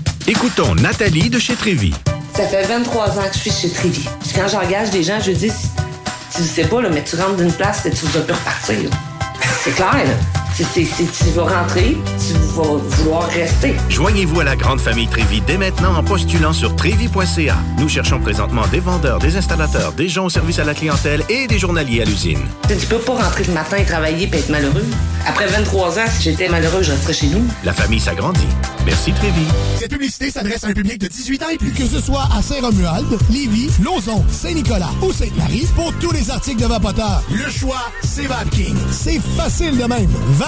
[SPEAKER 1] Écoutons Nathalie de chez Trévy.
[SPEAKER 4] Ça fait 23 ans que je suis chez Trivi. Puis Quand j'engage des gens, je dis, tu le sais pas, là, mais tu rentres d'une place et tu vas plus repartir. C'est clair, là. C'est- c'est- c'est- tu vas rentrer, tu vas vouloir rester.
[SPEAKER 13] Joignez-vous à la grande famille Trévi dès maintenant en postulant sur trévi.ca. Nous cherchons présentement des vendeurs, des installateurs, des gens au service à la clientèle et des journaliers à l'usine.
[SPEAKER 4] Tu sais, tu peux pas rentrer le matin et travailler et être malheureux. Après 23 ans, si j'étais malheureux, je resterais chez nous.
[SPEAKER 13] La famille s'agrandit. Merci Trévi.
[SPEAKER 3] Cette publicité s'adresse à un public de 18 ans et plus. Que ce soit à Saint-Romuald, Lévis, Lauson, Saint-Nicolas ou Sainte-Marie, pour tous les articles de Vapoteur, le choix, c'est Vapking. C'est facile de même.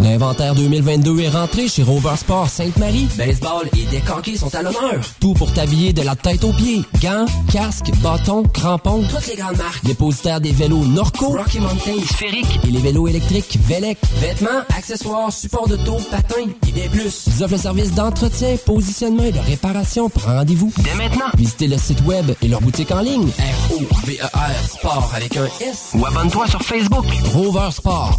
[SPEAKER 17] L'inventaire 2022 est rentré chez Rover Sport Sainte-Marie. Baseball et décanqués sont à l'honneur. Tout pour t'habiller de la tête aux pieds. Gants, casques, bâtons, crampons. Toutes les grandes marques. Dépositaire des vélos Norco, Rocky Mountain, Sphérique et les vélos électriques Vélec. Vêtements, accessoires, supports de taux, patins et des plus. Ils offrent le service d'entretien, positionnement et de réparation. Prends rendez-vous dès maintenant. Visitez le site web et leur boutique en ligne. R-O-V-E-R E Sport avec un S. Ou abonne-toi sur Facebook. Rover Sport.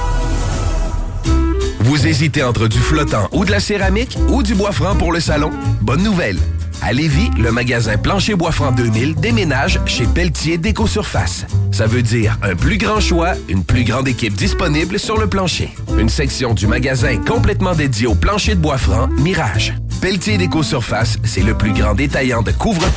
[SPEAKER 13] Vous hésitez entre du flottant ou de la céramique ou du bois franc pour le salon? Bonne nouvelle! À Lévis, le magasin Plancher Bois Franc 2000 déménage chez Pelletier Déco Surface. Ça veut dire un plus grand choix, une plus grande équipe disponible sur le plancher. Une section du magasin complètement dédiée au plancher de bois franc Mirage. Pelletier Déco Surface, c'est le plus grand détaillant de couvre...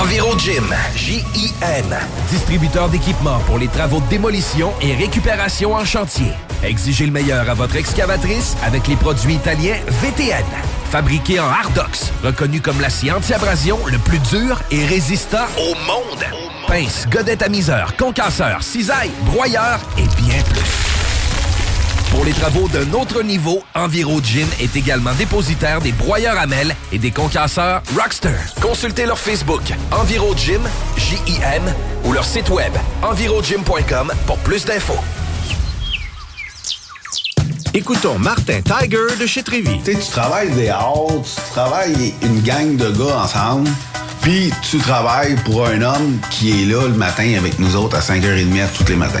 [SPEAKER 13] Enviro Gym, J-I-M, distributeur d'équipements pour les travaux de démolition et récupération en chantier. Exigez le meilleur à votre excavatrice avec les produits italiens VTN. Fabriqué en Hardox, reconnu comme l'acier anti-abrasion le plus dur et résistant au monde. Pince, godette à miseur, concasseur, cisaille, broyeur et bien plus. Pour les travaux d'un autre niveau, EnviroGym est également dépositaire des broyeurs à mêles et des concasseurs Rockster. Consultez leur Facebook EnviroGym, J-I-M, ou leur site web envirogym.com pour plus d'infos.
[SPEAKER 24] Écoutons Martin Tiger de chez Trévy.
[SPEAKER 27] Tu sais, tu travailles des heures, tu travailles une gang de gars ensemble, puis tu travailles pour un homme qui est là le matin avec nous autres à 5h30 tous les matins.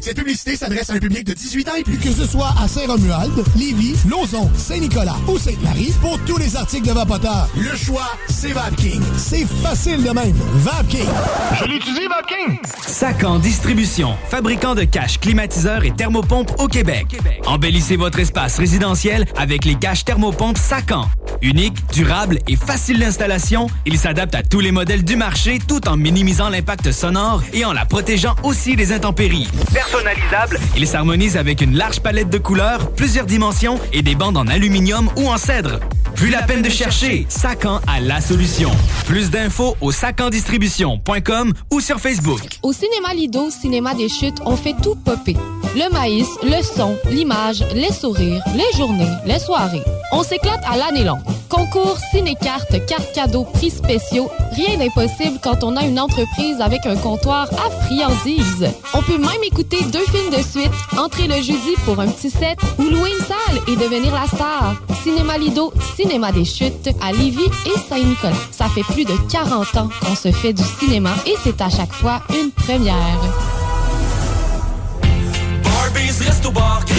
[SPEAKER 7] Cette publicité s'adresse à un public de 18 ans et plus. Que ce soit à Saint-Romuald, Lévis, Lauson, Saint-Nicolas ou Sainte-Marie, pour tous les articles de Vapoteur, le choix, c'est VapKing. C'est facile de même. VapKing. Je l'utilise, VapKing.
[SPEAKER 15] Sacan Distribution, fabricant de caches, climatiseurs et thermopompes au Québec. Embellissez votre espace résidentiel avec les caches thermopompes Sacan. Unique, durable et facile d'installation, il s'adapte à tous les modèles du marché tout en minimisant l'impact sonore et en la protégeant aussi des intempéries. Personnalisable, il s'harmonise avec une large palette de couleurs, plusieurs dimensions et des bandes en aluminium ou en cèdre. Plus la peine de chercher, Sacan a la solution. Plus d'infos au sacandistribution.com ou sur Facebook.
[SPEAKER 21] Au cinéma Lido, cinéma des chutes, on fait tout popper. Le maïs, le son, l'image, les sourires, les journées, les soirées. On s'éclate à l'année longue. Concours, ciné-cartes, cartes cadeaux, prix spéciaux, rien d'impossible quand on a une entreprise avec un comptoir à friandises. On peut même écouter deux films de suite, entrer le jeudi pour un petit set ou louer une salle et devenir la star. Cinéma Lido, cinéma des chutes, à Lévis et Saint-Nicolas. Ça fait plus de 40 ans qu'on se fait du cinéma et c'est à chaque fois une première.
[SPEAKER 28] Barbies reste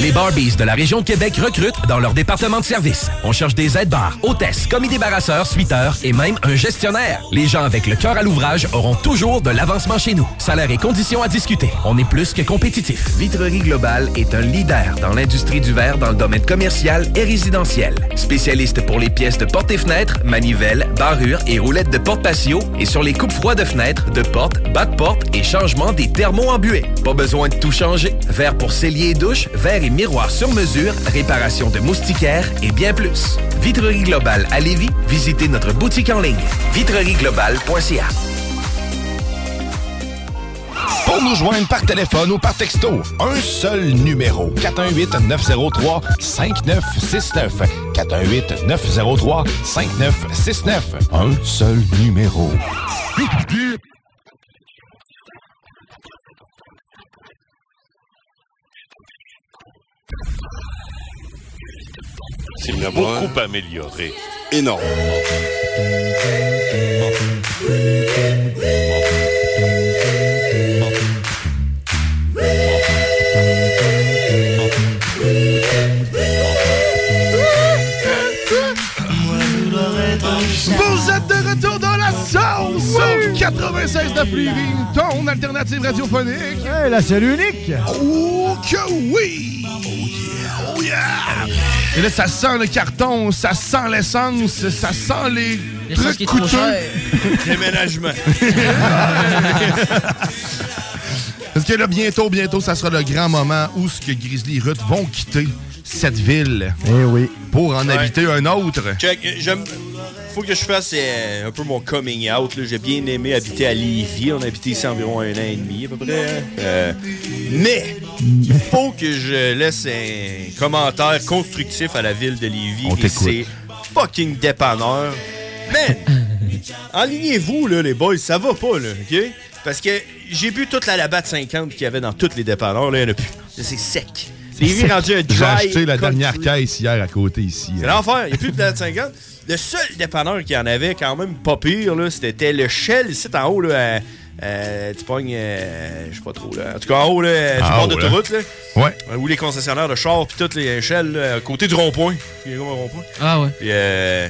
[SPEAKER 13] Les Barbies de la région de Québec recrutent dans leur département de service. On cherche des aides-bars, hôtesses, commis débarrasseurs, suiteurs et même un gestionnaire. Les gens avec le cœur à l'ouvrage auront toujours de l'avancement chez nous. Salaire et conditions à discuter. On est plus que compétitif. Vitrerie Globale est un leader dans l'industrie du verre dans le domaine commercial et résidentiel. Spécialiste pour les pièces de portes et fenêtres, manivelles, barrures et roulettes de porte patio et sur les coupes froides de fenêtres, de portes, bas de porte et changement des thermos en buée. Pas besoin de tout changer. Verre pour cellier et douche, verre et miroir sur mesure, réparation de moustiquaires et bien plus. Vitrerie Globale à Lévis, visitez notre boutique en ligne. vitrerieglobale.ca
[SPEAKER 29] Pour nous joindre par téléphone ou par texto, un seul numéro 418 903 5969 418 903 5969 un seul numéro.
[SPEAKER 30] C'est beaucoup amélioré. Énorme.
[SPEAKER 7] Vous êtes de retour dans la sauce! 96 de Lévis, ton alternative radiophonique.
[SPEAKER 2] Eh, la seule unique!
[SPEAKER 7] Oh que oui! Oh yeah! Oh yeah! Et là, ça sent le carton, ça sent l'essence, ça sent les,
[SPEAKER 5] Les choses
[SPEAKER 7] trucs
[SPEAKER 5] qui coûtent
[SPEAKER 7] coûteux.
[SPEAKER 5] cher. Déménagement.
[SPEAKER 7] Parce que là, bientôt, bientôt, ça sera le grand moment où ce que Grizzly et Ruth vont quitter cette ville.
[SPEAKER 2] Eh oui.
[SPEAKER 7] Pour en
[SPEAKER 5] Ouais.
[SPEAKER 7] habiter un autre.
[SPEAKER 5] Check, euh, j'aime. Faut que je fasse euh, un peu mon coming out. là. J'ai bien aimé habiter à Lévis. On a habité ici environ un an et demi à peu près. Euh, mais il faut que je laisse un commentaire constructif à la ville de Lévis
[SPEAKER 29] On
[SPEAKER 5] et
[SPEAKER 29] t'écoute.
[SPEAKER 5] ses fucking dépanneurs. Man! Enlignez-vous, là, les boys, ça va pas, là, OK? Parce que j'ai bu toute la labatte 50 qu'il y avait dans toutes les dépanneurs, là, il y en a plus. Là, C'est sec. Lévis rendu un dry
[SPEAKER 7] J'ai acheté la
[SPEAKER 5] country.
[SPEAKER 7] dernière caisse hier à côté ici.
[SPEAKER 5] C'est l'enfer, il n'y a plus de date 50. Le seul dépanneur qui en avait quand même pas pire, là, c'était le Shell ici en haut, là, à- à- tu pognes, euh, je sais pas trop, là. En tout cas, en haut, là, du
[SPEAKER 7] En
[SPEAKER 5] bord
[SPEAKER 7] haut,
[SPEAKER 5] d'autoroute, là. Euh,
[SPEAKER 7] Ouais.
[SPEAKER 5] Où les concessionnaires de chars, puis toutes les Shell, là, à côté du rond-point. Il y a comme un rond-point.
[SPEAKER 9] Ah ouais.
[SPEAKER 5] Puis, euh,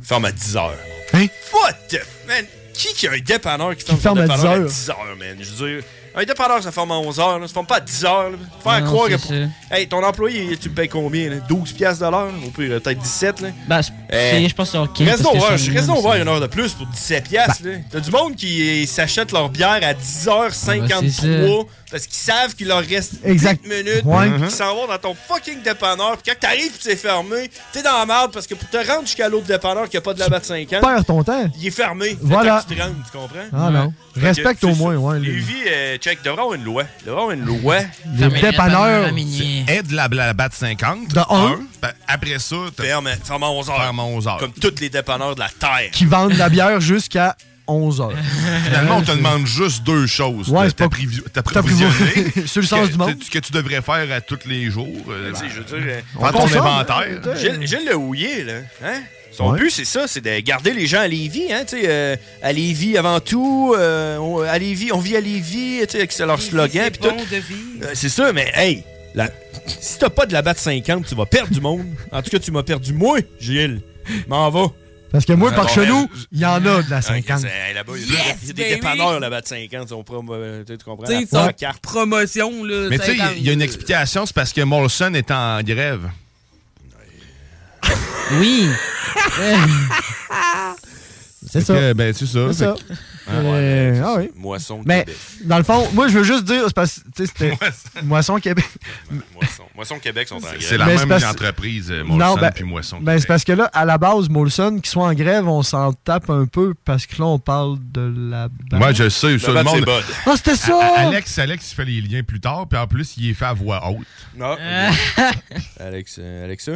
[SPEAKER 5] ferme à 10 heures.
[SPEAKER 2] Hein?
[SPEAKER 5] What the... Man, qui qui a un dépanneur qui ferme,
[SPEAKER 2] ferme
[SPEAKER 5] son
[SPEAKER 2] à
[SPEAKER 5] dépanneur
[SPEAKER 2] 10 heures?
[SPEAKER 5] à 10 heures, man? Je veux dire... Un dépanneur, ça ferme à 11 heures. Là. Ça ferme pas à 10 heures. là. Faire
[SPEAKER 9] Non,
[SPEAKER 5] croire que...
[SPEAKER 9] c'est ça.
[SPEAKER 5] Hey, ton employé, tu le payes combien? Là? 12 piastres de l'heure? Au pire, peut-être 17, là? Eh.
[SPEAKER 9] Bah, c'est- c'est- je pense que c'est ok.
[SPEAKER 5] Reste
[SPEAKER 9] parce que
[SPEAKER 5] ouvert,
[SPEAKER 9] c'est Ben,
[SPEAKER 5] je
[SPEAKER 9] un
[SPEAKER 5] reste
[SPEAKER 9] homme,
[SPEAKER 5] ouvert
[SPEAKER 9] ça.
[SPEAKER 5] une heure de plus pour 17 piastres. là. T'as du monde qui eh, s'achète leur bière à
[SPEAKER 9] Ah,
[SPEAKER 5] 10h53
[SPEAKER 9] bah, c'est ça.
[SPEAKER 5] parce qu'ils savent qu'il leur reste
[SPEAKER 2] Exact.
[SPEAKER 5] 8 minutes.
[SPEAKER 2] Ouais.
[SPEAKER 5] Ils s'en vont dans ton fucking dépanneur. Puis quand t'arrives et c'est fermé, t'es dans la merde parce que pour te rendre jusqu'à l'autre dépanneur qui a pas de la batte 50,
[SPEAKER 2] Perds ton temps.
[SPEAKER 5] il est fermé. Fait
[SPEAKER 2] Voilà.
[SPEAKER 5] que tu te rentres, tu comprends?
[SPEAKER 2] Ah non.
[SPEAKER 5] Fait que,
[SPEAKER 2] Respecte
[SPEAKER 5] c'est
[SPEAKER 2] au
[SPEAKER 5] ça.
[SPEAKER 2] moins, ouais. le-
[SPEAKER 5] Lévis, euh, check, devrait avoir une loi. Devrait avoir une loi.
[SPEAKER 2] Des Fermer les dépanneurs. dépanneurs à
[SPEAKER 7] Aide la, la, batte 50.
[SPEAKER 2] De un.
[SPEAKER 7] Ben, après ça, t'as-
[SPEAKER 5] Ferme, ferme à 11h. Comme tous les dépanneurs de la Terre.
[SPEAKER 2] Qui vendent de la bière jusqu'à 11 heures.
[SPEAKER 7] Finalement, on te demande juste deux choses.
[SPEAKER 2] Ouais,
[SPEAKER 7] Ouais,
[SPEAKER 2] c'est pas-
[SPEAKER 7] T'approvisionner.
[SPEAKER 2] Sur le sens
[SPEAKER 7] que-
[SPEAKER 2] du monde.
[SPEAKER 7] Ce que tu devrais faire à tous les jours. euh,
[SPEAKER 5] Tu sais, je veux dire, euh,
[SPEAKER 7] Prends ton inventaire.
[SPEAKER 5] Gilles, Gilles Le Houillet, là, hein? Son
[SPEAKER 7] Ouais.
[SPEAKER 5] but, c'est ça, c'est de garder les gens à Lévis, hein, tu sais, euh, à Lévis avant tout, euh, on, à Lévis, on vit à Lévis, tu sais, que c'est leur slogan, puis tout. Euh, c'est ça, mais hey, la- si t'as pas de la batte 50, tu vas perdre du monde. En tout cas, tu m'as perdu moi, Gilles. M'en va.
[SPEAKER 2] Parce que moi,
[SPEAKER 5] Ah,
[SPEAKER 2] par
[SPEAKER 5] bon,
[SPEAKER 2] chez
[SPEAKER 5] ben,
[SPEAKER 2] nous, il y en a de la
[SPEAKER 5] Ah,
[SPEAKER 2] 50.
[SPEAKER 5] c'est- hey, là-bas, il y a des- il y a des
[SPEAKER 8] baby!
[SPEAKER 5] dépanneurs, la batte 50, on prom- euh, tu sais, tu comprends?
[SPEAKER 8] T'sais,
[SPEAKER 5] la
[SPEAKER 8] ils sont-
[SPEAKER 5] carte.
[SPEAKER 8] Promotion, là.
[SPEAKER 7] Mais tu sais, il y a-
[SPEAKER 8] 50.
[SPEAKER 7] il y a une explication, c'est parce que Molson est en grève.
[SPEAKER 9] Oui.
[SPEAKER 2] C'est ça.
[SPEAKER 7] que, ben, c'est ça.
[SPEAKER 2] C'est ça.
[SPEAKER 7] Fait que- ben,
[SPEAKER 2] Euh, ah oui.
[SPEAKER 5] Moisson
[SPEAKER 2] Mais
[SPEAKER 5] Québec.
[SPEAKER 2] dans le fond, moi, je veux juste dire, c'est parce que tu sais, c'était Moisson Québec.
[SPEAKER 5] Moisson. Moisson Québec sont en grève.
[SPEAKER 7] C'est la
[SPEAKER 2] Mais c'est
[SPEAKER 7] même
[SPEAKER 2] parce-
[SPEAKER 7] entreprise, euh,
[SPEAKER 2] Non,
[SPEAKER 7] Molson
[SPEAKER 2] ben-
[SPEAKER 7] puis Moisson.
[SPEAKER 2] Ben, c'est parce que là, à la base, Molson, qui soit en grève, on s'en tape un peu parce que là, on parle de la batte.
[SPEAKER 7] Moi, je Ben, le sais, ça, le monde.
[SPEAKER 2] Ah, c'était ça!
[SPEAKER 7] A- A- Alex, Alex, il fait les liens plus tard, puis en plus, il est fait à voix haute.
[SPEAKER 5] Non.
[SPEAKER 2] Euh.
[SPEAKER 5] Alex, euh, Alexa?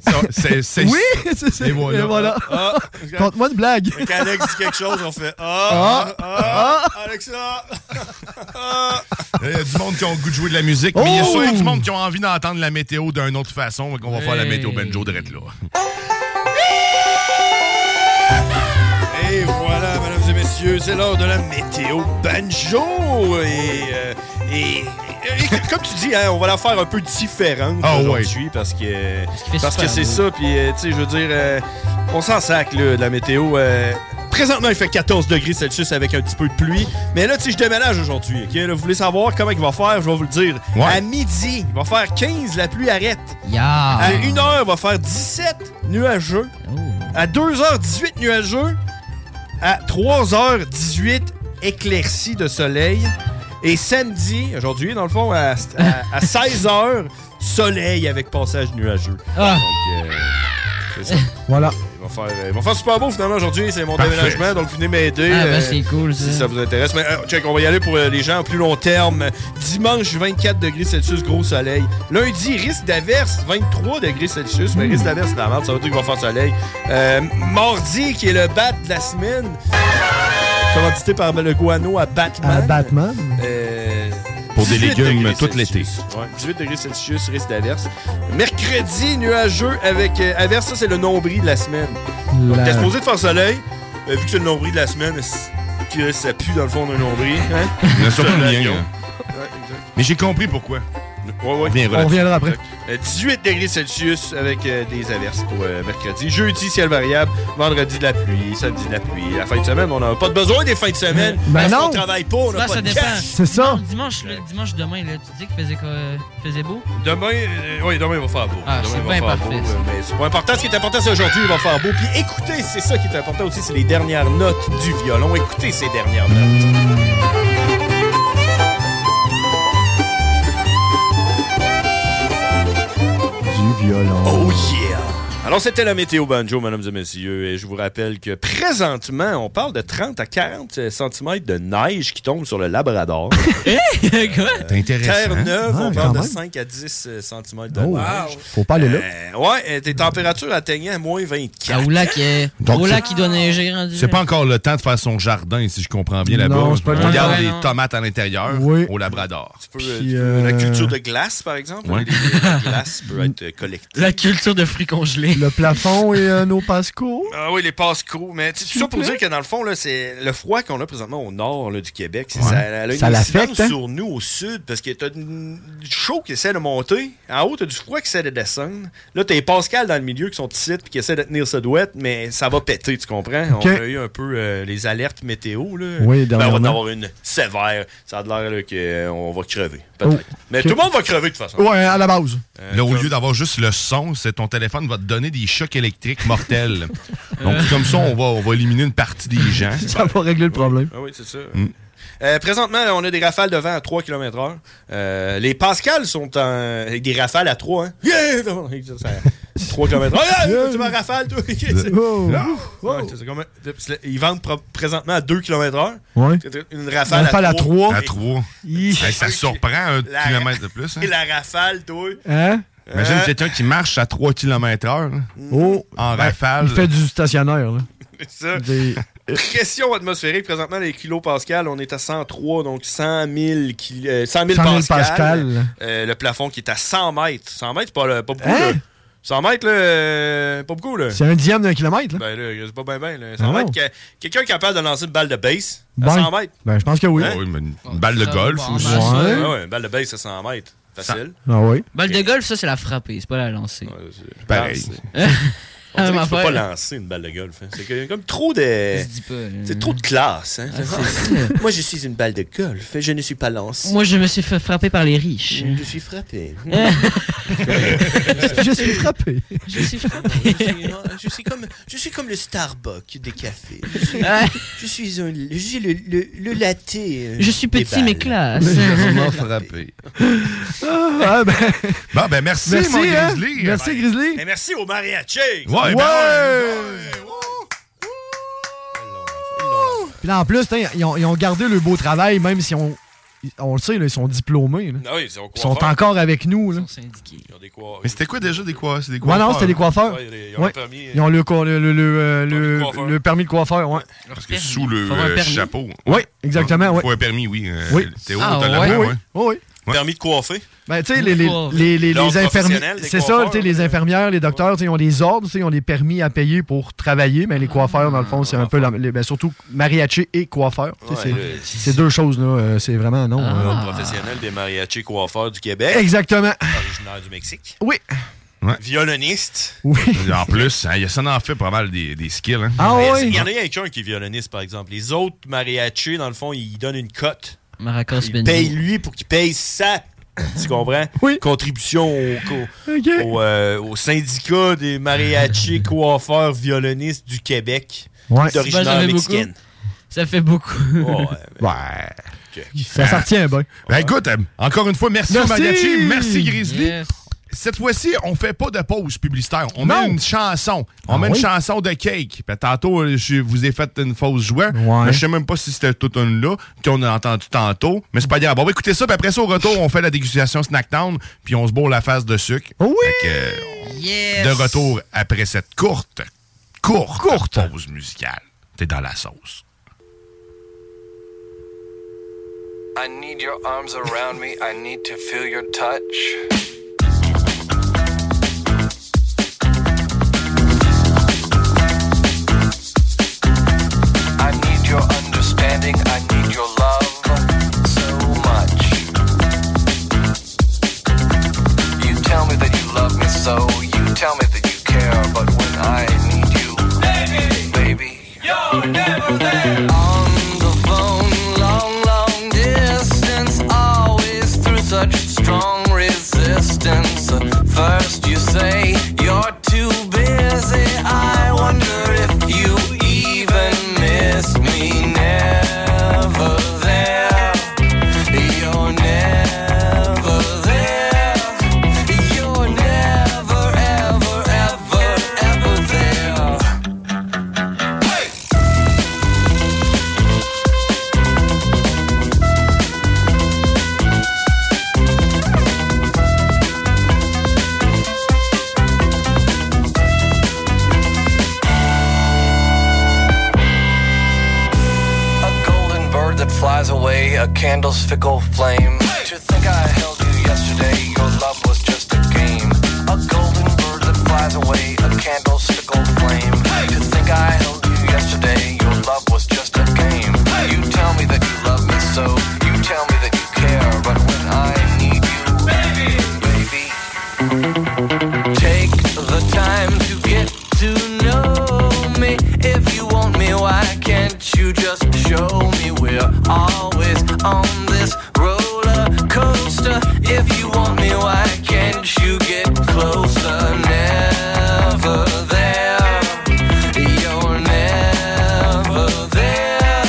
[SPEAKER 7] Ça, c'est- c'est-
[SPEAKER 2] Oui, c'est ça.
[SPEAKER 7] Et voilà.
[SPEAKER 2] Et voilà.
[SPEAKER 5] Ah, ah.
[SPEAKER 2] Conte-moi une blague.
[SPEAKER 5] Quand Alex dit quelque chose, on fait
[SPEAKER 2] Ah,
[SPEAKER 5] Ah! Ah! Alexa! Ah!
[SPEAKER 7] Il y a du monde qui ont le goût de jouer de la musique, mais il y a
[SPEAKER 5] Oh!
[SPEAKER 7] surtout du monde qui ont envie d'entendre la météo d'une autre façon, donc on va faire la
[SPEAKER 5] Hey.
[SPEAKER 7] météo banjo direct là.
[SPEAKER 5] Et voilà, Ben mesdames et messieurs, c'est l'heure de la météo banjo. Et, euh, et et comme tu dis, hein, on va la faire un peu différente
[SPEAKER 7] Ah ouais.
[SPEAKER 5] aujourd'hui parce que
[SPEAKER 7] fait
[SPEAKER 5] parce que
[SPEAKER 7] super
[SPEAKER 5] c'est
[SPEAKER 7] beau.
[SPEAKER 5] ça. Puis euh, tu sais, je veux dire, euh, on s'en sac là, de la météo. euh, présentement, il fait 14 degrés Celsius avec un petit peu de pluie. Mais là, tu sais, je déménage aujourd'hui. ok? Là, vous voulez savoir comment il va faire Je vais vous le dire. À midi, il va faire 15, la pluie arrête. À 1h, il va faire 17 nuageux.
[SPEAKER 7] Oh.
[SPEAKER 5] À 2h, 18 nuageux. À 3h18, éclaircie de soleil. Et samedi, aujourd'hui, dans le fond, à, à- à 16h, soleil avec passage nuageux.
[SPEAKER 2] Ah.
[SPEAKER 5] Donc, euh, c'est ça.
[SPEAKER 2] Voilà.
[SPEAKER 5] Il va, faire, euh, il va faire super beau finalement aujourd'hui, c'est mon
[SPEAKER 2] Parfait.
[SPEAKER 5] déménagement, donc venez m'aider.
[SPEAKER 9] Ah, ben,
[SPEAKER 5] euh,
[SPEAKER 9] c'est cool, ça.
[SPEAKER 5] Si ça vous intéresse. Mais euh, check, on va y aller pour euh, les gens à plus long terme. Dimanche, 24 degrés Celsius, gros soleil. Lundi, risque d'averse, 23 degrés Celsius, mais risque d'averse, c'est de la merde, ça veut dire qu'il va faire soleil. Euh, mardi, qui est le bat de la semaine, commandité par le guano à Batman.
[SPEAKER 2] À Batman.
[SPEAKER 5] Euh,
[SPEAKER 30] Pour des
[SPEAKER 5] 18
[SPEAKER 30] légumes
[SPEAKER 5] degrés
[SPEAKER 30] tout
[SPEAKER 5] Celsius.
[SPEAKER 30] l'été.
[SPEAKER 5] Ouais, 18 degrés Celsius, risque d'averse. Mercredi, nuageux avec euh, averse, ça c'est le nombril de la semaine. Donc
[SPEAKER 2] La-
[SPEAKER 5] t'es supposé de faire soleil, euh, vu que c'est le nombril de la semaine, c'est- puis euh, ça pue dans le fond d'un nombril. Hein?
[SPEAKER 7] Il y en a surtout le
[SPEAKER 5] Soleil,
[SPEAKER 7] mien,
[SPEAKER 5] hein.
[SPEAKER 7] là.
[SPEAKER 5] Ouais, exact.
[SPEAKER 7] Mais j'ai compris pourquoi.
[SPEAKER 5] Ouais, ouais.
[SPEAKER 7] On reviendra On reviendra après.
[SPEAKER 5] Exact. Euh, 18 degrés Celsius avec euh, des averses pour euh, mercredi. Jeudi, ciel variable. Vendredi, de la pluie. Samedi, de la pluie. La fin de semaine, on n'a pas de besoin des fins de semaine.
[SPEAKER 2] Ben
[SPEAKER 5] parce
[SPEAKER 2] non.
[SPEAKER 5] qu'on travaille pas, on n'a
[SPEAKER 9] Ben,
[SPEAKER 5] pas
[SPEAKER 9] ça
[SPEAKER 5] de
[SPEAKER 9] dépend.
[SPEAKER 5] cash.
[SPEAKER 2] C'est ça.
[SPEAKER 9] Dimanche, là, dimanche demain, là, tu dis qu'il faisait, quoi- faisait beau?
[SPEAKER 5] Demain, euh, oui, demain, il va faire beau.
[SPEAKER 9] Ah,
[SPEAKER 5] Demain,
[SPEAKER 9] c'est
[SPEAKER 5] il va
[SPEAKER 9] bien
[SPEAKER 5] faire
[SPEAKER 9] parfait,
[SPEAKER 5] beau,
[SPEAKER 9] ça.
[SPEAKER 5] euh, mais c'est pas important. Ce qui est important, c'est aujourd'hui, il va faire beau. Puis écoutez, c'est ça qui est important aussi, c'est les dernières notes du violon. Écoutez ces dernières notes.
[SPEAKER 2] Du violon.
[SPEAKER 5] Oh yeah! Alors, c'était la météo banjo, mesdames et messieurs, et je vous rappelle que présentement, on parle de 30 à 40 cm de neige qui tombe sur le Labrador. Euh,
[SPEAKER 7] T'es intéressant.
[SPEAKER 5] Terre-Neuve,
[SPEAKER 7] Ah,
[SPEAKER 5] on
[SPEAKER 7] quand
[SPEAKER 5] parle de
[SPEAKER 7] même.
[SPEAKER 5] 5 à 10 cm de
[SPEAKER 7] Oh,
[SPEAKER 5] neige.
[SPEAKER 2] Faut pas aller là.
[SPEAKER 5] Euh, ouais, euh, tes températures atteignaient moins 24.
[SPEAKER 9] Au lac, euh,
[SPEAKER 7] Donc,
[SPEAKER 9] au
[SPEAKER 7] c'est-
[SPEAKER 9] lac, il doit neiger rendu. hein?
[SPEAKER 7] C'est pas encore le temps de faire son jardin, si je comprends bien là-bas.
[SPEAKER 2] Non, c'est pas le temps.
[SPEAKER 7] On garde
[SPEAKER 2] Ouais,
[SPEAKER 7] les
[SPEAKER 2] non.
[SPEAKER 7] tomates à l'intérieur au Labrador.
[SPEAKER 2] Puis, euh,
[SPEAKER 5] La culture de glace, par exemple,
[SPEAKER 7] Ouais.
[SPEAKER 5] les- les- la glace peut être euh, collectée.
[SPEAKER 9] La culture de fruits congelés.
[SPEAKER 2] Le plafond et euh, nos pasco.
[SPEAKER 5] Ah oui, les passe-croûts. Mais tu sais, tout ça pour dire que dans le fond, là, c'est le froid qu'on a présentement au nord là, du Québec. c'est
[SPEAKER 2] Ouais.
[SPEAKER 5] Ça, elle a une
[SPEAKER 2] Ça
[SPEAKER 5] incidence
[SPEAKER 2] l'affecte, hein?
[SPEAKER 5] sur nous au sud parce que t'as du du chaud qui essaie de monter. En haut, t'as du froid qui essaie de descendre. Là, t'as les Pascal dans le milieu qui sont ici et qui essaient de tenir ça douette, mais ça va péter, tu comprends?
[SPEAKER 2] Ok.
[SPEAKER 5] On a eu un peu euh, les alertes météo. Là.
[SPEAKER 2] Oui,
[SPEAKER 5] Ben, on va en
[SPEAKER 2] dernièrement.
[SPEAKER 5] avoir une sévère. Ça a l'air qu'on va crever. peut-être.
[SPEAKER 7] Oh,
[SPEAKER 5] Mais
[SPEAKER 7] ok.
[SPEAKER 5] tout le monde va crever de toute façon.
[SPEAKER 2] Ouais, à la base.
[SPEAKER 7] Là, au lieu d'avoir juste le son, c'est ton téléphone va te donner des chocs électriques mortels. Donc, comme ça, on va, on va éliminer une partie des gens.
[SPEAKER 2] Ça va régler le problème.
[SPEAKER 5] Ah oui, c'est ça. Euh, présentement, on a des rafales de vent à 3 km/h. Euh, les Pascal sont en... avec des rafales à 3. Hein. Yeah! Ça, ça- 3 km/h. Ah, yeah! Tu m'as rafale, toi. Ok, c'est-
[SPEAKER 2] Oh!
[SPEAKER 5] Ah! Ouais, c'est ça, comme- Ils vendent pro- présentement à 2 km/h.
[SPEAKER 2] Ouais.
[SPEAKER 5] Une rafale,
[SPEAKER 2] Rafale à trois.
[SPEAKER 7] À trois. Hey, ça surprend un
[SPEAKER 5] La-
[SPEAKER 7] kilomètre de plus. hein.
[SPEAKER 5] Et la rafale, toi.
[SPEAKER 2] Hein?
[SPEAKER 7] Imagine
[SPEAKER 5] Hein?
[SPEAKER 7] quelqu'un qui marche à 3 km heure. là.
[SPEAKER 2] Oh!
[SPEAKER 7] En
[SPEAKER 2] Ben,
[SPEAKER 7] rafale.
[SPEAKER 2] Il fait du stationnaire, là.
[SPEAKER 5] C'est ça.
[SPEAKER 2] Des-
[SPEAKER 5] Pression atmosphérique, présentement, les kilopascals, on est à 103, donc 100 000, kil- euh, 100 000
[SPEAKER 2] 100 000
[SPEAKER 5] pascals.
[SPEAKER 2] pascals.
[SPEAKER 5] Euh, le plafond qui est à 100 mètres. 100 mètres, pas, là, pas beaucoup,
[SPEAKER 2] Hein?
[SPEAKER 5] là. 100 mètres, là, euh, pas beaucoup, là.
[SPEAKER 2] C'est un dixième d'un kilomètre, là.
[SPEAKER 5] Ben là, c'est pas bien, bien, là.
[SPEAKER 2] Ah
[SPEAKER 5] 100
[SPEAKER 2] non.
[SPEAKER 5] mètres, que- quelqu'un capable de lancer une balle de base à
[SPEAKER 2] Ben,
[SPEAKER 5] 100 mètres.
[SPEAKER 2] Ben, je pense que oui.
[SPEAKER 5] Hein?
[SPEAKER 7] une, balle de golf
[SPEAKER 9] ou
[SPEAKER 2] ça. Ouais.
[SPEAKER 5] Ah ouais, une balle de base à 100 mètres. Facile.
[SPEAKER 2] Ah oui.
[SPEAKER 9] Balle de golf, ça, c'est la frapper, c'est pas la lancer. Ah,
[SPEAKER 5] Pareil. On dirait que tu peux pas lancer une balle de golf. hein. C'est que- comme trop de.
[SPEAKER 9] Ça se dit pas, là.
[SPEAKER 5] C'est trop de classe. hein.
[SPEAKER 9] Ah, c'est
[SPEAKER 5] Moi, je suis une balle de golf. Je ne suis pas lancé.
[SPEAKER 9] Moi, je me suis fait frapper par les riches.
[SPEAKER 5] Je suis frappé.
[SPEAKER 2] Je suis frappé.
[SPEAKER 5] Je suis frappé. Je suis comme, je suis comme le Starbucks des cafés. Je suis, je suis un- je suis le, le, le latte. euh,
[SPEAKER 9] Je suis
[SPEAKER 5] des
[SPEAKER 9] petit, mais
[SPEAKER 5] balles.
[SPEAKER 9] classe.
[SPEAKER 7] Légèrement frappé.
[SPEAKER 2] Ah, ben,
[SPEAKER 7] Bon, ben merci,
[SPEAKER 2] Merci,
[SPEAKER 7] mon
[SPEAKER 2] hein.
[SPEAKER 7] Grizzly.
[SPEAKER 2] Merci,
[SPEAKER 7] Ben,
[SPEAKER 2] Grizzly.
[SPEAKER 5] Et merci au mariachi.
[SPEAKER 7] Ouais, ben
[SPEAKER 2] Puis là, en plus, tain, ils ont, ils ont gardé le beau travail, même si on, ils- on le sait, là, ils sont diplômés. là.
[SPEAKER 5] Ah oui, ils sont
[SPEAKER 2] Ils sont
[SPEAKER 5] coiffeurs.
[SPEAKER 2] encore avec nous. Là.
[SPEAKER 7] Mais c'était quoi déjà des quoi? C'est des
[SPEAKER 2] Ouais, Bah non, c'était des coiffeurs.
[SPEAKER 7] Ouais,
[SPEAKER 5] ont
[SPEAKER 2] Ouais.
[SPEAKER 5] le
[SPEAKER 7] euh,
[SPEAKER 5] permis,
[SPEAKER 2] Ils ont le, co- le, le- le, euh, le-
[SPEAKER 7] coiffeur.
[SPEAKER 2] le permis de coiffeur. Ouais.
[SPEAKER 7] Parce que sous le
[SPEAKER 2] Faut avoir un
[SPEAKER 7] euh,
[SPEAKER 2] permis.
[SPEAKER 7] chapeau.
[SPEAKER 2] Oui, exactement.
[SPEAKER 7] Il
[SPEAKER 2] ouais.
[SPEAKER 7] faut un permis, oui. Euh,
[SPEAKER 2] Oui.
[SPEAKER 7] Théo,
[SPEAKER 2] Ah,
[SPEAKER 7] t'as
[SPEAKER 2] ouais,
[SPEAKER 7] la main,
[SPEAKER 2] oui.
[SPEAKER 7] ouais.
[SPEAKER 2] Oui, oui.
[SPEAKER 5] Permis de coiffer.
[SPEAKER 2] Ben, tu sais, les, les, les, les,
[SPEAKER 5] L'ordre
[SPEAKER 2] infirmières.
[SPEAKER 5] professionnel des
[SPEAKER 2] C'est ça,
[SPEAKER 5] coiffeurs,
[SPEAKER 2] tu sais, les infirmières, les docteurs, tu sais, ils ont des ordres, tu sais, ils ont des permis à payer pour travailler, mais les coiffeurs, dans le fond, c'est un peu. la- les- ben, surtout mariachi et coiffeur. tu sais,
[SPEAKER 5] Ouais,
[SPEAKER 2] c'est-
[SPEAKER 5] là,
[SPEAKER 2] c'est deux choses, là. euh, c'est vraiment non. euh,
[SPEAKER 5] L'ordre professionnel des mariachis coiffeurs du Québec.
[SPEAKER 2] Exactement.
[SPEAKER 5] Originaire du Mexique.
[SPEAKER 2] Oui.
[SPEAKER 5] Violoniste.
[SPEAKER 2] Oui. Ah
[SPEAKER 7] en plus, hein, il y a ça en fait pas mal des, des skills. Hein.
[SPEAKER 5] Il y en a quelqu'un qui est violoniste, par exemple. Les autres mariachis, dans le fond, ils donnent une cote.
[SPEAKER 9] Maracas
[SPEAKER 5] Il
[SPEAKER 9] Benzo.
[SPEAKER 5] paye lui pour qu'il paye sa tu comprends? Contribution au, co- au, euh, au syndicat des mariachis coiffeurs violonistes du Québec
[SPEAKER 2] Ouais.
[SPEAKER 5] d'origine
[SPEAKER 2] Ben, j'en ai
[SPEAKER 5] mexicaine.
[SPEAKER 9] Ça fait beaucoup.
[SPEAKER 7] Ouais.
[SPEAKER 2] Ça s'en retient, ben.
[SPEAKER 7] Ben écoute, euh, encore une fois, merci,
[SPEAKER 2] Merci.
[SPEAKER 7] Magachi, merci Grizzly.
[SPEAKER 2] Yes.
[SPEAKER 7] Cette fois-ci, on fait pas de pause publicitaire. On
[SPEAKER 2] Non.
[SPEAKER 7] met une chanson. On
[SPEAKER 2] Ah
[SPEAKER 7] met
[SPEAKER 2] oui?
[SPEAKER 7] une chanson de cake. Ben, tantôt, euh, je vous ai fait une fausse joie.
[SPEAKER 2] Ouais.
[SPEAKER 7] Mais Je sais même pas si c'était toute une là qu'on a entendu tantôt. Mais c'est pas grave. On va écouter ça. Puis après ça, au retour, on fait la dégustation snack town. Puis on se bourre la face de sucre. euh,
[SPEAKER 2] Oui.
[SPEAKER 7] De retour après cette courte, courte, courte. pause musicale. T'es dans la sauce.
[SPEAKER 25] I need your arms around me. I need to feel your touch. I need your understanding. I need your love so much. You tell me that you love me so. You tell me that you care. But when I need you, baby, you're never there. On the phone, long, long distance, always through such strong resistance. First you say you're too busy. I wonder if you even miss me. Never there. You're never there. You're never, ever, ever, ever there. A golden bird that flies away, a candle's fickle flame. To think I held you yesterday, your love was just a game. A golden bird that flies away, a candle's fickle flame. To think I held you yesterday, your love was just a game. You tell me that you love me so, you tell me that you care, but when I need you, baby, baby, take the time to get to know me. If you want me, why can't you just show me? We're always on this roller coaster. If you want me, why can't you get closer? Never there. You're never there.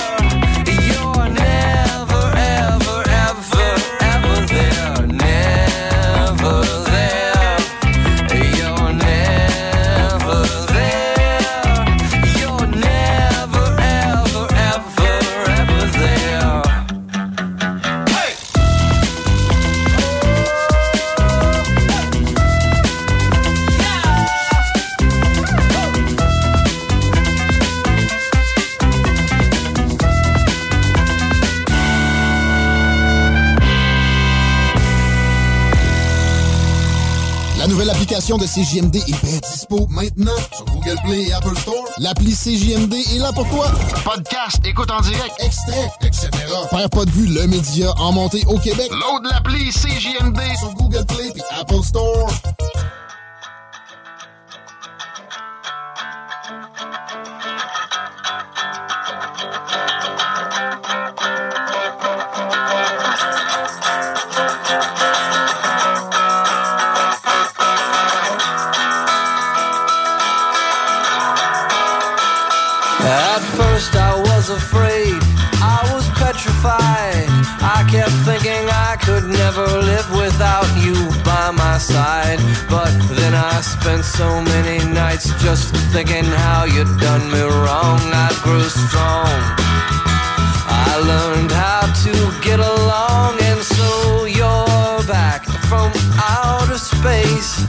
[SPEAKER 25] You're never, ever, ever, ever there. Never there. You're never there. You're never, ever, ever, ever there.
[SPEAKER 19] La nouvelle application de CJMD est bien dispo maintenant sur Google Play et Apple Store. L'appli CJMD est là pour toi. Podcast, écoute en direct, extrait, etc. Père pas de vue, le média en montée au Québec. Load l'appli CJMD sur Google Play et Apple Store.
[SPEAKER 25] At first I was afraid, I was petrified. I kept thinking I could never live without you by my side. But then I spent so many nights just thinking how you'd done me wrong. I grew strong. I learned how to get along, and so you're back from outer space.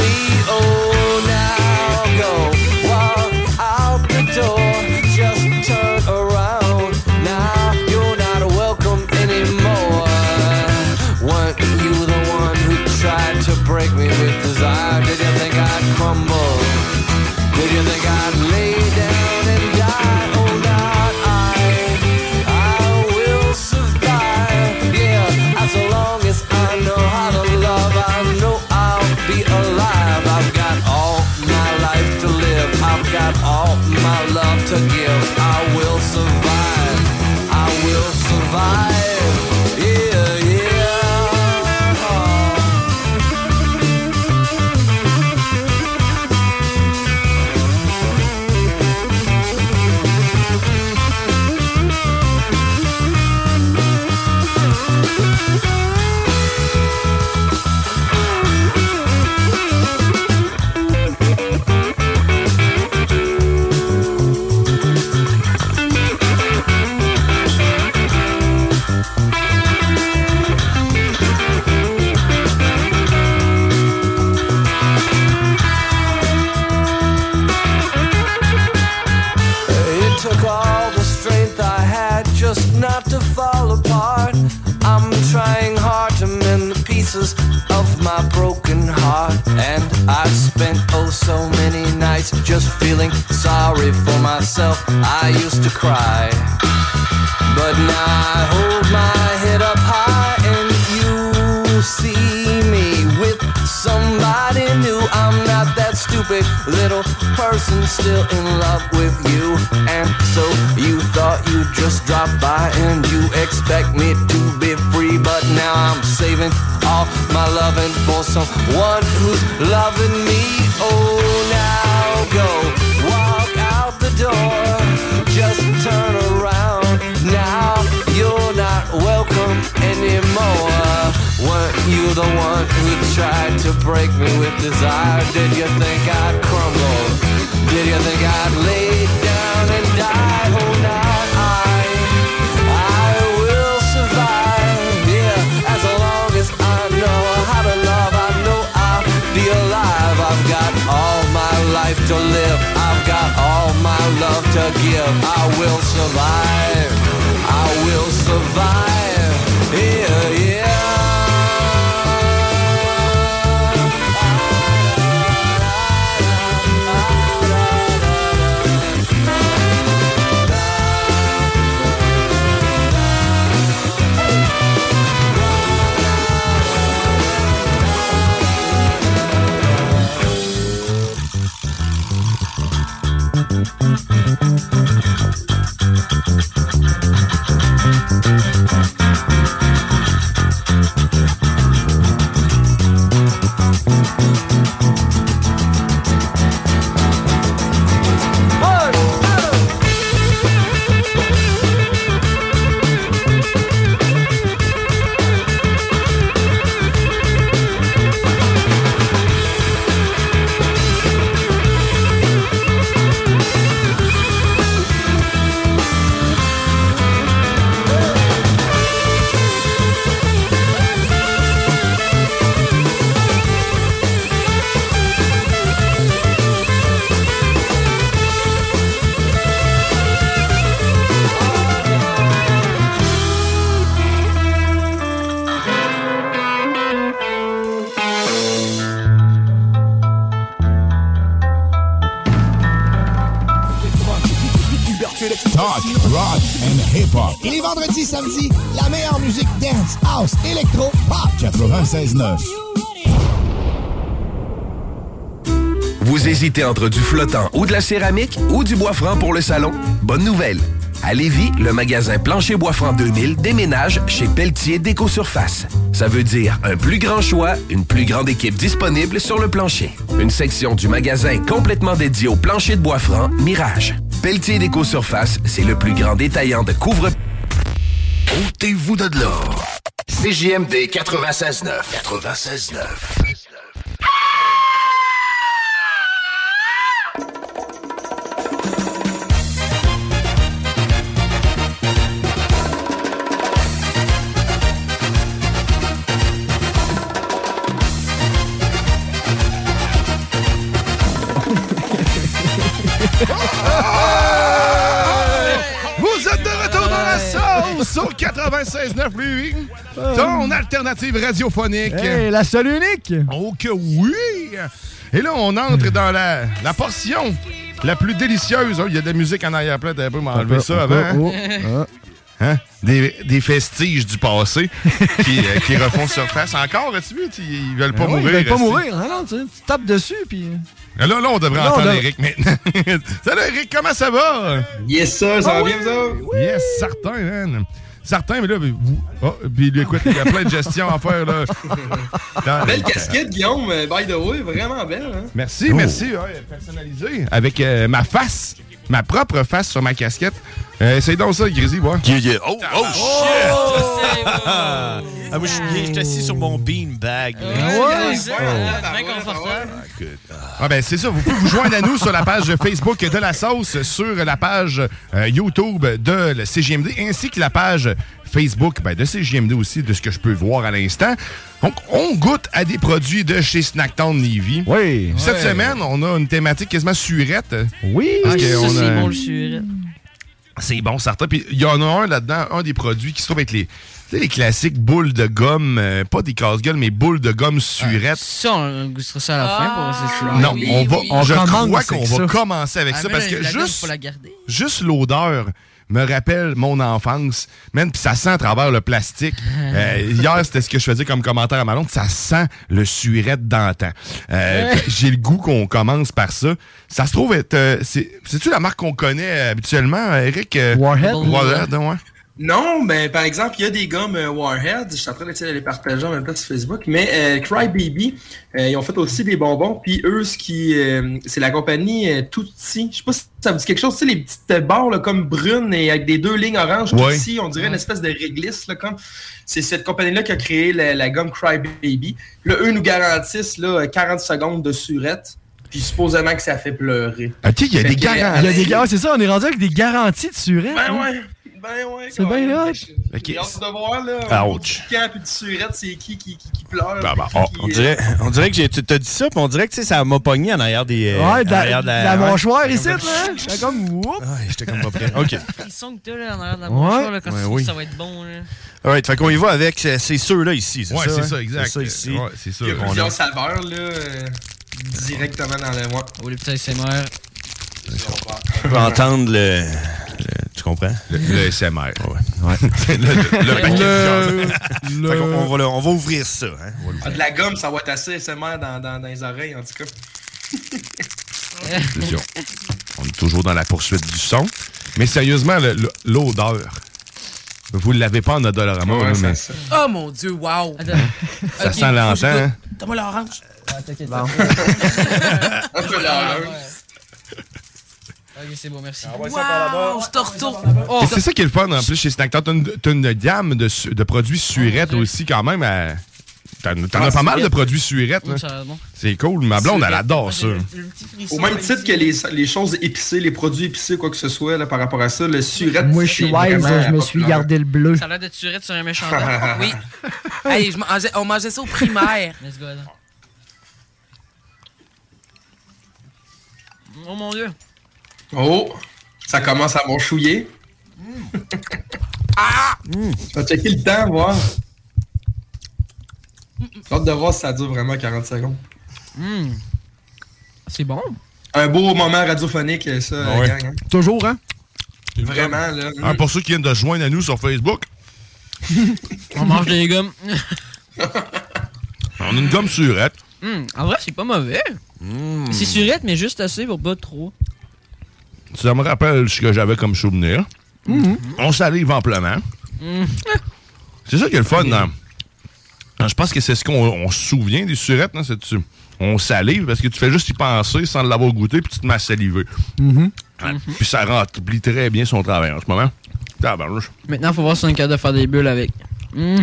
[SPEAKER 25] me. Oh, now go walk out the door. Just turn around. Now you're not welcome anymore. Weren't you the one who tried to break me with desire? Did you think I'd crumble? Did you think I'd lay down and die? Oh, not I. I will survive. Yeah, as long as I know how to love, I know I'll be alive. I've got all my life to live. I've got all my love to give. I will survive. I will survive. Yeah, yeah. It took all the strength I had just not to fall apart. I'm trying hard to mend the pieces of my broken heart. And I've spent oh so many nights just feeling sorry for myself. I used to cry. But now I hold my head up high and you see me with somebody new. I'm not that stupid little person still in love with you. And so you thought you'd just drop by and you expect me to be free. But now I'm saving all my loving for someone who's loving me. Oh, now go walk out the door. Just turn around now. You're not welcome anymore. Weren't you the one who tried to break me with desire? Did you think I'd crumble? Did you think I'd lay down and die? Oh, not I. I will survive. Yeah, as long as I know how to love, I know I'll be alive. I've got all my life to live. I've got all my love to give. I will survive. I will survive. Yeah, yeah.
[SPEAKER 31] Talk, rock and hip-hop.
[SPEAKER 3] Et les vendredis et samedis, la meilleure musique dance, house, électro, pop.
[SPEAKER 13] 96.9. Vous hésitez entre du flottant ou de la céramique ou du bois franc pour le salon? Bonne nouvelle! À Lévis, le magasin Plancher Bois Franc 2000 déménage chez Pelletier Déco-Surface. Ça veut dire un plus grand choix, une plus grande équipe disponible sur le plancher. Une section du magasin complètement dédiée au plancher de bois franc Mirage. Pelletier Déco-Surface, c'est le plus grand détaillant de couvre... Ôtez-vous de l'or. CJMD 96.9. 96.9.
[SPEAKER 7] sur 96.9, lui. Ton alternative radiophonique.
[SPEAKER 2] Hey, Eh, la seule unique. Ben
[SPEAKER 7] Oh que oui. Et là, on entre dans la, la portion la plus délicieuse. Oh, Il y a de la musique en arrière-plan. T'avais pas m'enlever ça
[SPEAKER 2] Oh,
[SPEAKER 7] avant.
[SPEAKER 2] oh,
[SPEAKER 7] hein? Hein? Des, des vestiges du passé qui, euh, qui refont surface. Encore, as-tu vu? Ils ils veulent pas
[SPEAKER 2] Ben ouais,
[SPEAKER 7] mourir.
[SPEAKER 2] Ils veulent pas
[SPEAKER 7] esti.
[SPEAKER 2] mourir. hein, non, tu, tu tapes dessus, puis...
[SPEAKER 7] Là, là, on devrait
[SPEAKER 2] Là, on
[SPEAKER 7] entendre
[SPEAKER 2] devrait-
[SPEAKER 7] Eric maintenant. Salut Eric, comment ça va? Yes, sir,
[SPEAKER 2] ça va bien, vous
[SPEAKER 7] Yes, certain, man. Certain, mais là, mais vous- oh, puis lui, écoute, il y a plein de gestions à faire, là. Dans-
[SPEAKER 6] Belle casquette, Guillaume, euh, by the way, vraiment belle. Hein?
[SPEAKER 19] Oh.
[SPEAKER 7] Merci, merci. ouais, personnalisé. Avec euh, ma face, ma propre face sur ma casquette. Euh, Essaye donc ça, Grizzly, voir.
[SPEAKER 30] Oh, oh, shit! ah, moi, je suis bien, je suis assis sur mon beanbag. là.
[SPEAKER 9] Bien confortable.
[SPEAKER 7] Ah ben c'est ça, vous pouvez vous joindre à nous sur la page Facebook de la sauce, sur la page euh, YouTube de le CGMD, ainsi que la page Facebook ben, de CGMD aussi, de ce que je peux voir à l'instant. Donc, on goûte à des produits de chez Snacktown Navy.
[SPEAKER 2] Oui.
[SPEAKER 7] Cette
[SPEAKER 2] Ouais.
[SPEAKER 7] semaine, on a une thématique quasiment surette.
[SPEAKER 2] Oui.
[SPEAKER 7] Parce que
[SPEAKER 9] Ah, ça,
[SPEAKER 7] on
[SPEAKER 9] c'est
[SPEAKER 7] a-
[SPEAKER 9] bon le surette.
[SPEAKER 7] c'est bon, certain. Puis il y en a un là-dedans, un des produits qui se trouve avec les, tu sais, les classiques boules de gomme, euh, pas des casse-gueules, mais boules de gomme surette.
[SPEAKER 9] Ah, Ça, on goûtera ça à la fin pour c'est sûr.
[SPEAKER 7] Non, on va, Ah je crois qu'on
[SPEAKER 9] avec
[SPEAKER 7] va
[SPEAKER 9] ça.
[SPEAKER 7] commencer avec
[SPEAKER 9] Ah,
[SPEAKER 7] ça
[SPEAKER 9] mais
[SPEAKER 7] parce
[SPEAKER 9] la-
[SPEAKER 7] que
[SPEAKER 9] la gomme,
[SPEAKER 7] juste,
[SPEAKER 9] faut la garder.
[SPEAKER 7] juste l'odeur me rappelle mon enfance. Même puis ça sent à travers le plastique. Euh, hier, c'était ce que je faisais comme commentaire à ma blonde, Ça sent le surette d'antan. Euh,
[SPEAKER 12] Ouais.
[SPEAKER 7] fait- J'ai le goût qu'on commence par ça. Ça se trouve être, euh, c'est- c'est-tu la marque qu'on connaît euh, habituellement, Eric? Euh,
[SPEAKER 2] Warhead?
[SPEAKER 7] Warhead, ouais.
[SPEAKER 6] Non, ben par exemple, il y a des gommes euh, Warhead, je suis en train d'essayer de les partager en même temps sur Facebook, mais euh, Crybaby, euh, ils ont fait aussi des bonbons, puis eux, ce qui, euh, c'est la compagnie euh, Tutsi, je sais pas si ça vous dit quelque chose, tu sais, les petites euh, barres là, comme brunes et avec des deux lignes oranges,
[SPEAKER 7] Ouais.
[SPEAKER 6] Tutsi, on dirait une espèce de réglisse, là, comme, c'est cette compagnie-là qui a créé la, la gomme Crybaby, là, eux nous garantissent là, 40 secondes de surette, puis supposément que ça fait pleurer.
[SPEAKER 7] OK, Ah, il y a
[SPEAKER 6] Fait
[SPEAKER 7] des
[SPEAKER 6] que,
[SPEAKER 7] garanties.
[SPEAKER 2] Il y a des garanties, c'est ça, on est rendu avec des garanties de surette.
[SPEAKER 6] Ben
[SPEAKER 2] hein.
[SPEAKER 6] ouais, ben ouais.
[SPEAKER 2] C'est bien là.
[SPEAKER 6] J'ai hâte de voir, là.
[SPEAKER 30] Ah,
[SPEAKER 6] au niveau
[SPEAKER 30] ouch.
[SPEAKER 6] Du camp et du surette, c'est qui qui, qui, qui pleure.
[SPEAKER 30] Ah, bah,
[SPEAKER 6] puis
[SPEAKER 30] on,
[SPEAKER 6] qui,
[SPEAKER 30] on
[SPEAKER 6] euh,
[SPEAKER 30] dirait, on dirait que j'ai- tu t'as dit ça, puis on dirait que tu sais, ça m'a pogné en arrière des. euh,
[SPEAKER 2] Ouais,
[SPEAKER 30] en
[SPEAKER 2] de la,
[SPEAKER 30] arrière
[SPEAKER 2] de la
[SPEAKER 30] ouais.
[SPEAKER 2] mâchoire ici, là. J'étais comme, whoop.
[SPEAKER 30] Ouais, J'étais comme pas prêt. OK.
[SPEAKER 9] Ils sont que t'as là en arrière de la
[SPEAKER 30] Ouais.
[SPEAKER 9] mouchoir, là, quand
[SPEAKER 30] Ouais,
[SPEAKER 9] tu dis
[SPEAKER 30] oui.
[SPEAKER 9] que ça va être bon. Là.
[SPEAKER 30] All right, fait qu'on y va avec euh, ces ceux-là ici.
[SPEAKER 7] Ouais, c'est
[SPEAKER 30] hein?
[SPEAKER 7] ça, exact.
[SPEAKER 30] C'est ça ici.
[SPEAKER 7] Ouais, c'est ça.
[SPEAKER 6] Il y a
[SPEAKER 30] qu'on
[SPEAKER 6] plusieurs
[SPEAKER 30] a.
[SPEAKER 6] saveurs, là. euh, directement dans le. Ouais.
[SPEAKER 9] Oh, les petits SMR.
[SPEAKER 30] On peut entendre le. le- tu comprends?
[SPEAKER 7] Le, SMR.
[SPEAKER 30] Ouais. le, le- le paquet
[SPEAKER 6] Le-
[SPEAKER 30] de viande.
[SPEAKER 6] le-
[SPEAKER 30] Fait qu'on- on, va le- on va ouvrir ça. Hein? On va l'ouvrir.
[SPEAKER 6] Ah, de la gomme, ça va être assez SMR dans, dans, dans les oreilles, en tout cas.
[SPEAKER 7] Attention. On est toujours dans la poursuite du son. Mais sérieusement, le- le- l'odeur. Vous ne l'avez pas en odorama,
[SPEAKER 6] Ouais,
[SPEAKER 7] là,
[SPEAKER 6] ça
[SPEAKER 7] mais
[SPEAKER 6] sent.
[SPEAKER 8] Oh mon dieu, wow!
[SPEAKER 7] Ça sent l'antan, hein?
[SPEAKER 8] Donne-moi l'orange.
[SPEAKER 9] Ah,
[SPEAKER 2] Bon.
[SPEAKER 6] Un peu l'orange.
[SPEAKER 7] Ah
[SPEAKER 9] Ok, Ah c'est bon, merci.
[SPEAKER 8] Wow, je te retourne.
[SPEAKER 6] Oh,
[SPEAKER 7] Et c'est ça qui est le fun en plus chez Snacktown. T'as une, t'as une gamme de, su- de produits surettes aussi quand même. à- T'en t'en
[SPEAKER 6] Ah,
[SPEAKER 7] as pas mal de
[SPEAKER 6] surette.
[SPEAKER 7] produits surettes.
[SPEAKER 6] Oui,
[SPEAKER 7] là.
[SPEAKER 6] ça va être bon.
[SPEAKER 7] C'est cool. Ma blonde, elle
[SPEAKER 6] Surette.
[SPEAKER 7] adore ça.
[SPEAKER 6] Au même titre que les, les choses épicées, les produits épicés, quoi que ce soit, là, par rapport à ça, le surette.
[SPEAKER 2] Moi, je suis wise, je me suis gardé le bleu.
[SPEAKER 9] Ça a l'air de surette sur un méchant.
[SPEAKER 6] Oui.
[SPEAKER 8] Hey, je mangeais- on mangeait ça au primaire.
[SPEAKER 9] Let's go, attends. Oh mon dieu.
[SPEAKER 6] Oh, ça commence à m'enchouiller. ah! Je vais checker le temps, voir. J'ai hâte de voir si ça dure vraiment 40 secondes.
[SPEAKER 9] Hmm. C'est bon.
[SPEAKER 6] Un beau moment radiophonique, ça,
[SPEAKER 2] Ah
[SPEAKER 7] Ouais.
[SPEAKER 6] gang. hein.
[SPEAKER 2] Toujours, hein?
[SPEAKER 6] Vraiment, là. Mm.
[SPEAKER 7] Ah, pour ceux qui viennent de se joindre à nous sur Facebook,
[SPEAKER 9] On mange des gommes.
[SPEAKER 7] on a une gomme surette.
[SPEAKER 9] Hmm, En vrai, c'est pas mauvais. C'est surette, mais juste assez pour pas trop.
[SPEAKER 7] Ça me rappelle ce que j'avais comme souvenir. On salive amplement.
[SPEAKER 9] Mm.
[SPEAKER 7] C'est ça qui est le fun. hein. Je pense que c'est ce qu'on on se souvient des surettes. hein, c'est- tu- on salive parce que tu fais juste y penser sans l'avoir goûté puis tu te mets à saliver. Ouais, Puis ça remplit très bien son travail en ce moment. Tabarnouche.
[SPEAKER 9] Maintenant, faut voir si on est capable de faire des bulles avec. Hmm.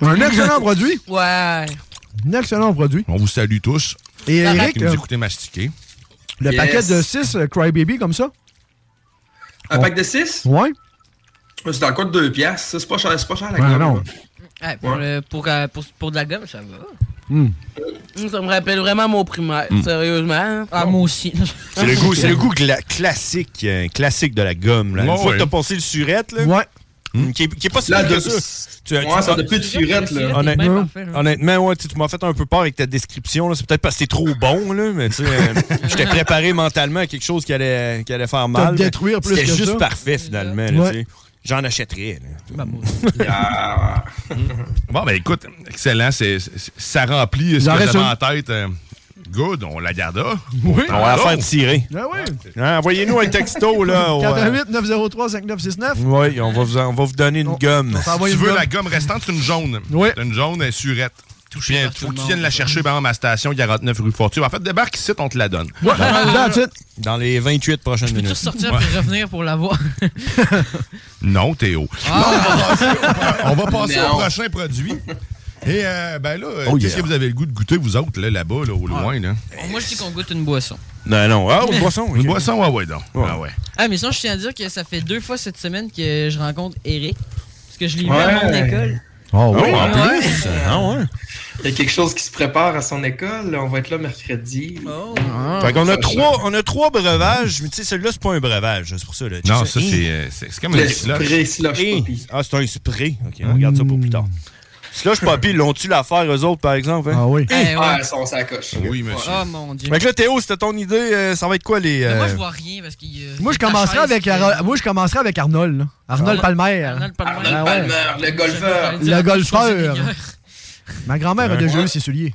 [SPEAKER 2] Un excellent produit.
[SPEAKER 8] Ouais.
[SPEAKER 2] Un excellent produit.
[SPEAKER 7] On vous salue tous.
[SPEAKER 2] Et Eric,
[SPEAKER 7] qui nous
[SPEAKER 2] euh,
[SPEAKER 7] écoutez mastiquer.
[SPEAKER 2] le
[SPEAKER 6] Yes.
[SPEAKER 2] paquet de 6 Crybaby comme ça.
[SPEAKER 6] Un pack de 6?
[SPEAKER 2] Ouais.
[SPEAKER 6] C'est encore 2 piastres. ça, C'est pas cher, c'est pas cher la
[SPEAKER 2] Ouais,
[SPEAKER 6] gomme,
[SPEAKER 2] non.
[SPEAKER 6] là.
[SPEAKER 9] Ouais, pour, le- pour, euh, pour- pour de la gomme, ça va.
[SPEAKER 8] Ça me rappelle vraiment mon primaire,
[SPEAKER 7] Hmm.
[SPEAKER 5] Mm.
[SPEAKER 8] sérieusement. Ah, moi aussi.
[SPEAKER 5] C'est le goût, c'est le goût gla- classique, euh, classique de la gomme. Là.
[SPEAKER 8] Ouais,
[SPEAKER 5] Une fois
[SPEAKER 8] ouais.
[SPEAKER 5] que t'as passé le surette, là. hmm,
[SPEAKER 2] Ouais.
[SPEAKER 5] Qui, est- qui est pas si
[SPEAKER 2] La
[SPEAKER 5] pire que
[SPEAKER 2] de-
[SPEAKER 5] ça.
[SPEAKER 2] Ouais, ça donne plus de surette, là. Le surette est bien hein.
[SPEAKER 5] Honnêtement,
[SPEAKER 2] parfait, là.
[SPEAKER 5] honnêtement, ouais, tu tu m'as fait un peu peur avec ta description. là. C'est peut-être parce que t'es trop bon, là, mais tu sais, euh, je t'ai préparé mentalement à quelque chose qui allait, qui allait faire mal. mais
[SPEAKER 2] détruire plus
[SPEAKER 5] C'était
[SPEAKER 2] que
[SPEAKER 5] juste
[SPEAKER 2] ça.
[SPEAKER 5] parfait, finalement. là,
[SPEAKER 2] Ouais.
[SPEAKER 5] tu sais. J'en achèterais. là.
[SPEAKER 7] Mm. Bon, ben écoute, excellent. c'est- c'est- ça remplit ce
[SPEAKER 5] en
[SPEAKER 7] que
[SPEAKER 5] reste
[SPEAKER 7] j'avais
[SPEAKER 5] une.
[SPEAKER 7] en tête. euh, Good, on la garda.
[SPEAKER 5] Oui. On va la faire tirer.
[SPEAKER 2] Ah oui.
[SPEAKER 5] Hein, Envoyez-nous un texto, là. au, euh,
[SPEAKER 2] 88 903 5969.
[SPEAKER 5] Oui, on va vous, en- on va vous donner une gomme.
[SPEAKER 7] Si tu veux la gomme restante, c'est une jaune. C'est une jaune, elle est surette. Tu viens, faut que tu viennes la chercher par exemple, à ma station 49 rue Fortune. En fait, débarque ici, on te la donne.
[SPEAKER 9] Ouais, that's
[SPEAKER 5] Dans les 28 prochaines
[SPEAKER 9] Peux-tu
[SPEAKER 5] minutes.
[SPEAKER 9] ressortir
[SPEAKER 7] Ouais.
[SPEAKER 9] puis revenir pour l'avoir?
[SPEAKER 7] Non, Théo.
[SPEAKER 9] Ah.
[SPEAKER 7] Non, on va passer, on va passer
[SPEAKER 5] Non.
[SPEAKER 7] au prochain produit. Et euh, ben là, euh,
[SPEAKER 5] Oh,
[SPEAKER 7] qu'est-ce
[SPEAKER 5] yeah.
[SPEAKER 7] que vous avez le goût de goûter, vous autres, là, là-bas, là,
[SPEAKER 9] Ah.
[SPEAKER 7] au loin? Là?
[SPEAKER 9] Oh, Moi, je dis qu'on goûte une boisson.
[SPEAKER 5] Non, non. Ah, une
[SPEAKER 9] Mais-
[SPEAKER 5] boisson.
[SPEAKER 7] Une boisson, ah ouais, donc. Ah ouais.
[SPEAKER 9] Ah, mais sinon, je tiens à dire que ça fait deux fois cette semaine que je rencontre Eric. Parce que je l'ai vu
[SPEAKER 8] Ouais.
[SPEAKER 9] à mon école.
[SPEAKER 7] Oh,
[SPEAKER 8] oui, en
[SPEAKER 9] Ah Ouais.
[SPEAKER 8] plus.
[SPEAKER 5] Ah ouais.
[SPEAKER 6] Il y a quelque chose qui se prépare à son école. On va être là mercredi.
[SPEAKER 9] Oh.
[SPEAKER 2] Ah,
[SPEAKER 5] Fait qu'on a trois, on a trois breuvages, mais tu sais, celui-là, c'est pas un breuvage, c'est pour ça. Là.
[SPEAKER 7] Non, ça,
[SPEAKER 5] Tu sais,
[SPEAKER 7] c'est,
[SPEAKER 5] hey.
[SPEAKER 7] euh, c'est- c'est comme un Le slush. spray slush
[SPEAKER 5] Hey. Ah, c'est un spray. OK, on regarde ça pour plus tard. Slush Poppy, l'ont-tu l'affaire, eux autres, par exemple? hein?
[SPEAKER 2] Ah oui.
[SPEAKER 9] Eh, ouais.
[SPEAKER 6] Ah, ils sont sacoche.
[SPEAKER 7] Oui, monsieur.
[SPEAKER 9] Ah, mon Dieu.
[SPEAKER 5] Fait que là, Théo, c'était ton idée, euh, ça va être quoi les...
[SPEAKER 9] Mais moi,
[SPEAKER 5] euh,
[SPEAKER 9] je vois rien parce qu'il. euh,
[SPEAKER 2] Moi, je
[SPEAKER 9] ta
[SPEAKER 2] commencerai
[SPEAKER 9] chaise,
[SPEAKER 2] avec,
[SPEAKER 9] euh,
[SPEAKER 2] Ar- moi, je commencerai avec Arnold. là. Arnold Palmer.
[SPEAKER 9] Ah. Arnold Palmer.
[SPEAKER 2] Ah ouais.
[SPEAKER 6] le golfeur.
[SPEAKER 2] Le golfeur. Ma grand-mère a déjà eu ses souliers.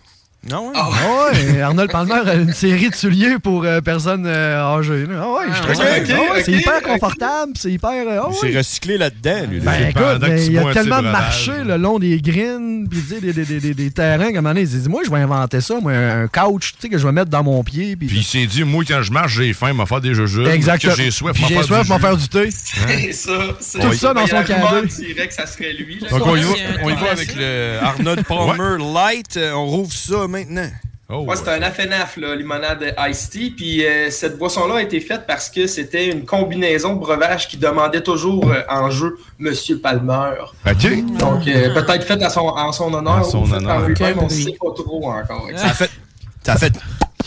[SPEAKER 5] Non, ouais.
[SPEAKER 2] Ah ouais, Arnold Palmer a une série de souliers pour euh, personnes euh, âgées. là. Ah ouais, je trouve
[SPEAKER 5] Ah
[SPEAKER 2] ça-
[SPEAKER 5] ouais, ok,
[SPEAKER 2] ah ouais, c'est
[SPEAKER 5] ok,
[SPEAKER 2] hyper
[SPEAKER 5] ok.
[SPEAKER 2] confortable, c'est hyper. euh, ah
[SPEAKER 5] Il
[SPEAKER 2] ouais.
[SPEAKER 5] s'est recyclé là-dedans, lui. là.
[SPEAKER 2] Ben, écoute, mais il y a tellement marché le long des greens, puis tu sais, des, des, des, des, des terrains, comme on dit, moi, je vais inventer ça, moi, un couch, tu sais, que je vais mettre dans mon pied. Puis,
[SPEAKER 7] Puis il s'est dit, moi, quand je marche, j'ai faim, m'a faire des jeux
[SPEAKER 2] Exactement.
[SPEAKER 7] J'ai soif,
[SPEAKER 2] Puis
[SPEAKER 7] m'en
[SPEAKER 2] j'ai
[SPEAKER 7] faire
[SPEAKER 2] soif,
[SPEAKER 7] du
[SPEAKER 2] m'en
[SPEAKER 7] jus. Hein?
[SPEAKER 2] faire du thé.
[SPEAKER 6] C'est ça. c'est-
[SPEAKER 7] Tout ça dans
[SPEAKER 6] Il y a
[SPEAKER 7] son
[SPEAKER 6] la rumeur
[SPEAKER 7] canapé.
[SPEAKER 6] qui dirait que ça serait lui. là.
[SPEAKER 5] Donc, on y va, on y va avec le Arnold Palmer Light. euh, On rouvre ça maintenant.
[SPEAKER 6] Ouais, c'est un FNAF, là, limonade Ice Tea. Puis euh, cette boisson-là a été faite parce que c'était une combinaison de breuvages qui demandait toujours euh, en jeu Monsieur Palmer.
[SPEAKER 7] OK.
[SPEAKER 6] Donc euh, peut-être faite à son, en son honneur.
[SPEAKER 7] son
[SPEAKER 6] ou faite par
[SPEAKER 7] honneur.
[SPEAKER 6] lui-même,
[SPEAKER 7] Ok,
[SPEAKER 6] on ne
[SPEAKER 7] oui.
[SPEAKER 6] sait pas trop encore.
[SPEAKER 5] Ça fait. Ça fait.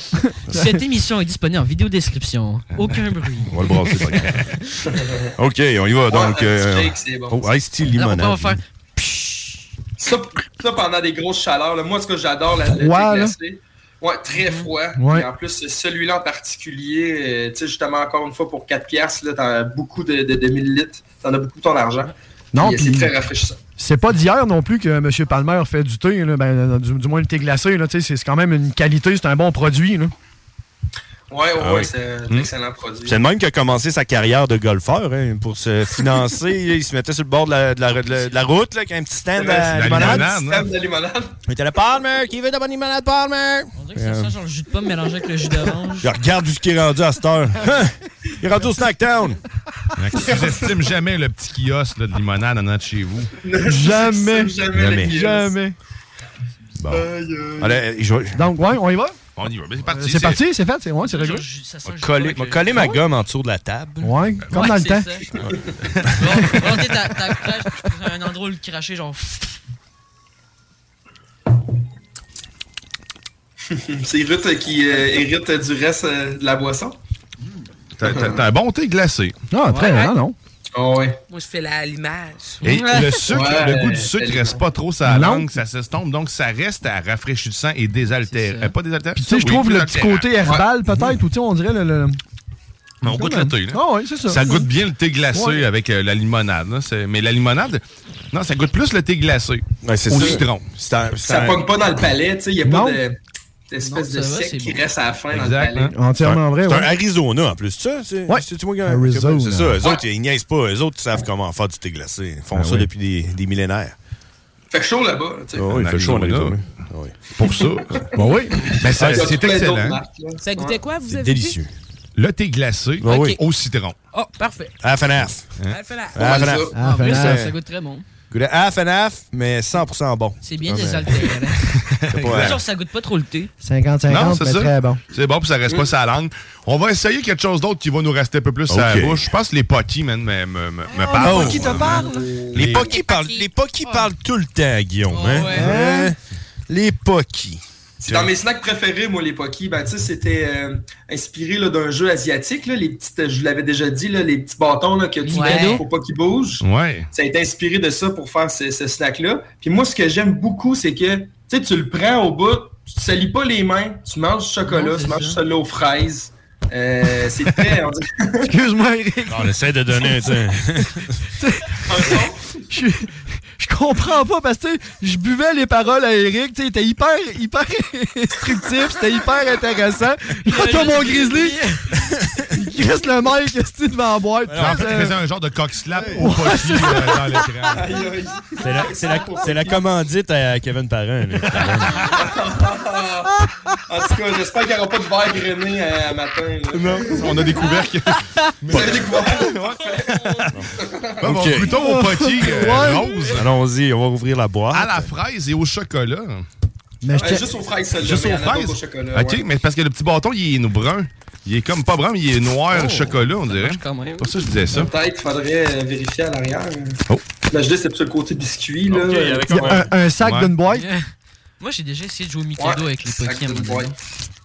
[SPEAKER 9] Cette émission est disponible en vidéo description. Aucun bruit.
[SPEAKER 5] On va le brasser, pas grave. OK, on y va. Donc,
[SPEAKER 6] un
[SPEAKER 5] euh,
[SPEAKER 6] petit shake, c'est bon.
[SPEAKER 5] oh, Ice Tea
[SPEAKER 6] Alors, on
[SPEAKER 5] Limonade.
[SPEAKER 6] va faire- Ça, ça, pendant des grosses chaleurs, là, moi ce que j'adore, la le
[SPEAKER 2] Froid,
[SPEAKER 6] thé
[SPEAKER 2] là.
[SPEAKER 6] glacé. Ouais, très froid.
[SPEAKER 2] Ouais.
[SPEAKER 6] Et en plus, celui-là en particulier, euh, tu sais, justement, encore une fois, pour 4 piastres, là, t'en as beaucoup de, de, de millilitres. T'en as beaucoup de ton argent.
[SPEAKER 2] Non,
[SPEAKER 6] Puis, euh,
[SPEAKER 2] puis-
[SPEAKER 6] C'est très rafraîchissant.
[SPEAKER 2] C'est pas d'hier non plus que M. Palmer fait du thé, là, ben, du, du moins le thé glacé, là, tu sais, c'est c'est quand même une qualité, c'est un bon produit. Là.
[SPEAKER 6] Ouais, ouais,
[SPEAKER 5] Ah
[SPEAKER 6] ouais,
[SPEAKER 5] oui.
[SPEAKER 6] c'est un
[SPEAKER 5] Hmm.
[SPEAKER 6] excellent produit.
[SPEAKER 5] C'est le même qui a commencé sa carrière de golfeur. hein, pour se financer, il se mettait sur le bord de la, de la- de la- de la route, là, avec un petit stand à euh, limonade.
[SPEAKER 6] Système de limonade.
[SPEAKER 5] Il était là, Palmer, qui veut de la bonne limonade, Palmer?
[SPEAKER 9] On dirait que ça sent genre le jus de pomme mélangé avec le jus d'orange.
[SPEAKER 5] Je regarde ce qui est rendu à cette heure. il est rendu au Snacktown.
[SPEAKER 7] Qui sous-estime jamais le petit kiosque là, de limonade en allant de chez vous.
[SPEAKER 2] Jamais.
[SPEAKER 7] Jamais.
[SPEAKER 5] Ah,
[SPEAKER 2] Jamais.
[SPEAKER 7] Bon. Allez, je vais-
[SPEAKER 2] Donc, ouais, on y va?
[SPEAKER 7] On y va. Ben, C'est
[SPEAKER 2] Euh,
[SPEAKER 7] parti.
[SPEAKER 2] C'est parti, c'est fait, c'est ouais, c'est réglé.
[SPEAKER 5] M'a collé, m'a collé ma gomme en dessous de la table.
[SPEAKER 2] Ouais, comme
[SPEAKER 9] Ouais,
[SPEAKER 2] dans le
[SPEAKER 9] c'est
[SPEAKER 2] temps.
[SPEAKER 9] ça. Bon, bon, t'es ta, ta crache, t'as un endroit où le cracher, genre.
[SPEAKER 6] c'est Ruth qui euh, hérite du reste euh, de la boisson.
[SPEAKER 7] T'as t'as- t'as un bon thé glacé.
[SPEAKER 2] Ah, très
[SPEAKER 6] Ouais.
[SPEAKER 2] bien, non?
[SPEAKER 6] Oh, ouais.
[SPEAKER 8] Moi, je fais la l'image.
[SPEAKER 7] Et le sucre,
[SPEAKER 8] Ouais,
[SPEAKER 7] le goût du sucre
[SPEAKER 8] tellement.
[SPEAKER 7] reste pas trop sur la
[SPEAKER 2] Non.
[SPEAKER 7] langue, ça s'estompe, donc ça reste à rafraîchissant et désaltéré. Euh, pas désaltéré.
[SPEAKER 2] Puis tu sais, je trouve le petit côté herbal, peut-être, ou tu sais, on dirait le. le-
[SPEAKER 7] On goûte le thé, là.
[SPEAKER 2] Ah ouais, c'est ça.
[SPEAKER 7] Ça goûte bien le thé glacé
[SPEAKER 2] Ouais.
[SPEAKER 7] avec euh, la limonade. là. C'est- Mais la limonade, non, ça goûte plus le thé glacé
[SPEAKER 5] c'est
[SPEAKER 7] au
[SPEAKER 5] ça.
[SPEAKER 7] citron.
[SPEAKER 5] C'est un- c'est
[SPEAKER 6] Ça
[SPEAKER 7] un-
[SPEAKER 6] pogne pas dans le palais, tu sais. Il n'y a
[SPEAKER 7] Non.
[SPEAKER 6] pas de- d'espèce
[SPEAKER 5] Non,
[SPEAKER 6] de
[SPEAKER 5] ça va,
[SPEAKER 6] sec
[SPEAKER 5] c'est
[SPEAKER 6] qui
[SPEAKER 5] bon.
[SPEAKER 6] reste à la fin
[SPEAKER 5] Exact,
[SPEAKER 6] dans le palais.
[SPEAKER 5] hein.
[SPEAKER 2] Entièrement
[SPEAKER 5] C'est un-
[SPEAKER 2] vrai,
[SPEAKER 5] C'est un
[SPEAKER 2] ouais.
[SPEAKER 5] Arizona en plus, ça. C'est
[SPEAKER 2] Ouais.
[SPEAKER 5] c'est-tu moi qui-
[SPEAKER 2] Arizona.
[SPEAKER 5] C'est ça. Eux
[SPEAKER 6] Ouais.
[SPEAKER 5] autres, ils niaisent pas. Eux autres, ils savent comment faire du thé glacé. Ils font
[SPEAKER 7] Ah
[SPEAKER 5] ça
[SPEAKER 7] oui.
[SPEAKER 5] depuis des, des millénaires.
[SPEAKER 6] Fait chaud là-bas, tu sais.
[SPEAKER 5] Ah oui, il fait chaud en Arizona. Ah
[SPEAKER 7] Pour ça.
[SPEAKER 5] Bah oui.
[SPEAKER 7] Mais ça-
[SPEAKER 5] Ah, il y a
[SPEAKER 7] c'est
[SPEAKER 5] plein d'autres
[SPEAKER 7] excellent.
[SPEAKER 5] marques,
[SPEAKER 8] Ça goûtait quoi, vous
[SPEAKER 7] C'est
[SPEAKER 8] avez dit?
[SPEAKER 7] Le thé glacé
[SPEAKER 6] Bah
[SPEAKER 8] Ah oui.
[SPEAKER 7] au citron.
[SPEAKER 8] Oh, parfait.
[SPEAKER 5] Half and half.
[SPEAKER 8] Hein?
[SPEAKER 5] Half
[SPEAKER 8] Half
[SPEAKER 5] and
[SPEAKER 8] and half.
[SPEAKER 5] half.
[SPEAKER 9] En plus, ça, ça goûte très bon.
[SPEAKER 5] Goût à half and half, mais 100% bon.
[SPEAKER 9] C'est bien
[SPEAKER 5] Ah, mais-
[SPEAKER 9] désaltéré.
[SPEAKER 5] C'est
[SPEAKER 9] Hein.
[SPEAKER 5] pas-
[SPEAKER 9] Genre, ça goûte pas trop le thé.
[SPEAKER 7] Non,
[SPEAKER 2] 50-50,
[SPEAKER 7] c'est
[SPEAKER 2] mais
[SPEAKER 7] ça.
[SPEAKER 2] très bon.
[SPEAKER 7] C'est bon, puis ça reste pas
[SPEAKER 2] Mm.
[SPEAKER 7] sa langue. On va essayer quelque chose d'autre qui va nous rester un peu plus à la
[SPEAKER 5] Ok.
[SPEAKER 7] bouche. Je pense que les potis, man, me, me, me- me parlent.
[SPEAKER 5] les potis te
[SPEAKER 7] vraiment.
[SPEAKER 5] Les Pocky parlent, les Pocky parlent tout le temps, Guillaume. hein? Hein?
[SPEAKER 30] Les Pocky.
[SPEAKER 6] C'est dans mes snacks préférés, moi, les Pocky. Ben, tu sais, c'était euh, inspiré là, d'un jeu asiatique, là, les petites, je vous l'avais déjà dit, là, les petits bâtons là, que tu
[SPEAKER 30] Ouais.
[SPEAKER 6] mets pour pas qu'ils bougent.
[SPEAKER 7] Ouais.
[SPEAKER 6] Ça a été inspiré de ça pour faire ce, ce snack-là. Puis moi, ce que j'aime beaucoup, c'est que tu sais, tu le prends au bout, tu te salis pas les mains, tu manges du chocolat, tu manges solo aux fraises. Euh, c'est très. on dirait-
[SPEAKER 2] Excuse-moi, Eric.
[SPEAKER 5] Ah,
[SPEAKER 12] On essaie de donner, tu sais.
[SPEAKER 2] Je, je comprends pas parce que tu sais, je buvais les paroles à Eric, tu sais, il était hyper hyper instructif, c'était hyper intéressant. Là, t'as mon grizzly, il reste le mec que devant la boîte.
[SPEAKER 7] Mais en fait, il faisait un genre de cock slap au Pocky euh, dans l'écran.
[SPEAKER 12] C'est la, c'est la- c'est la commandite à Kevin Parent. là.
[SPEAKER 6] en tout cas, j'espère qu'il n'y aura pas de verre grainé euh, à, à matin. là.
[SPEAKER 7] Non, on a découvert que.
[SPEAKER 6] Vous avez découvert?
[SPEAKER 12] Ah,
[SPEAKER 7] Bon,
[SPEAKER 6] Ok.
[SPEAKER 7] plutôt au Pocky euh,
[SPEAKER 6] Ouais.
[SPEAKER 7] rose.
[SPEAKER 12] Allons-y, on va ouvrir la boîte.
[SPEAKER 7] À la fraise et au chocolat.
[SPEAKER 6] Mais je Euh, te- juste aux fraises seulement,
[SPEAKER 7] Juste
[SPEAKER 6] mais il y
[SPEAKER 7] aux
[SPEAKER 6] en a d'autres
[SPEAKER 7] fraises.
[SPEAKER 6] au chocolat,
[SPEAKER 7] ok,
[SPEAKER 6] ouais.
[SPEAKER 7] mais parce que le petit bâton, il est brun. Il est comme pas brun, mais il est noir
[SPEAKER 6] Oh.
[SPEAKER 7] chocolat, on dirait.
[SPEAKER 6] marche quand même.
[SPEAKER 7] C'est Pour ça, que je disais ça.
[SPEAKER 6] Peut-être qu'il faudrait euh, vérifier à l'arrière.
[SPEAKER 7] Oh.
[SPEAKER 6] Ben, je dis, c'est sur le côté biscuit. Là.
[SPEAKER 2] Il y a un, un sac d'une boîte.
[SPEAKER 9] Moi, j'ai déjà essayé de jouer au Mikado
[SPEAKER 6] Ouais,
[SPEAKER 9] avec les
[SPEAKER 6] sac
[SPEAKER 9] Pokémon.
[SPEAKER 6] d'une boîte.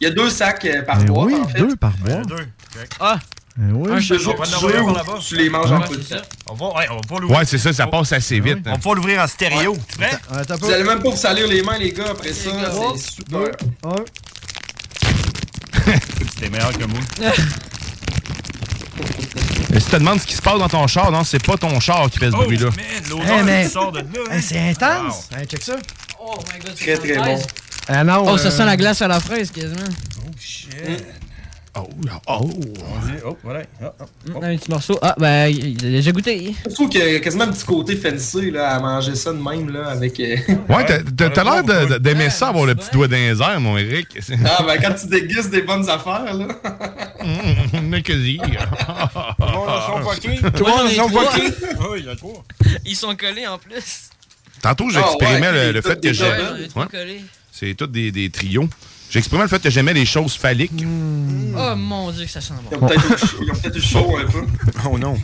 [SPEAKER 6] Il y a deux sacs euh,
[SPEAKER 7] Ben
[SPEAKER 6] par boîte.
[SPEAKER 2] oui,
[SPEAKER 6] en fait.
[SPEAKER 2] deux par mois.
[SPEAKER 9] Ah!
[SPEAKER 2] oui.
[SPEAKER 6] Un jeu,
[SPEAKER 2] On va
[SPEAKER 6] tu
[SPEAKER 2] l'envoyer
[SPEAKER 6] joues
[SPEAKER 2] par
[SPEAKER 6] ou
[SPEAKER 2] là-bas.
[SPEAKER 6] tu les manges en
[SPEAKER 2] Ouais.
[SPEAKER 6] peu de temps.
[SPEAKER 12] On va, ouais, on va pas
[SPEAKER 7] Ouais, c'est ça, ça passe assez vite.
[SPEAKER 12] On va l'ouvrir en stéréo. Tu prêt?
[SPEAKER 6] Vous allez même pas vous salir les mains, les gars, après ça.
[SPEAKER 12] Trois,
[SPEAKER 6] C'est super.
[SPEAKER 12] C'était meilleur que moi.
[SPEAKER 7] Mais si tu te demandes ce qui se passe dans ton char, non, c'est pas ton char qui fait ce
[SPEAKER 2] Oh,
[SPEAKER 7] bruit-là.
[SPEAKER 2] Hey, mais-
[SPEAKER 12] de
[SPEAKER 2] Hey, c'est intense. Hey, check ça.
[SPEAKER 9] Oh my god,
[SPEAKER 6] Très, très bon.
[SPEAKER 2] Ah non,
[SPEAKER 9] Oh,
[SPEAKER 2] euh,
[SPEAKER 9] ça sent la glace à la fraise quasiment. Mm.
[SPEAKER 7] Oh, oh.
[SPEAKER 12] Oh, voilà.
[SPEAKER 9] Un petit morceau. Ah, ben, il a déjà goûté.
[SPEAKER 6] Je trouve qu'il y a quasiment un petit côté fancy là, à manger ça de même là, avec. euh,
[SPEAKER 7] Ouais, t'as- t'as t'as l'air de- de- d'aimer ça, avoir le petit doigt dans les airs, mon Eric.
[SPEAKER 6] Ah, ben quand tu dégustes des bonnes affaires, là.
[SPEAKER 7] Mais que dire. Ah,
[SPEAKER 6] Tout le monde a son poquet.
[SPEAKER 12] il y a trois.
[SPEAKER 9] Ils sont collés en plus.
[SPEAKER 7] Tantôt,
[SPEAKER 9] Ah,
[SPEAKER 7] j'expérimais
[SPEAKER 9] ouais,
[SPEAKER 7] le-
[SPEAKER 9] les
[SPEAKER 7] le,
[SPEAKER 9] toutes
[SPEAKER 7] fait que
[SPEAKER 9] des
[SPEAKER 7] j'ai.
[SPEAKER 9] oreilles, les trucs
[SPEAKER 7] Ouais.
[SPEAKER 9] collés.
[SPEAKER 7] C'est tout des, des trios. J'exprimais le fait que j'aimais les choses phalliques.
[SPEAKER 9] Oh mon dieu, que ça sent
[SPEAKER 6] Ils
[SPEAKER 9] bon.
[SPEAKER 6] ont peut-être eu- ils ont peut-être eu chaud un peu.
[SPEAKER 7] Oh non.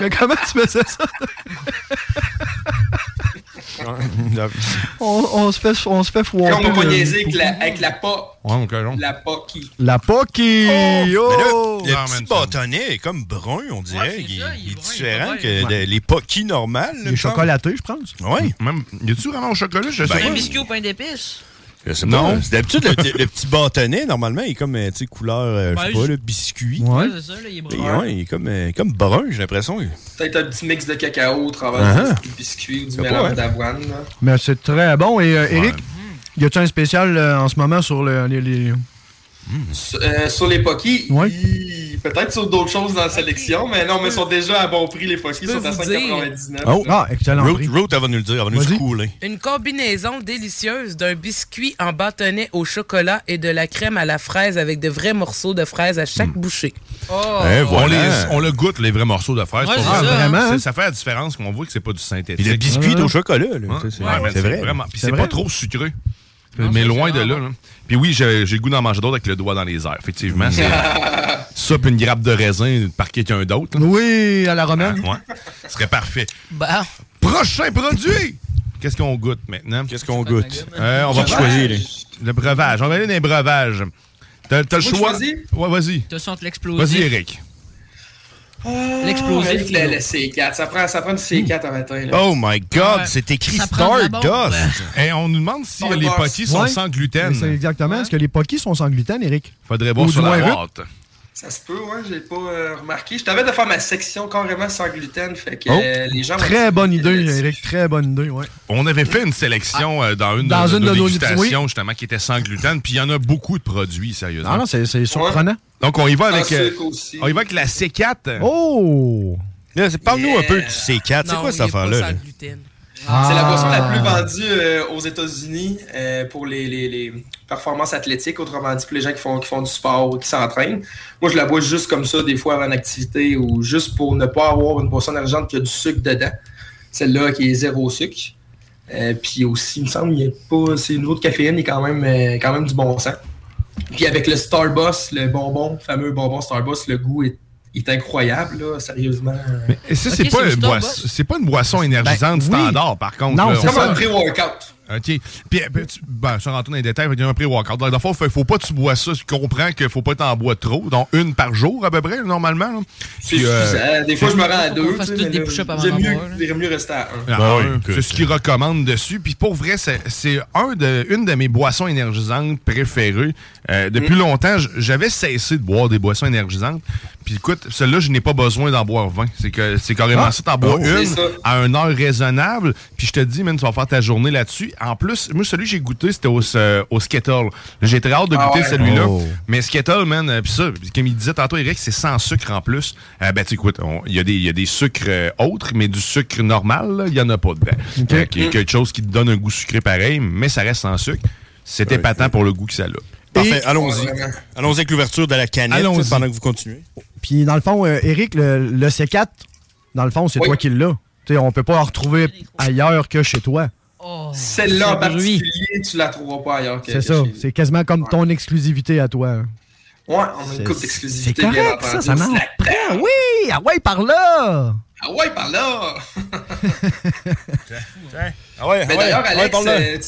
[SPEAKER 2] Mais comment tu faisais ça? on, on se fait, on se fait
[SPEAKER 6] Et
[SPEAKER 2] foirer.
[SPEAKER 6] on m'a pas
[SPEAKER 2] euh,
[SPEAKER 6] niaisé avec la, avec la pa-
[SPEAKER 7] Ouais, mon colon.
[SPEAKER 6] La poquille.
[SPEAKER 2] La Pocky! Oh!
[SPEAKER 12] le petit bâtonnet est comme brun, on dirait. il, il est différent que de- les poquis normales.
[SPEAKER 2] Il est chocolaté, je pense.
[SPEAKER 12] Oui.
[SPEAKER 7] Même, y a-tu vraiment au chocolat?
[SPEAKER 12] Ben,
[SPEAKER 7] Je
[SPEAKER 9] C'est un biscuit au pain d'épices.
[SPEAKER 12] non.
[SPEAKER 7] Non.
[SPEAKER 12] euh, C'est d'habitude, le, le petit bâtonnet, normalement, il est comme, euh, tu sais, couleur, euh, je sais
[SPEAKER 9] Ouais,
[SPEAKER 12] pas,
[SPEAKER 9] je-
[SPEAKER 12] le biscuit.
[SPEAKER 9] Ouais, c'est ça, là, il est brun.
[SPEAKER 12] Et ouais, il est comme, euh, comme brun, j'ai l'impression.
[SPEAKER 6] Peut-être un petit mix de cacao au travers
[SPEAKER 7] Uh-huh.
[SPEAKER 12] Ah.
[SPEAKER 6] du biscuit ou du
[SPEAKER 12] C'est pas,
[SPEAKER 6] mélange
[SPEAKER 12] ouais.
[SPEAKER 6] d'avoine. là.
[SPEAKER 2] Mais c'est très bon. Et euh, Eric, y a-tu un spécial euh, en ce moment sur le, les. les-
[SPEAKER 7] Mm.
[SPEAKER 6] Sur- euh, sur les Pocky,
[SPEAKER 2] Ouais.
[SPEAKER 6] ils- peut-être sur d'autres choses dans la sélection, mais non, mais ils sont déjà à bon prix, les Pocky, ils
[SPEAKER 8] peux
[SPEAKER 6] sont à
[SPEAKER 8] vous
[SPEAKER 6] 5,99.
[SPEAKER 2] Oh. Ah, excellent
[SPEAKER 12] Root,
[SPEAKER 2] prix.
[SPEAKER 12] Root, elle va nous le dire, elle va nous le couler.
[SPEAKER 8] Une combinaison délicieuse d'un biscuit en bâtonnet au chocolat et de la crème à la fraise avec de vrais morceaux de fraise à
[SPEAKER 7] Hmm.
[SPEAKER 8] chaque bouchée. Oh,
[SPEAKER 7] Eh,
[SPEAKER 12] voilà.
[SPEAKER 7] on, les- on le goûte, les vrais morceaux de fraises.
[SPEAKER 8] Ouais,
[SPEAKER 7] pour
[SPEAKER 8] c'est
[SPEAKER 7] vrai.
[SPEAKER 8] ça. Ah, vraiment,
[SPEAKER 7] C'est-
[SPEAKER 8] hein?
[SPEAKER 7] Ça fait la différence qu'on voit que c'est pas du
[SPEAKER 12] Puis
[SPEAKER 7] synthétique.
[SPEAKER 12] le biscuit est au chocolat, là.
[SPEAKER 7] Ouais,
[SPEAKER 12] Tu sais, c'est-
[SPEAKER 7] ouais,
[SPEAKER 12] c'est
[SPEAKER 7] c'est
[SPEAKER 12] vrai.
[SPEAKER 7] Vraiment. Puis
[SPEAKER 12] C'est
[SPEAKER 7] c'est
[SPEAKER 12] vrai.
[SPEAKER 7] pas trop sucré. mais loin de là, là. Puis oui, j'ai j'ai le goût d'en manger d'autres avec le doigt dans les airs,
[SPEAKER 12] Mm.
[SPEAKER 7] effectivement. c'est- ça, puis une grappe de raisin par quelqu'un d'autre. là.
[SPEAKER 2] Oui, à la romaine.
[SPEAKER 7] Ouais. Ce serait parfait. Prochain produit! Qu'est-ce qu'on goûte maintenant? Qu'est-ce qu'on goûte? on va
[SPEAKER 12] Breuvage.
[SPEAKER 7] choisir. là. Le breuvage. On va aller dans les breuvages. T'as t'as le
[SPEAKER 9] Moi, je
[SPEAKER 7] choix.
[SPEAKER 9] choisis?
[SPEAKER 7] Ouais, vas-y.
[SPEAKER 9] T'as senti l'explosif.
[SPEAKER 7] Vas-y, Eric.
[SPEAKER 9] L'explosif,
[SPEAKER 6] Avec
[SPEAKER 9] là.
[SPEAKER 6] Le, le C4, ça prend, ça prend du C4 en matin. Là.
[SPEAKER 7] Oh my God,
[SPEAKER 6] Ouais.
[SPEAKER 7] c'est écrit
[SPEAKER 6] Ça prend de la
[SPEAKER 7] Stardust.
[SPEAKER 6] bombe.
[SPEAKER 7] Et on nous demande si
[SPEAKER 6] Stardust.
[SPEAKER 7] les poquis sont
[SPEAKER 2] Ouais.
[SPEAKER 7] sans gluten.
[SPEAKER 2] Mais C'est exactement. Est-ce que les Pocky sont sans gluten, Eric?
[SPEAKER 7] Faudrait voir
[SPEAKER 2] Ou
[SPEAKER 7] sur
[SPEAKER 2] du
[SPEAKER 7] la
[SPEAKER 2] moins
[SPEAKER 7] boîte.
[SPEAKER 6] Ça se peut, ouais, j'ai pas euh, remarqué. Je t'avais de faire ma section carrément sans gluten, fait que
[SPEAKER 7] Oh.
[SPEAKER 6] euh, les gens...
[SPEAKER 2] Très bonne idée, Eric. Très bonne idée, ouais.
[SPEAKER 7] On avait fait une sélection euh, dans une
[SPEAKER 2] Dans
[SPEAKER 7] de,
[SPEAKER 2] une
[SPEAKER 7] nos
[SPEAKER 2] de nos
[SPEAKER 7] dégustations,
[SPEAKER 2] oui.
[SPEAKER 7] justement, qui était sans gluten. Puis il y en a beaucoup de produits, sérieusement.
[SPEAKER 2] Non, non, c'est c'est surprenant.
[SPEAKER 7] Donc, on y va
[SPEAKER 2] Sans
[SPEAKER 7] avec, euh,
[SPEAKER 2] sucre aussi.
[SPEAKER 7] on y va avec la C4.
[SPEAKER 2] Oh!
[SPEAKER 12] Parle-nous un peu du C4. C'est
[SPEAKER 6] Non,
[SPEAKER 12] quoi cette
[SPEAKER 6] il est pas
[SPEAKER 12] affaire-là?
[SPEAKER 6] sans
[SPEAKER 12] là?
[SPEAKER 6] C'est la boisson la plus
[SPEAKER 12] Ah.
[SPEAKER 6] vendue euh, aux États-Unis euh, pour les, les- les performances athlétiques, autrement dit, pour les gens qui font, qui font du sport ou qui s'entraînent. Moi, je la bois juste comme ça, des fois avant une activité ou juste pour ne pas avoir une boisson d'argent qui a du sucre dedans. Celle-là qui est zéro sucre. Euh, puis aussi, il me semble, il y a pas. C'est le niveau de caféine est quand même, euh, quand même du bon sang. Puis avec le Starbucks, le bonbon, le fameux bonbon Starbucks, le goût est, est incroyable, là, sérieusement.
[SPEAKER 7] Et ça, c'est pas, une boisson- c'est pas une boisson énergisante
[SPEAKER 6] Ben, oui.
[SPEAKER 7] standard, par contre.
[SPEAKER 6] Non,
[SPEAKER 7] là.
[SPEAKER 6] c'est
[SPEAKER 7] On-
[SPEAKER 6] comme un pré-workout.
[SPEAKER 7] OK. Puis, ben, tu- ben, sans rentrer dans les détails, il y a un pré-workout. Dans le fond, il faut pas que tu bois ça. Tu comprends qu'il faut pas t'en boire trop. Donc, une par jour, à peu près, normalement. là.
[SPEAKER 6] C'est
[SPEAKER 7] Puis, euh,
[SPEAKER 6] suffisant. Des fois, je me rends à
[SPEAKER 9] Faut
[SPEAKER 6] deux.
[SPEAKER 9] qu'on fasse
[SPEAKER 6] tu sais,
[SPEAKER 9] tous
[SPEAKER 6] mais
[SPEAKER 9] des
[SPEAKER 6] là,
[SPEAKER 9] push-ups avant
[SPEAKER 6] J'aime
[SPEAKER 9] d'en
[SPEAKER 6] mieux,
[SPEAKER 9] boire, là.
[SPEAKER 6] j'aime mieux rester à un.
[SPEAKER 7] Ah, un, c'est ce qu'ils recommandent dessus. Puis pour vrai, c'est c'est un de, une de mes boissons énergisantes préférées. Euh,
[SPEAKER 12] Mm.
[SPEAKER 7] depuis longtemps, j- j'avais cessé de boire des boissons énergisantes. Puis écoute, celle-là, je n'ai pas besoin d'en boire 20. C'est que c'est carrément
[SPEAKER 12] Ah.
[SPEAKER 7] ça. T'en bois
[SPEAKER 12] Oh.
[SPEAKER 7] une
[SPEAKER 12] C'est ça.
[SPEAKER 7] à une heure raisonnable. Puis je te dis, man, tu vas faire ta journée là-dessus. En plus, moi, celui que j'ai goûté, c'était au, euh, au Skittle. J'ai très hâte de
[SPEAKER 12] Ah
[SPEAKER 7] goûter
[SPEAKER 12] ouais.
[SPEAKER 7] celui-là.
[SPEAKER 12] Oh.
[SPEAKER 7] Mais Skittle, man, euh, pis ça, comme il disait tantôt, Eric, c'est sans sucre en plus. Euh, ben, tu sais, écoute, on- il y, a des- il y a des sucres euh, autres, mais du sucre normal, là, il n'y en a pas dedans.
[SPEAKER 2] Ok.
[SPEAKER 7] Fait qu'il y a quelque chose qui te donne un goût sucré pareil, mais ça reste sans sucre. C'était patent pour le goût que ça a.
[SPEAKER 12] Parfait, allons-y. Allons-y avec l'ouverture de la canette
[SPEAKER 2] Allons-y.
[SPEAKER 12] pendant que vous continuez.
[SPEAKER 2] Puis dans le fond, euh, Eric, le, le C4, dans le fond, c'est toi qui l'as. Tu sais, on peut pas en retrouver ailleurs que chez toi.
[SPEAKER 9] Oh.
[SPEAKER 6] Celle-là en
[SPEAKER 2] C'est bruit.
[SPEAKER 6] particulier, tu la trouveras pas ailleurs. que-
[SPEAKER 2] C'est
[SPEAKER 6] que
[SPEAKER 2] ça.
[SPEAKER 6] chez nous.
[SPEAKER 2] C'est quasiment comme ton exclusivité à toi. hein.
[SPEAKER 6] Ouais, on a
[SPEAKER 2] C'est-
[SPEAKER 6] une coupe
[SPEAKER 2] C'est
[SPEAKER 6] d'exclusivité. bien
[SPEAKER 2] correct, ça,
[SPEAKER 6] entendu.
[SPEAKER 2] ça marche.
[SPEAKER 6] Slack.
[SPEAKER 2] Ah oui, ah ouais, par là.
[SPEAKER 6] Ah ouais, par là!
[SPEAKER 12] Ah ouais,
[SPEAKER 6] Mais
[SPEAKER 12] ah ouais,
[SPEAKER 6] d'ailleurs,
[SPEAKER 12] ah ouais,
[SPEAKER 6] Alex,
[SPEAKER 12] par là.
[SPEAKER 6] euh,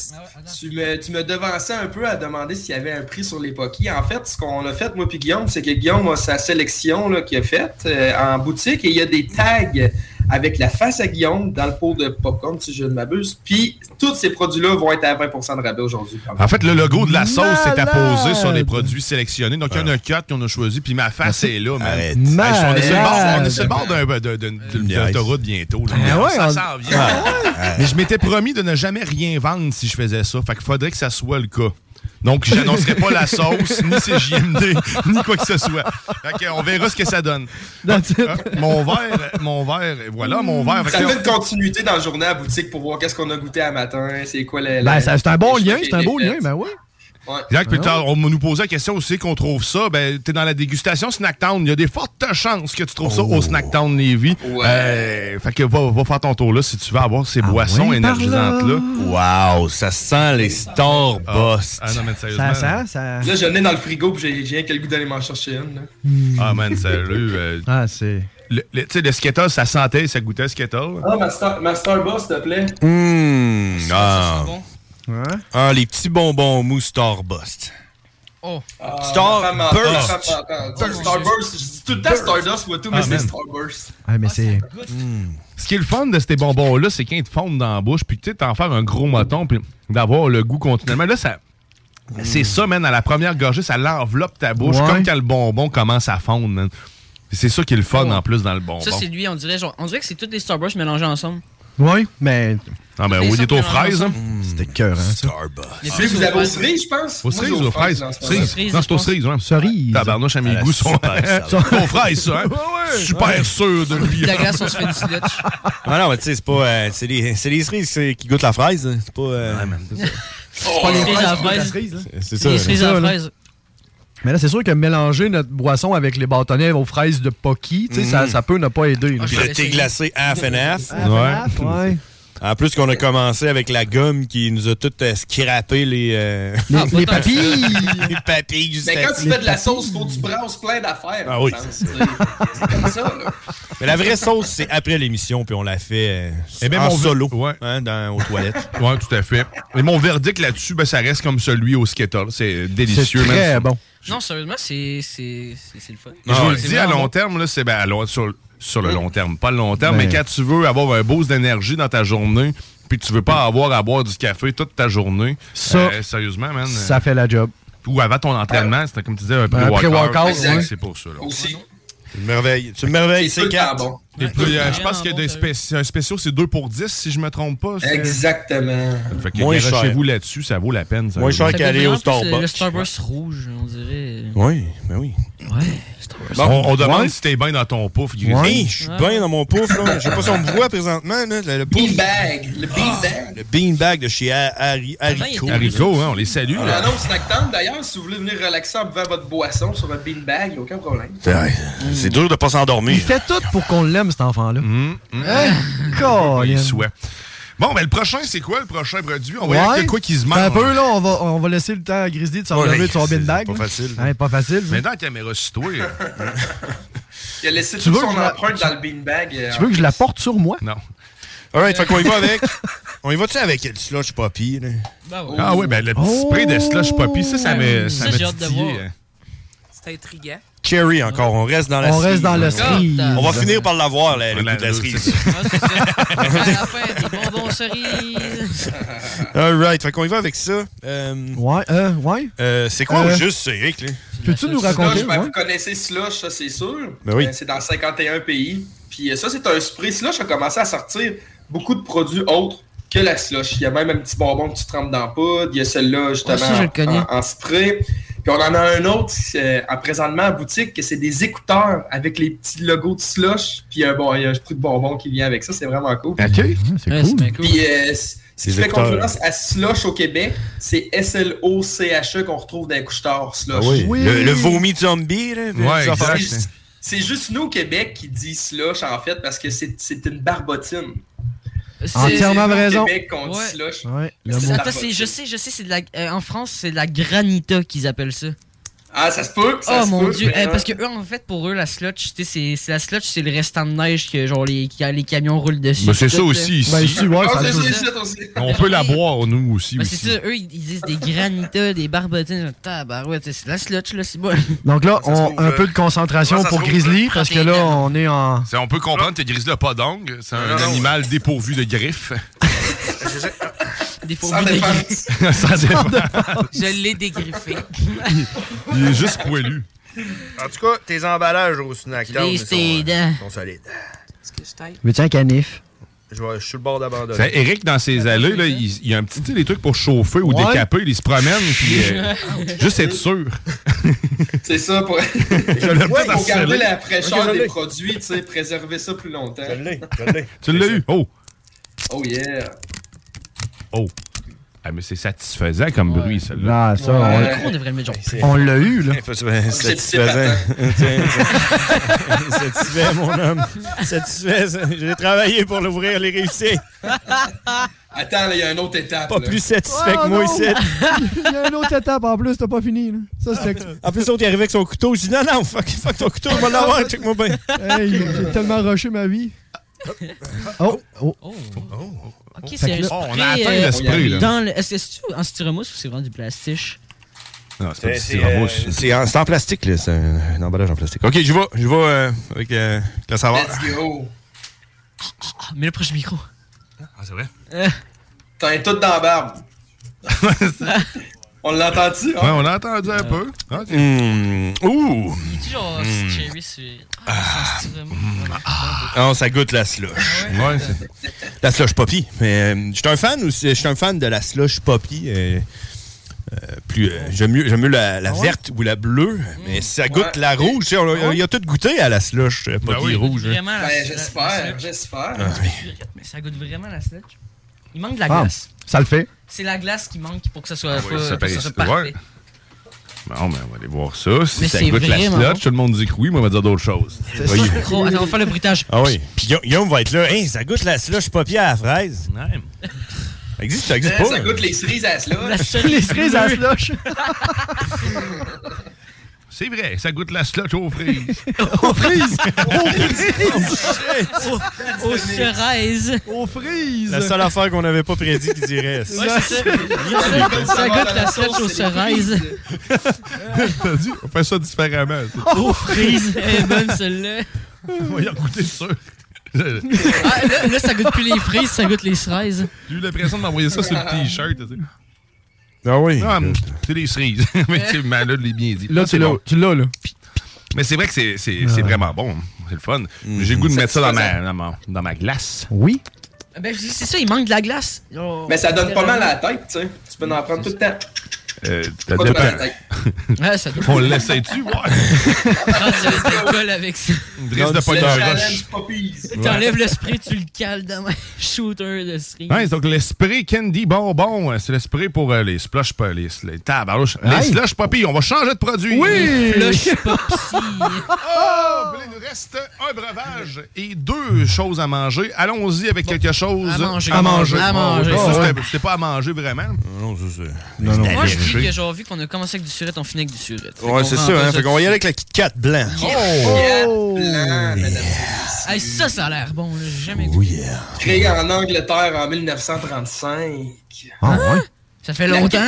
[SPEAKER 6] tu, tu me, tu me devançais un peu à demander s'il y avait un prix sur les Pocky. En fait, ce qu'on a fait, moi puis Guillaume, c'est que Guillaume a sa sélection là, qu'il a faite euh, en boutique et il y a des tags avec la face à Guillaume dans le pot de popcorn, si je ne m'abuse. Puis, tous ces produits-là vont être à 20 de rabais aujourd'hui. quand même.
[SPEAKER 7] En fait, le logo de la sauce s'est apposé sur les
[SPEAKER 6] Malade.
[SPEAKER 7] produits sélectionnés. Donc, il y en a quatre qu'on a choisi, puis ma face est là. man.
[SPEAKER 12] Arrête.
[SPEAKER 7] Hey, on est sur le bord-
[SPEAKER 12] Malade.
[SPEAKER 7] on est sur le bord d'un- d'un- d'un- d'une
[SPEAKER 12] Yes.
[SPEAKER 7] autoroute bientôt. là.
[SPEAKER 12] Ah ouais,
[SPEAKER 7] ça
[SPEAKER 12] on-
[SPEAKER 7] s'en vient.
[SPEAKER 12] Ah
[SPEAKER 7] Mais je m'étais promis de ne jamais rien vendre si je faisais ça. Fait qu'il faudrait que ça soit le cas. Donc, j'annoncerai pas la sauce, ni CJMD, ni quoi que ce soit. Fait qu'on verra ce que ça donne. Ah, Mon verre, mon verre, et voilà, mon verre. Fait
[SPEAKER 6] Ça
[SPEAKER 7] que-
[SPEAKER 6] fait une continuité dans la journée à la boutique pour voir qu'est-ce qu'on a goûté à matin, c'est quoi le.
[SPEAKER 7] Ben,
[SPEAKER 6] le-
[SPEAKER 7] ça, c'est un bon
[SPEAKER 6] les
[SPEAKER 7] lien,
[SPEAKER 6] choses
[SPEAKER 7] c'est un
[SPEAKER 6] qui
[SPEAKER 7] beau
[SPEAKER 6] étaient
[SPEAKER 7] lien,
[SPEAKER 6] faites.
[SPEAKER 7] ben
[SPEAKER 2] ouais.
[SPEAKER 6] Ouais.
[SPEAKER 7] Exact. Puis tard, on nous posait la question aussi qu'on trouve ça. Ben, t'es dans la dégustation Snacktown. Il y a des fortes chances que tu trouves ça
[SPEAKER 2] Oh.
[SPEAKER 7] au Snacktown Lévis. Euh, fait que va, va faire ton tour là si tu veux avoir ces
[SPEAKER 2] Ah
[SPEAKER 7] boissons
[SPEAKER 2] oui, par
[SPEAKER 7] énergisantes là.
[SPEAKER 12] Wow, ça sent les Starbucks.
[SPEAKER 7] Ah, non, mais sérieusement.
[SPEAKER 2] Ça sent, ça.
[SPEAKER 6] Là, je venais dans le frigo puis j'ai j'ai rien que le goût d'aller m'en chercher une. là.
[SPEAKER 7] Ah, man, sérieux.
[SPEAKER 2] ah, c'est.
[SPEAKER 7] Tu sais, le Skittles, ça sentait, ça goûtait Skittles.
[SPEAKER 6] Ah, ma, star, ma Starbucks, s'il te plaît.
[SPEAKER 12] Hum, ah. Ah, les petits bonbons mous Starbucks.
[SPEAKER 6] Oh.
[SPEAKER 12] Starburst.
[SPEAKER 6] Starburst. Je dis tout le temps Stardust, moi, tout, mais
[SPEAKER 7] Ah,
[SPEAKER 6] c'est
[SPEAKER 7] man.
[SPEAKER 6] Starburst.
[SPEAKER 2] Ah, mais c'est.
[SPEAKER 7] Hmm. Ce qui est le fun de ces bonbons-là, c'est qu'ils te fondent dans la bouche, puis tu sais, t'en faire un gros moton, puis d'avoir le goût continuellement. Là, ça. C'est ça, man, à la première gorgée, ça l'enveloppe ta bouche,
[SPEAKER 9] Ouais.
[SPEAKER 7] comme quand le bonbon commence à fondre, man. Puis C'est ça qui est le fun en plus dans le bonbon.
[SPEAKER 9] Ça, c'est lui, on dirait, genre, on dirait que c'est toutes les Starburst mélangées ensemble.
[SPEAKER 2] Oui, mais.
[SPEAKER 7] Ah, ben,
[SPEAKER 9] Les
[SPEAKER 7] oui, il est aux
[SPEAKER 9] sortes
[SPEAKER 7] fraises, hein.
[SPEAKER 9] mélangées
[SPEAKER 12] Hum,
[SPEAKER 2] C'était cœur, hein. ça.
[SPEAKER 9] Les
[SPEAKER 7] Ah,
[SPEAKER 9] plus
[SPEAKER 7] vous
[SPEAKER 9] aux
[SPEAKER 7] avez
[SPEAKER 9] fraises.
[SPEAKER 7] aux
[SPEAKER 6] Cerise, je pense.
[SPEAKER 7] Aux
[SPEAKER 6] Moi,
[SPEAKER 7] cerises,
[SPEAKER 6] j'ai
[SPEAKER 7] aux fraises.
[SPEAKER 6] en ce moment.
[SPEAKER 7] Cerises.
[SPEAKER 6] Cerises,
[SPEAKER 7] Non,
[SPEAKER 6] je
[SPEAKER 7] c'est aux
[SPEAKER 6] pense.
[SPEAKER 7] cerises, ouais.
[SPEAKER 2] Cerise.
[SPEAKER 7] Tabarnouche à mes goûts sont.
[SPEAKER 12] super
[SPEAKER 7] sont aux fraises, ça, hein. Super sûr de lui.
[SPEAKER 9] La glace, on se fait du slotch.
[SPEAKER 12] Ah non, mais tu sais, c'est pas. euh, c'est les, c'est les cerises qui- qui goûtent la fraise. hein. C'est pas. euh,
[SPEAKER 7] Oh.
[SPEAKER 9] C'est pas les cerises à la fraise.
[SPEAKER 12] C'est
[SPEAKER 9] Les cerises à la fraise.
[SPEAKER 2] Mais là, c'est sûr que mélanger notre boisson avec les bâtonnets aux fraises de Pocky, tu sais, ça,
[SPEAKER 7] Mm-hmm.
[SPEAKER 12] Mm.
[SPEAKER 2] ça peut ne pas aider.
[SPEAKER 7] Ah,
[SPEAKER 2] là.
[SPEAKER 12] Puis le thé glacé half and half.
[SPEAKER 2] Half and half, ouais.
[SPEAKER 12] En plus qu'on a commencé avec la gomme qui nous a tout euh, scrappé les... euh,
[SPEAKER 2] Les- Ah, les pas tant que papilles.
[SPEAKER 12] les papilles du
[SPEAKER 6] Mais quand
[SPEAKER 12] statut.
[SPEAKER 6] tu fais de la sauce, faut que tu brasses plein d'affaires.
[SPEAKER 12] Ah oui.
[SPEAKER 6] je pense. C'est comme ça, là.
[SPEAKER 12] Mais la vraie sauce, c'est après l'émission, puis on l'a fait euh,
[SPEAKER 7] Eh ben,
[SPEAKER 12] en
[SPEAKER 7] mon-
[SPEAKER 12] solo,
[SPEAKER 7] ouais.
[SPEAKER 12] hein, dans, aux toilettes.
[SPEAKER 7] Ouais, tout à fait. Et mon verdict là-dessus, ben, ça reste comme celui au Skittles. C'est délicieux, man.
[SPEAKER 9] Non, sérieusement, c'est c'est- c'est- c'est le fun.
[SPEAKER 7] Je vous le
[SPEAKER 9] C'est
[SPEAKER 7] dis, à
[SPEAKER 9] vraiment
[SPEAKER 7] long
[SPEAKER 9] bon.
[SPEAKER 7] terme, là, c'est ben, à long- sur, sur
[SPEAKER 12] Hmm.
[SPEAKER 7] le long terme, pas le long terme,
[SPEAKER 2] Ben.
[SPEAKER 7] mais quand tu veux avoir un boost d'énergie dans ta journée, puis tu veux
[SPEAKER 12] Hmm.
[SPEAKER 7] pas avoir à boire du café toute ta journée,
[SPEAKER 2] Ça,
[SPEAKER 7] euh, sérieusement, man.
[SPEAKER 2] Ça fait la job.
[SPEAKER 7] euh, Ou avant ton entraînement, c'était comme tu disais, un
[SPEAKER 12] Ben,
[SPEAKER 7] pré-workout.
[SPEAKER 2] pré-workout,
[SPEAKER 7] Exact,
[SPEAKER 2] ouais.
[SPEAKER 7] C'est pour ça. là.
[SPEAKER 6] Aussi.
[SPEAKER 12] C'est une merveille. C'est une merveille,
[SPEAKER 7] C'est
[SPEAKER 12] c'est
[SPEAKER 7] tout le
[SPEAKER 12] quatre.
[SPEAKER 7] temps bon. Et puis, euh, je pense qu'il y a des spéciaux, un spécial, c'est 2 pour 10, si je me trompe pas. c'est-
[SPEAKER 6] Exactement.
[SPEAKER 7] Fait que
[SPEAKER 12] Moins
[SPEAKER 7] garochez
[SPEAKER 12] cher.
[SPEAKER 7] vous là-dessus, ça vaut la peine.
[SPEAKER 12] Moins cher
[SPEAKER 9] Ça
[SPEAKER 12] qu'aller
[SPEAKER 9] goûte
[SPEAKER 12] au
[SPEAKER 9] vraiment plus, euh, Le
[SPEAKER 12] Starbucks.
[SPEAKER 9] Starburst rouge, on dirait.
[SPEAKER 12] Oui, ben oui.
[SPEAKER 9] Ouais, Starburst.
[SPEAKER 7] Bon, on, on demande
[SPEAKER 12] Ouais.
[SPEAKER 7] si t'es bien dans ton pouf. Grisly.
[SPEAKER 12] Oui, je suis bien dans mon pouf. Là. Je sais pas si on me voit présentement. Là, le, le pouf.
[SPEAKER 6] Beanbag. Le beanbag.
[SPEAKER 12] Le beanbag de chez Ha- Harry, Haricot.
[SPEAKER 7] Haricot, hein, on les salue.
[SPEAKER 6] On
[SPEAKER 7] là.
[SPEAKER 6] annonce Snack Town, d'ailleurs, si vous voulez venir relaxer en buvant votre boisson sur un beanbag, y a aucun problème.
[SPEAKER 12] C'est dur de pas s'endormir.
[SPEAKER 2] Il fait tout pour qu'on l'aime, cet enfant-là. Hein?
[SPEAKER 7] Mm-hmm, Il
[SPEAKER 2] Colin.
[SPEAKER 7] souhaite. Bon, ben le prochain, c'est quoi le prochain produit? On va voir
[SPEAKER 2] Ouais.
[SPEAKER 7] il y a quoi qui se mange.
[SPEAKER 2] Un peu, là, on va, on va laisser le temps à Grizzly de s'en
[SPEAKER 7] Ouais,
[SPEAKER 2] relever de son
[SPEAKER 7] c'est
[SPEAKER 2] bin-bag.
[SPEAKER 7] pas
[SPEAKER 2] là.
[SPEAKER 7] facile.
[SPEAKER 2] Hein, pas facile.
[SPEAKER 7] Mais dans la caméra, c'est toi.
[SPEAKER 6] Il a laissé
[SPEAKER 2] Tu
[SPEAKER 6] toute
[SPEAKER 2] veux
[SPEAKER 6] son
[SPEAKER 2] que je la-
[SPEAKER 6] empreinte dans le beanbag. euh,
[SPEAKER 2] Tu veux que je la porte sur moi?
[SPEAKER 7] Non.
[SPEAKER 12] Alright, fait qu'on y va avec.
[SPEAKER 5] On y va-tu avec le slush poppy? Là?
[SPEAKER 9] ouais.
[SPEAKER 5] Ah oui, ben le petit spray de slush poppy, ça, ça me.
[SPEAKER 8] Ça,
[SPEAKER 5] Ça, hein. me
[SPEAKER 8] j'ai hâte de
[SPEAKER 5] titillait.
[SPEAKER 8] voir. C'était intriguant.
[SPEAKER 5] Cherry encore, on reste dans la
[SPEAKER 2] On
[SPEAKER 5] cerise.
[SPEAKER 2] reste dans la
[SPEAKER 5] Ouais.
[SPEAKER 2] cerise.
[SPEAKER 5] On va finir par l'avoir, la- le goût de la cerise.
[SPEAKER 9] Des bonbons cerises.
[SPEAKER 5] All right, fait qu'on y va avec ça. Euh,
[SPEAKER 2] Ouais, euh, ouais.
[SPEAKER 5] euh, c'est quoi
[SPEAKER 2] Euh,
[SPEAKER 5] au juste, c'est Eric? Là?
[SPEAKER 2] Peux-tu nous raconter?
[SPEAKER 6] Slush, ben,
[SPEAKER 2] ouais?
[SPEAKER 6] Vous connaissez Slush, ça c'est sûr.
[SPEAKER 5] Ben oui.
[SPEAKER 6] Euh, C'est dans 51 pays. Puis euh, ça, c'est un spray. Slush a commencé à sortir beaucoup de produits autres que la slush. Il y a même un petit bonbon que tu trempes dans la poudre. Il y a celle-là, justement,
[SPEAKER 9] Ouais, ça, je le connais.
[SPEAKER 6] en, en spray. Puis on en a un autre euh, à présentement en boutique, que c'est des écouteurs avec les petits logos de slush. Puis euh, bon, il y a un truc de bonbon qui vient avec ça. C'est vraiment cool.
[SPEAKER 2] C'est cool.
[SPEAKER 6] Puis euh, c- ce qui
[SPEAKER 2] Les
[SPEAKER 6] fait
[SPEAKER 2] écouteurs.
[SPEAKER 6] concurrence à Slush au Québec, c'est S-L-O-C-H-E E qu'on retrouve dans les couches tard, Slush.
[SPEAKER 5] Ah oui, Le, le vomi de zombie, là.
[SPEAKER 6] Ouais,
[SPEAKER 5] Ça,
[SPEAKER 6] exact.
[SPEAKER 5] ça-
[SPEAKER 6] C'est- C'est juste nous au Québec qui dit slush en fait parce que c'est c'est une barbotine. C'est-
[SPEAKER 2] Entièrement
[SPEAKER 6] c'est nous au
[SPEAKER 2] raison.
[SPEAKER 6] Québec qu'on dit
[SPEAKER 9] Ouais.
[SPEAKER 6] slush.
[SPEAKER 2] Ouais,
[SPEAKER 6] Mais c'est une
[SPEAKER 9] Attends,
[SPEAKER 6] barbotine.
[SPEAKER 9] c'est- je sais, je sais, c'est de la, euh, en France, c'est de la granita qu'ils appellent ça.
[SPEAKER 6] Ah, ça se peut, ça
[SPEAKER 9] oh
[SPEAKER 6] se
[SPEAKER 9] mon
[SPEAKER 6] peut,
[SPEAKER 9] dieu,
[SPEAKER 6] mais
[SPEAKER 9] Eh,
[SPEAKER 6] non.
[SPEAKER 9] parce que eux, en fait, pour eux, la slotch, tu sais, c'est- c'est la slotch, c'est le restant de neige que genre les, qui- les camions roulent dessus.
[SPEAKER 7] Ben, c'est
[SPEAKER 9] tout,
[SPEAKER 7] ça
[SPEAKER 9] là.
[SPEAKER 7] aussi ici.
[SPEAKER 9] Ah, c'est ça.
[SPEAKER 7] On peut
[SPEAKER 2] Ah.
[SPEAKER 7] la boire, nous aussi.
[SPEAKER 9] Ben,
[SPEAKER 7] ici.
[SPEAKER 9] c'est ça, eux, ils disent des granitas, des barbotines, tabarouette, c'est la slotch, là, c'est bon.
[SPEAKER 2] Donc là,
[SPEAKER 9] Ça se
[SPEAKER 2] on-
[SPEAKER 9] trouve,
[SPEAKER 2] un
[SPEAKER 9] euh,
[SPEAKER 2] peu de concentration
[SPEAKER 9] ouais, ça se
[SPEAKER 2] pour
[SPEAKER 9] trouve,
[SPEAKER 2] Grizzly,
[SPEAKER 9] euh,
[SPEAKER 2] parce que là, on est en.
[SPEAKER 7] C'est- On peut
[SPEAKER 9] Ah.
[SPEAKER 7] comprendre que Grizzly n'a pas d'ongles. C'est un animal dépourvu de griffes.
[SPEAKER 9] Des
[SPEAKER 7] Sans
[SPEAKER 9] fourmis des
[SPEAKER 7] défense.
[SPEAKER 9] griffes.
[SPEAKER 7] Sans défense.
[SPEAKER 8] Je l'ai dégriffé.
[SPEAKER 7] Il est juste poilu.
[SPEAKER 5] En tout cas, tes emballages au snack Town, ils
[SPEAKER 9] Lise
[SPEAKER 5] sont,
[SPEAKER 9] tes
[SPEAKER 5] euh,
[SPEAKER 9] dents.
[SPEAKER 5] sont solides. Est-ce que je t'aille?
[SPEAKER 2] Veux-tu un canif?
[SPEAKER 5] Je, vais- je suis le bord d'abandonner.
[SPEAKER 7] C'est- Eric, dans ses allées, là, il, il y a un petit tu sais, des trucs pour chauffer ou
[SPEAKER 5] Ouais.
[SPEAKER 7] décaper. Il se promène, puis euh, juste être sûr.
[SPEAKER 6] C'est ça pour.
[SPEAKER 7] Je l'ai
[SPEAKER 6] Ouais,
[SPEAKER 7] pas
[SPEAKER 6] pour garder
[SPEAKER 7] harcelé.
[SPEAKER 6] la
[SPEAKER 7] Ok,
[SPEAKER 6] fraîcheur
[SPEAKER 7] je
[SPEAKER 6] des
[SPEAKER 7] l'ai.
[SPEAKER 6] produits, tu sais, préserver ça plus longtemps.
[SPEAKER 7] Tu l'as eu? Oh!
[SPEAKER 6] Oh yeah.
[SPEAKER 7] Oh! Ah, mais c'est satisfaisant comme bruit, celui-là.
[SPEAKER 2] Ah, ça, on- Ouais.
[SPEAKER 9] On devrait le mettre genre.
[SPEAKER 2] On l'a eu, là.
[SPEAKER 9] hein.
[SPEAKER 5] Satisfaisant. Satisfait, mon homme. Satisfait. ça. J'ai travaillé pour l'ouvrir, les réussir.
[SPEAKER 6] Attends, là, il y a une autre étape.
[SPEAKER 5] Pas
[SPEAKER 6] là.
[SPEAKER 5] plus satisfait que moi ici.
[SPEAKER 2] Oh Il y a une autre étape en plus, t'as pas fini. Là. Ça, c'était.
[SPEAKER 5] En plus, l'autre, il arrivait avec son couteau. J'ai dit non, non, fuck, fuck ton couteau, on va l'avoir, check-moi bien.
[SPEAKER 2] Hey, j'ai tellement rushé ma vie. Oh, oh.
[SPEAKER 9] Ok,
[SPEAKER 2] Fait
[SPEAKER 9] c'est
[SPEAKER 2] que
[SPEAKER 9] un
[SPEAKER 2] là-
[SPEAKER 9] spray.
[SPEAKER 2] Oh, on a atteint le
[SPEAKER 9] euh,
[SPEAKER 2] spray, là.
[SPEAKER 9] dans le- Est-ce que c'est en styromousse ou c'est vraiment du plastique?
[SPEAKER 5] Non,
[SPEAKER 7] c'est pas du
[SPEAKER 5] c'est,
[SPEAKER 7] styromousse.
[SPEAKER 5] euh, C'est en, c'est en plastique, là. C'est un, un emballage en plastique. OK, je vais, je vais euh, avec euh, avec la saveur.
[SPEAKER 6] Let's go.
[SPEAKER 9] Ah, mets le proche micro. Euh.
[SPEAKER 5] Ah, c'est vrai?
[SPEAKER 6] T'en es tout dans la barbe. on l'entend-tu? hein?
[SPEAKER 7] Ouais, on l'a entendu un peu. Ok.
[SPEAKER 5] Hmm. Ouh!
[SPEAKER 6] Oh,
[SPEAKER 9] Il dit genre,
[SPEAKER 2] Hmm.
[SPEAKER 5] Mm.
[SPEAKER 9] cherry, c'est. Ah, c'est en styromousse.
[SPEAKER 5] ah. Non, ça goûte la
[SPEAKER 9] Ah
[SPEAKER 5] slush. Ouais, c'est- la slush poppy. Mais euh, je suis un fan aussi. Je suis un fan de la slush poppy. euh, euh, plus, euh, j'aime mieux, j'aime mieux la, la
[SPEAKER 7] Ah ouais?
[SPEAKER 5] verte ou la bleue,
[SPEAKER 9] Mm.
[SPEAKER 5] mais ça goûte
[SPEAKER 6] Ouais.
[SPEAKER 5] la rouge. tu sais, on a- Il a tout goûté à la slush euh, poppy
[SPEAKER 7] oui.
[SPEAKER 5] rouge. hein.
[SPEAKER 9] Vraiment, la-
[SPEAKER 6] Ben,
[SPEAKER 9] la-
[SPEAKER 6] j'espère, j'espère.
[SPEAKER 5] Ah oui.
[SPEAKER 9] Mais ça goûte vraiment la sludge. Il manque de la
[SPEAKER 2] Ah,
[SPEAKER 9] glace.
[SPEAKER 2] ça le fait.
[SPEAKER 9] C'est la glace qui manque pour que ça soit,
[SPEAKER 7] Ah oui,
[SPEAKER 9] pas-
[SPEAKER 7] ça
[SPEAKER 9] pour que ça
[SPEAKER 7] paraît-
[SPEAKER 9] soit parfait.
[SPEAKER 7] ouais. Bon, ben, on va aller voir
[SPEAKER 5] Ah,
[SPEAKER 7] ça. Si
[SPEAKER 9] Mais
[SPEAKER 7] ça
[SPEAKER 9] c'est
[SPEAKER 7] goûte la
[SPEAKER 9] vraiment
[SPEAKER 7] slotch,
[SPEAKER 9] bon.
[SPEAKER 7] tout le monde dit que oui, moi, on va dire d'autres choses.
[SPEAKER 9] Ça,
[SPEAKER 7] Voyez.
[SPEAKER 9] c'est trop. Attends, on va faire le bruitage.
[SPEAKER 5] Ah oui. Puis Guilla- Guillaume va être là. Hey, ça goûte la slush poppy à la fraise. Ça existe, ça
[SPEAKER 22] Eh,
[SPEAKER 5] existe
[SPEAKER 9] Eh,
[SPEAKER 6] Euh,
[SPEAKER 5] pas.
[SPEAKER 6] Ça
[SPEAKER 5] hein?
[SPEAKER 6] goûte les cerises à slush.
[SPEAKER 2] Les cerises à slush.
[SPEAKER 7] C'est vrai, ça goûte la slotch aux frises.
[SPEAKER 2] Aux frises! Aux
[SPEAKER 9] Oh, Aux cerises.
[SPEAKER 2] Aux frises!
[SPEAKER 5] La seule affaire qu'on n'avait pas prédit qu'il dirait.
[SPEAKER 9] Ouais, c'est ça. ça goûte la sludge aux cerises.
[SPEAKER 7] T'as dit, on fait ça différemment.
[SPEAKER 9] Oh, Aux frises. Elle est bonne celle-là.
[SPEAKER 7] On va y goûter ça.
[SPEAKER 9] Ah, là, là, ça goûte plus les frises, ça goûte les cerises.
[SPEAKER 7] J'ai eu l'impression de m'envoyer ça sur le t-shirt. tu sais.
[SPEAKER 5] Ah oui.
[SPEAKER 7] mais c'est des cerises. Effectivement, là, je l'ai bien dit.
[SPEAKER 2] Là, tu
[SPEAKER 7] c'est
[SPEAKER 2] l'as,
[SPEAKER 7] bon.
[SPEAKER 2] tu l'as, là.
[SPEAKER 7] Mais c'est vrai que c'est c'est- c'est
[SPEAKER 2] Ah.
[SPEAKER 7] vraiment bon. C'est le fun. J'ai le goût de mettre ça dans ma, dans, ma, dans ma glace.
[SPEAKER 2] Mm-hmm. Oui.
[SPEAKER 9] Ben, je dis, c'est ça, il manque de la glace. Oh,
[SPEAKER 6] Mais ça donne pas mal à la
[SPEAKER 9] littéralement.
[SPEAKER 6] tête, tu sais. Tu peux en prendre tout le temps.
[SPEAKER 7] Euh, ça
[SPEAKER 6] Pas
[SPEAKER 7] dépend.
[SPEAKER 6] tout le temps la tête.
[SPEAKER 9] Ouais, ça doit.
[SPEAKER 7] On l'essaie-tu? Ouais.
[SPEAKER 9] Quand tu te colles avec ça.
[SPEAKER 7] Il risque de pas
[SPEAKER 6] Le
[SPEAKER 7] être un
[SPEAKER 6] challenge
[SPEAKER 7] rush.
[SPEAKER 6] poppies.
[SPEAKER 9] T'enlèves le spray, tu le cales dans un shooter de cerise.
[SPEAKER 7] Nice, donc l'esprit Candy Bonbon, euh, c'est l'esprit pour euh, les splosh, pa- les, les tabarouches, les
[SPEAKER 2] Hey.
[SPEAKER 7] slush poppy. On va changer de produit.
[SPEAKER 2] Oui!
[SPEAKER 7] Les
[SPEAKER 2] Slush
[SPEAKER 7] oh, ben, il nous reste un breuvage et deux choses à manger. Allons-y avec quelque chose
[SPEAKER 9] à manger.
[SPEAKER 7] À manger.
[SPEAKER 9] À
[SPEAKER 7] Oh,
[SPEAKER 9] manger.
[SPEAKER 7] ça,
[SPEAKER 9] Ah,
[SPEAKER 7] c'était-
[SPEAKER 9] ouais.
[SPEAKER 7] C'était pas à manger vraiment. Non, ça c'est. Non,
[SPEAKER 9] Moi, je dis que genre, vu qu'on a commencé avec du surette, on finit avec du surette. Fait
[SPEAKER 5] Ouais,
[SPEAKER 9] qu'on
[SPEAKER 5] c'est
[SPEAKER 9] rentre
[SPEAKER 5] ça.
[SPEAKER 9] dans
[SPEAKER 5] Hein,
[SPEAKER 9] ça
[SPEAKER 5] fait qu'on va y aller
[SPEAKER 9] tout
[SPEAKER 5] avec la Kit Kat blanc.
[SPEAKER 9] de suite.
[SPEAKER 6] Yeah, blanc, madame.
[SPEAKER 9] Hey, ça, ça a l'air bon. là. J'ai jamais
[SPEAKER 7] Oh
[SPEAKER 9] goûté.
[SPEAKER 6] Créé en Angleterre en 1935.
[SPEAKER 2] Ah, ouais?
[SPEAKER 9] Ça fait longtemps.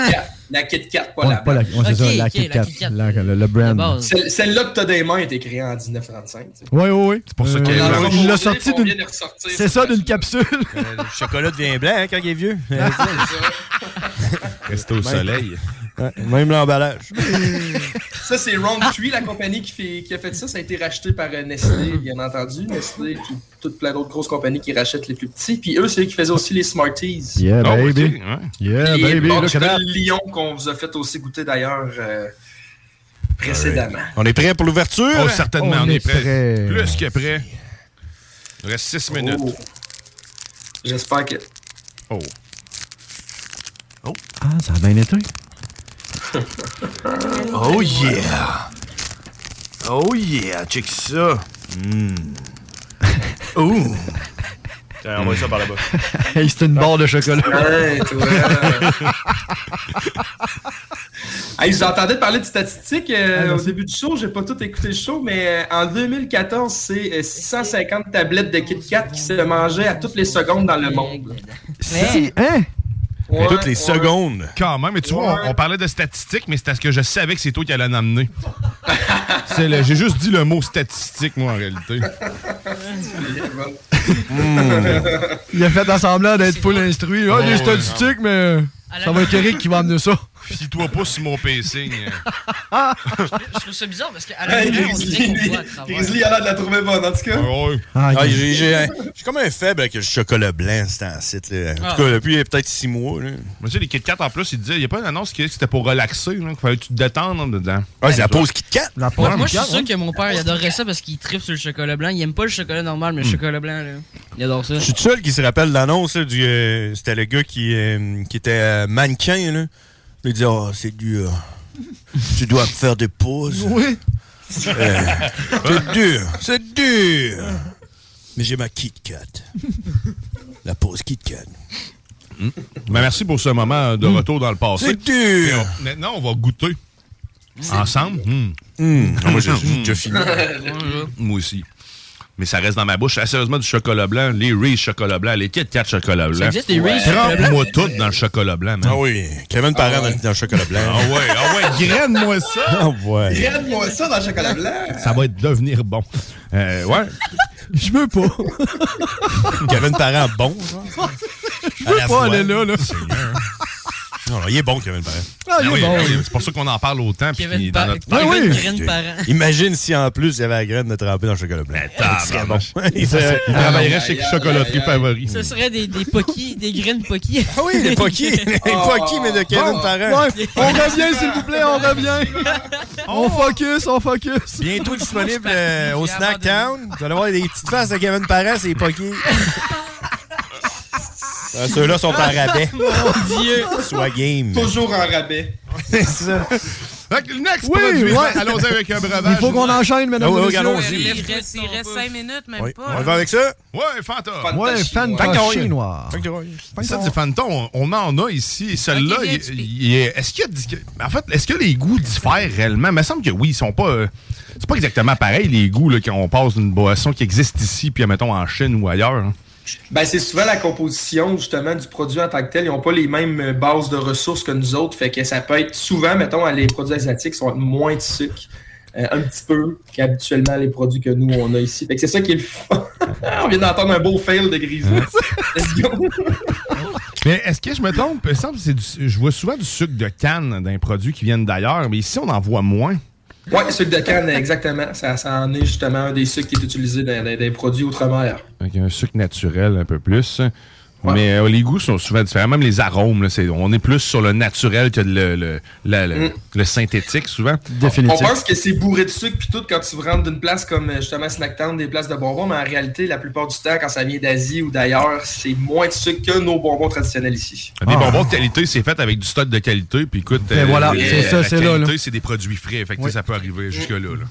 [SPEAKER 6] La Kit Kat, la Kit Kat, pas
[SPEAKER 2] Ouais,
[SPEAKER 6] la
[SPEAKER 2] pas la- ouais, c'est ça, la Kit Kat, la- le, le brand.
[SPEAKER 6] Celle- Celle-là que t'as des mains a été créée en 1935. tu sais.
[SPEAKER 2] Oui, oui, oui. C'est
[SPEAKER 6] pour ça qu'elle-
[SPEAKER 2] il
[SPEAKER 6] Euh, On vient
[SPEAKER 2] l'a sorti
[SPEAKER 6] de
[SPEAKER 2] d'une.
[SPEAKER 6] ressortir,
[SPEAKER 2] C'est ça, d'une capsule.
[SPEAKER 5] Euh, Le chocolat devient blanc hein, quand il est vieux.
[SPEAKER 7] Rester au
[SPEAKER 5] Même-
[SPEAKER 7] soleil.
[SPEAKER 5] Ouais, même l'emballage.
[SPEAKER 6] Ça, c'est Round Tree, la compagnie qui, fait- qui a fait ça. Ça a été racheté par euh, Nestlé, bien entendu. Nestlé, puis toutes plein d'autres grosses compagnies qui rachètent les plus petits. Puis eux, c'est eux qui faisaient aussi les Smarties.
[SPEAKER 7] Ah,
[SPEAKER 2] Yeah,
[SPEAKER 6] Oh,
[SPEAKER 2] baby.
[SPEAKER 6] ok.
[SPEAKER 2] Yeah,
[SPEAKER 6] Les
[SPEAKER 2] baby.
[SPEAKER 6] Bunch
[SPEAKER 2] Look at that.
[SPEAKER 6] de Lyon qu'on vous a fait aussi goûter d'ailleurs euh, précédemment.
[SPEAKER 5] On est prêt pour l'ouverture?
[SPEAKER 7] Oh, certainement, on, est, prêt.
[SPEAKER 6] prêt.
[SPEAKER 7] Plus que prêt. Il reste 6 minutes.
[SPEAKER 6] Oh. J'espère que.
[SPEAKER 7] Oh.
[SPEAKER 2] Ah, ça a bien été.
[SPEAKER 5] Oh yeah! Oh yeah, check ça! Hmm. Ouh! Tiens, envoie ça par là-bas.
[SPEAKER 2] Hey, c'est une barre de chocolat.
[SPEAKER 6] Ouais, toi. Hey, vous entendez parler de statistiques euh, au début du show, j'ai pas tout écouté le show, mais euh, en 2014, c'est euh, 650 tablettes de Kit Kat qui se mangeaient à toutes les secondes dans le monde.
[SPEAKER 2] Si, hein?
[SPEAKER 6] Ouais,
[SPEAKER 7] Toutes les
[SPEAKER 6] ouais.
[SPEAKER 7] secondes. Quand même, mais tu vois, on, on parlait de statistiques, mais c'est parce que je savais que c'est toi qui allais en amener. C'est le- J'ai juste dit le mot statistique, moi, en réalité.
[SPEAKER 2] Hmm. Il a fait semblant d'être full instruit. Ah,
[SPEAKER 7] Oh,
[SPEAKER 2] des
[SPEAKER 7] ouais,
[SPEAKER 2] statistiques, mais euh, ça va être Eric qui va amener ça.
[SPEAKER 7] Fie-toi pas sur mon pacing.
[SPEAKER 9] Je trouve ça bizarre parce qu'à la
[SPEAKER 6] Hey,
[SPEAKER 9] fin, on dirait qu'on
[SPEAKER 6] Grizzly,
[SPEAKER 9] voit à travers.
[SPEAKER 6] Grizzly a l'air de la trouver bonne, en tout cas.
[SPEAKER 2] Ah,
[SPEAKER 5] Ah,
[SPEAKER 6] ok.
[SPEAKER 5] j'ai j'ai un- j'ai comme un faible avec le chocolat blanc, c'est un site. Là. Euh, En
[SPEAKER 7] Ah.
[SPEAKER 5] tout cas, depuis peut-être six mois. Là.
[SPEAKER 7] Mais tu sais, les Kit Kat, en plus, ils disaient, il n'y a pas une annonce qui disait que c'était pour relaxer, là, qu'il fallait que tu te détendes hein, dedans.
[SPEAKER 5] Ah, c'est la pause Kit Kat.
[SPEAKER 2] La
[SPEAKER 9] Ouais, moi, je suis sûr que mon père, il adorerait ça parce qu'il tripe sur le chocolat blanc. Il aime pas le chocolat normal,
[SPEAKER 7] Hmm.
[SPEAKER 9] mais le chocolat blanc, là. Il adore ça.
[SPEAKER 5] Je suis le seul qui se rappelle l'annonce là, du. euh, C'était le gars qui, euh, qui était euh, mannequin. Là. Il disait Oh, c'est dur. tu dois me faire des pauses.
[SPEAKER 2] Oui.
[SPEAKER 5] Euh, c'est dur. C'est dur. Mais j'ai ma Kit Kat. La pause Kit Kat. hein.
[SPEAKER 7] Mais merci pour ce moment de retour dans le passé.
[SPEAKER 5] Hmm. C'est dur.
[SPEAKER 7] Et on- maintenant, on va goûter ensemble. Mm.
[SPEAKER 5] Ah, moi, j'ai- j'ai
[SPEAKER 7] hmm.
[SPEAKER 5] déjà fini.
[SPEAKER 7] Moi aussi. Mais ça reste dans ma bouche. Ah, sérieusement, du chocolat blanc, les Reese chocolat blanc, les Kit Kat chocolat blanc.
[SPEAKER 5] Ça existe, les Reese's chocolat blanc?
[SPEAKER 7] Trempe-moi tout dans le chocolat blanc, man.
[SPEAKER 5] Ah oui. Kevin Parent dans le- dans le chocolat blanc.
[SPEAKER 7] Ah ouais, ah ouais, graine-moi ça.
[SPEAKER 5] Ah ouais.
[SPEAKER 6] Regarde-moi ça dans le chocolat blanc.
[SPEAKER 7] Ça va être devenir bon. Euh, ouais.
[SPEAKER 2] Je veux pas.
[SPEAKER 5] Kevin Parent bon, genre.
[SPEAKER 2] Je
[SPEAKER 5] À
[SPEAKER 2] veux
[SPEAKER 5] la
[SPEAKER 2] pas
[SPEAKER 5] fois.
[SPEAKER 2] aller là, là.
[SPEAKER 5] Non, non, il est bon, Kevin Parent.
[SPEAKER 2] Ah,
[SPEAKER 7] Ben
[SPEAKER 2] il est bon.
[SPEAKER 7] C'est pour ça qu'on en parle autant. puis
[SPEAKER 9] Kevin
[SPEAKER 7] qu'il est dans
[SPEAKER 9] Par-
[SPEAKER 7] notre
[SPEAKER 9] Kevin Oui, oui. Graine Parent.
[SPEAKER 5] Ben Imagine si en plus il y avait la graine de tremper dans le chocolat blanc. Ce serait bon. Il serait-
[SPEAKER 7] Ben, Il travaillerait chez Chocolaterie Favori.
[SPEAKER 9] Ce serait des, des poquis, des graines poquis.
[SPEAKER 5] Ah oui, des poquis. Des poquis, mais de Kevin
[SPEAKER 2] Oh. Bon,
[SPEAKER 5] Parent.
[SPEAKER 2] ouais, on revient, s'il vous plaît, on revient. On focus, on focus.
[SPEAKER 5] Bientôt disponible euh, au Snack Town. Vous allez voir des petites faces de Kevin Parent, c'est les poquis. Ah, Ceux-là sont en rabais.
[SPEAKER 6] Mon Dieu.
[SPEAKER 5] Sois game.
[SPEAKER 6] Toujours en rabais.
[SPEAKER 5] C'est ça.
[SPEAKER 7] Fait que le next
[SPEAKER 2] Oui,
[SPEAKER 7] produit,
[SPEAKER 2] ouais.
[SPEAKER 7] allons-y avec un breuvage.
[SPEAKER 2] Il faut qu'on enchaîne, mesdames
[SPEAKER 7] Ah
[SPEAKER 2] et
[SPEAKER 7] ouais,
[SPEAKER 2] messieurs.
[SPEAKER 7] allons-y.
[SPEAKER 8] Il reste, 5 minutes, même
[SPEAKER 7] Oui.
[SPEAKER 8] pas.
[SPEAKER 7] On
[SPEAKER 8] hein.
[SPEAKER 7] y va avec
[SPEAKER 5] ça?
[SPEAKER 7] Ouais, Fanta.
[SPEAKER 2] Ouais, Fanta
[SPEAKER 7] Fanta
[SPEAKER 2] Ah, chinois.
[SPEAKER 7] Ça, c'est Fanta, on, on en a ici. Et Celui-là,
[SPEAKER 2] Ok, viens,
[SPEAKER 7] il- il- il est- est-ce qu'il y a di- En fait, est-ce que les goûts diffèrent réellement? Il me semble que oui, ils sont pas. euh, c'est pas exactement pareil, les goûts, là, quand on passe d'une boisson qui existe ici, puis mettons en Chine ou ailleurs. hein.
[SPEAKER 6] Ben, c'est souvent la composition justement du produit en tant que tel. Ils n'ont pas les mêmes euh, bases de ressources que nous autres. Fait que ça peut être souvent, mettons, les produits asiatiques sont moins de sucre. euh, un petit peu qu'habituellement les produits que nous on a ici. Fait que c'est ça qui est le fun. On vient d'entendre un beau fail de Grizzly. Let's go.
[SPEAKER 7] Mais est-ce que je me trompe? Il me semble que c'est du- je vois souvent du sucre de canne d'un produit qui viennent d'ailleurs, mais ici, on en voit moins.
[SPEAKER 6] Ouais, sucre de canne, exactement. Ça, ça en est justement un des sucres qui est utilisé dans, dans- dans les produits outre-mer.
[SPEAKER 7] Avec un sucre naturel un peu plus. Mais euh, les goûts sont souvent différents. Même les arômes, là, c'est- on est plus sur le naturel que le, le- la- le-
[SPEAKER 6] Mm.
[SPEAKER 7] le synthétique, souvent.
[SPEAKER 6] On pense que c'est bourré de sucre puis tout quand tu rentres d'une place comme euh, justement Snacktown, des places de bonbons, mais en réalité, la plupart du temps, quand ça vient d'Asie ou d'ailleurs, c'est moins de sucre que nos bonbons traditionnels ici.
[SPEAKER 7] Des bonbons de qualité, c'est fait avec du stock de qualité. Puis écoute,
[SPEAKER 2] Et Ah. Ben voilà,
[SPEAKER 7] euh,
[SPEAKER 2] c'est ça,
[SPEAKER 7] la
[SPEAKER 2] c'est là,
[SPEAKER 7] qualité,
[SPEAKER 2] là.
[SPEAKER 7] c'est des produits frais. Fait que, tu sais, ça peut arriver jusque-là. là.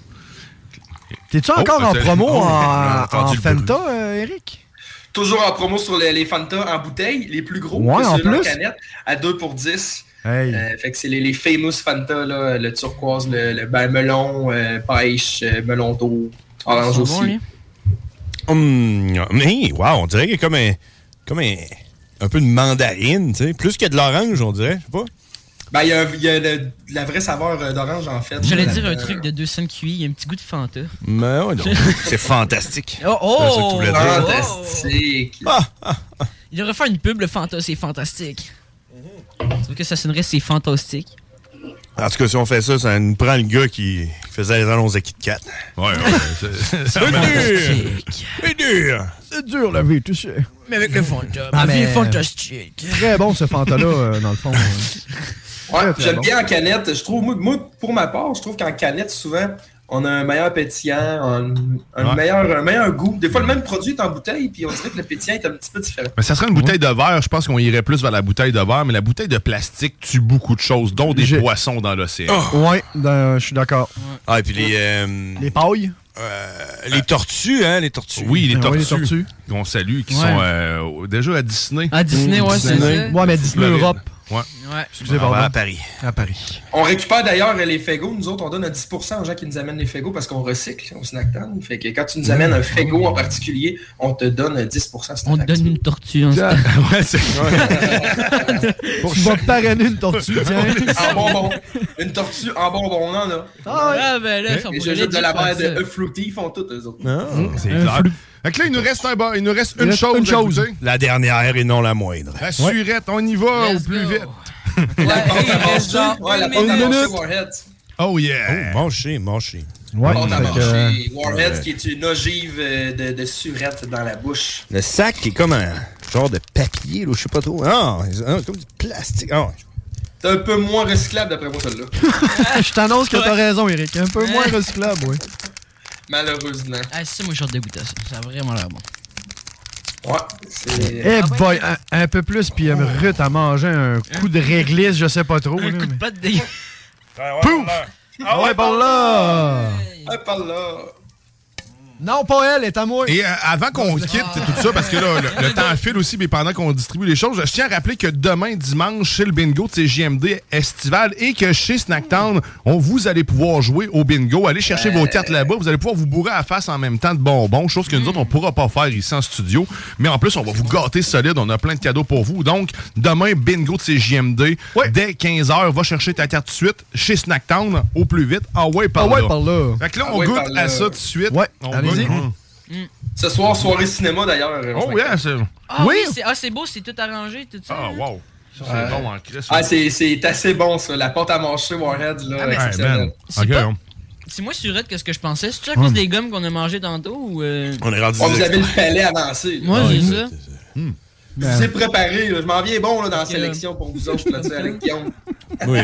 [SPEAKER 2] T'es-tu
[SPEAKER 7] Oh,
[SPEAKER 2] encore en
[SPEAKER 7] c'est-
[SPEAKER 2] promo
[SPEAKER 7] oh,
[SPEAKER 2] en,
[SPEAKER 7] on a
[SPEAKER 2] en
[SPEAKER 7] entendu le bruit.
[SPEAKER 2] Fanta, euh, Eric?
[SPEAKER 6] Toujours en promo sur les, les Fanta en bouteille, les plus gros,
[SPEAKER 2] Ouais,
[SPEAKER 6] que
[SPEAKER 2] en
[SPEAKER 6] ceux-là
[SPEAKER 2] plus.
[SPEAKER 6] canette, à 2 pour 10.
[SPEAKER 2] Hey.
[SPEAKER 6] Euh, fait que c'est les, les famous Fanta, là, le turquoise,
[SPEAKER 12] Ah,
[SPEAKER 6] le, le- ben, melon, euh, pêche, euh, melon d'eau, orange
[SPEAKER 9] Ils sont
[SPEAKER 2] hein?
[SPEAKER 6] aussi.
[SPEAKER 9] bons, les.
[SPEAKER 12] Hum, mais, wow, on dirait qu'il y a comme un. Comme un. Un peu de mandarine, tu sais. Plus que de l'orange, on dirait, je sais pas.
[SPEAKER 6] Ben, il y a, il y a le- de la vraie saveur euh, d'orange, en fait.
[SPEAKER 9] J'allais
[SPEAKER 6] Euh,
[SPEAKER 9] dire un truc de 200 QI, il y a un petit goût de Fanta.
[SPEAKER 12] Mais ouais, donc, c'est fantastique. Ah,
[SPEAKER 9] Oh, oh!
[SPEAKER 12] C'est ça que tu voulais dire.
[SPEAKER 6] Fantastique!
[SPEAKER 5] Ah,
[SPEAKER 9] Il devrait faire une pub, le Fanta, c'est fantastique.
[SPEAKER 6] Mm-hmm.
[SPEAKER 9] Sauf que ça sonnerait, c'est fantastique.
[SPEAKER 12] En tout cas, si on fait ça, ça nous prend le gars qui faisait les annonces à Kit Kat. Ouais,
[SPEAKER 5] Ben
[SPEAKER 12] ouais.
[SPEAKER 7] c'est-
[SPEAKER 12] C'est dur! C'est dur!
[SPEAKER 2] C'est dur, la vie, tu sais.
[SPEAKER 9] Mais avec le Fanta,
[SPEAKER 2] Ah,
[SPEAKER 9] ma vie
[SPEAKER 2] mais-
[SPEAKER 9] est fantastique.
[SPEAKER 2] Très bon, ce Fanta-là, euh, dans le fond.
[SPEAKER 6] Ouais,
[SPEAKER 2] Très, très
[SPEAKER 6] j'aime
[SPEAKER 2] bon.
[SPEAKER 6] bien en canette. Je trouve, moi, moi, pour ma part, je trouve qu'en canette, souvent, on a un meilleur pétillant, un, un
[SPEAKER 7] Ouais.
[SPEAKER 6] meilleur, un meilleur goût. Des fois, le même produit est en bouteille, puis on dirait que le pétillant est un petit peu différent.
[SPEAKER 7] Mais ça serait une bouteille de verre, je pense qu'on irait plus vers la bouteille de verre, mais la bouteille de plastique tue beaucoup de choses, dont des poissons dans l'océan.
[SPEAKER 2] Ouais, dans- je suis d'accord.
[SPEAKER 12] Ah, et puis les. euh,
[SPEAKER 2] Les pailles?
[SPEAKER 12] les tortues, hein, les tortues.
[SPEAKER 7] Oui, les
[SPEAKER 9] Ben
[SPEAKER 2] Ah
[SPEAKER 7] tortues.
[SPEAKER 2] oui, les tortues.
[SPEAKER 7] Qu'on salue, qui
[SPEAKER 2] Ouais.
[SPEAKER 7] sont euh, au- déjà à Disney.
[SPEAKER 9] À
[SPEAKER 6] Mmh,
[SPEAKER 9] Disney, ouais, c'est ça.
[SPEAKER 2] Ouais, mais Disney
[SPEAKER 7] Floride.
[SPEAKER 2] Europe.
[SPEAKER 7] Ouais.
[SPEAKER 9] Ouais.
[SPEAKER 2] Excusez, pardon.
[SPEAKER 12] Paris.
[SPEAKER 2] À Paris.
[SPEAKER 6] On récupère d'ailleurs les Fego. Nous autres, on donne un 10% aux gens qui nous amènent les Fego parce qu'on recycle au Snackdown. Fait que quand tu nous
[SPEAKER 2] Mm.
[SPEAKER 6] amènes un Fego en particulier, on te donne un 10% sur ta
[SPEAKER 9] On te donne une tortue en ce
[SPEAKER 7] Ouais, c'est
[SPEAKER 2] Tu vas parrainer une tortue, tiens.
[SPEAKER 7] Ah,
[SPEAKER 6] En bonbon. Une tortue en bonbon, on en a.
[SPEAKER 2] Ah ouais.
[SPEAKER 9] Ah, ben là, ils sont
[SPEAKER 6] Les
[SPEAKER 9] pas
[SPEAKER 6] jeux
[SPEAKER 9] les
[SPEAKER 6] de la
[SPEAKER 9] faire
[SPEAKER 6] mer
[SPEAKER 9] ça.
[SPEAKER 6] de Fruity, ils font tout, eux autres. Hum?
[SPEAKER 12] c'est
[SPEAKER 7] Un
[SPEAKER 12] clair.
[SPEAKER 7] flou. Fait que là, il nous reste, un bas- il nous reste
[SPEAKER 6] Il
[SPEAKER 7] une
[SPEAKER 6] reste
[SPEAKER 7] chose.
[SPEAKER 6] une
[SPEAKER 7] à
[SPEAKER 6] chose.
[SPEAKER 7] goûter.
[SPEAKER 12] La dernière et non la moindre.
[SPEAKER 7] La surette, on y va au plus vite.
[SPEAKER 6] Ouais, la porte à manger Warhead.
[SPEAKER 7] Oh yeah!
[SPEAKER 12] Oh, mangez, mangez.
[SPEAKER 6] La porte à
[SPEAKER 5] Ah.
[SPEAKER 6] manger Warhead
[SPEAKER 12] Ouais.
[SPEAKER 6] qui est une ogive euh, de, de surette dans la bouche.
[SPEAKER 12] Le sac qui est comme un genre de papier, là, je sais pas trop. Ah, ah, comme du plastique. Ah,
[SPEAKER 6] C'est un peu moins recyclable d'après moi, celle-là.
[SPEAKER 2] Je t'annonce que t'as raison, Eric. Un peu moins recyclable, oui.
[SPEAKER 6] Malheureusement.
[SPEAKER 9] Ah, c'est ça, moi, je suis dégoûté à ça. Ça a vraiment l'air bon. Ah
[SPEAKER 6] Ouais, c'est.
[SPEAKER 2] Eh boy, un, un peu plus, puis euh, Ruth a mangé un coup de réglisse, je sais pas trop. là, mais-
[SPEAKER 9] Pas de dégâts.
[SPEAKER 2] Pouf! Ah ouais, par là!
[SPEAKER 6] Ah, par là!
[SPEAKER 2] Non, pas elle, elle est à moi.
[SPEAKER 7] Et euh, avant qu'on quitte tout ça, parce que là, le, le temps file aussi, mais pendant qu'on distribue les choses, je tiens à rappeler que demain, dimanche, chez le bingo de CJMD estival et que chez Snacktown, on vous allez pouvoir jouer au bingo. Allez chercher vos cartes là-bas. Vous allez pouvoir vous bourrer à la face en même temps de bonbons, chose que nous autres, on pourra pas faire ici en studio. Mais en plus, on va vous gâter solide. On a plein de cadeaux pour vous. Donc, demain, bingo de CJMD. Dès 15h, va chercher ta carte tout de suite chez Snacktown au plus vite. Ah ouais, par
[SPEAKER 2] Ah ouais,
[SPEAKER 7] là.
[SPEAKER 2] par là.
[SPEAKER 7] Fait que là,
[SPEAKER 6] Ah
[SPEAKER 7] on
[SPEAKER 6] ouais, par
[SPEAKER 7] goûte
[SPEAKER 6] là.
[SPEAKER 7] à ça tout de suite.
[SPEAKER 2] Ouais,
[SPEAKER 7] On
[SPEAKER 2] allez-y.
[SPEAKER 7] goûte.
[SPEAKER 6] Ce soir, soirée cinéma d'ailleurs.
[SPEAKER 7] Oh, yeah, c'est.
[SPEAKER 9] Ah,
[SPEAKER 7] oui!
[SPEAKER 9] oui, c'est- ah, c'est beau, c'est tout arrangé, tout ça.
[SPEAKER 7] Ah, wow! Ça, c'est
[SPEAKER 6] Ouais.
[SPEAKER 7] bon en Christ.
[SPEAKER 6] Ah, c'est- c'est assez bon ça, la pâte à manger Warhead là.
[SPEAKER 9] Ah, mais
[SPEAKER 7] Ouais,
[SPEAKER 6] exceptionnel.
[SPEAKER 7] man. Ok,
[SPEAKER 9] pas-
[SPEAKER 7] on-
[SPEAKER 9] C'est moins surette que ce que je pensais. C'est-tu à cause
[SPEAKER 7] Hum.
[SPEAKER 9] des gommes qu'on a mangées tantôt ou. euh,
[SPEAKER 12] On est rendu.
[SPEAKER 6] Oh, vous avez le palais avancé. là.
[SPEAKER 9] Moi, j'ai ça.
[SPEAKER 6] Je vous ai préparé, là. je m'en viens bon là, dans la sélection pour vous autres, là, tu sais, avec Guillaume.
[SPEAKER 12] Oui.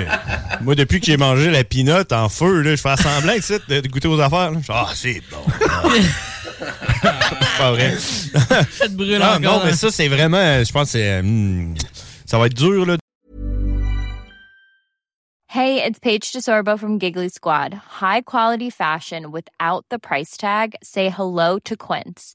[SPEAKER 12] Moi, depuis que j'ai mangé la pinotte en feu, là, je fais semblant que c'est de de goûter aux affaires. là. Je fais, Ah, c'est bon. Ah. C'est pas vrai.
[SPEAKER 9] Ça te brûle
[SPEAKER 12] Ah,
[SPEAKER 9] encore,
[SPEAKER 12] Non, mais
[SPEAKER 9] hein.
[SPEAKER 12] ça, c'est vraiment. euh, Je pense que c'est. hum, ça va être dur, là.
[SPEAKER 4] Hey, it's Paige DeSorbo from Giggly Squad. High quality fashion without the price tag. Say hello to Quince.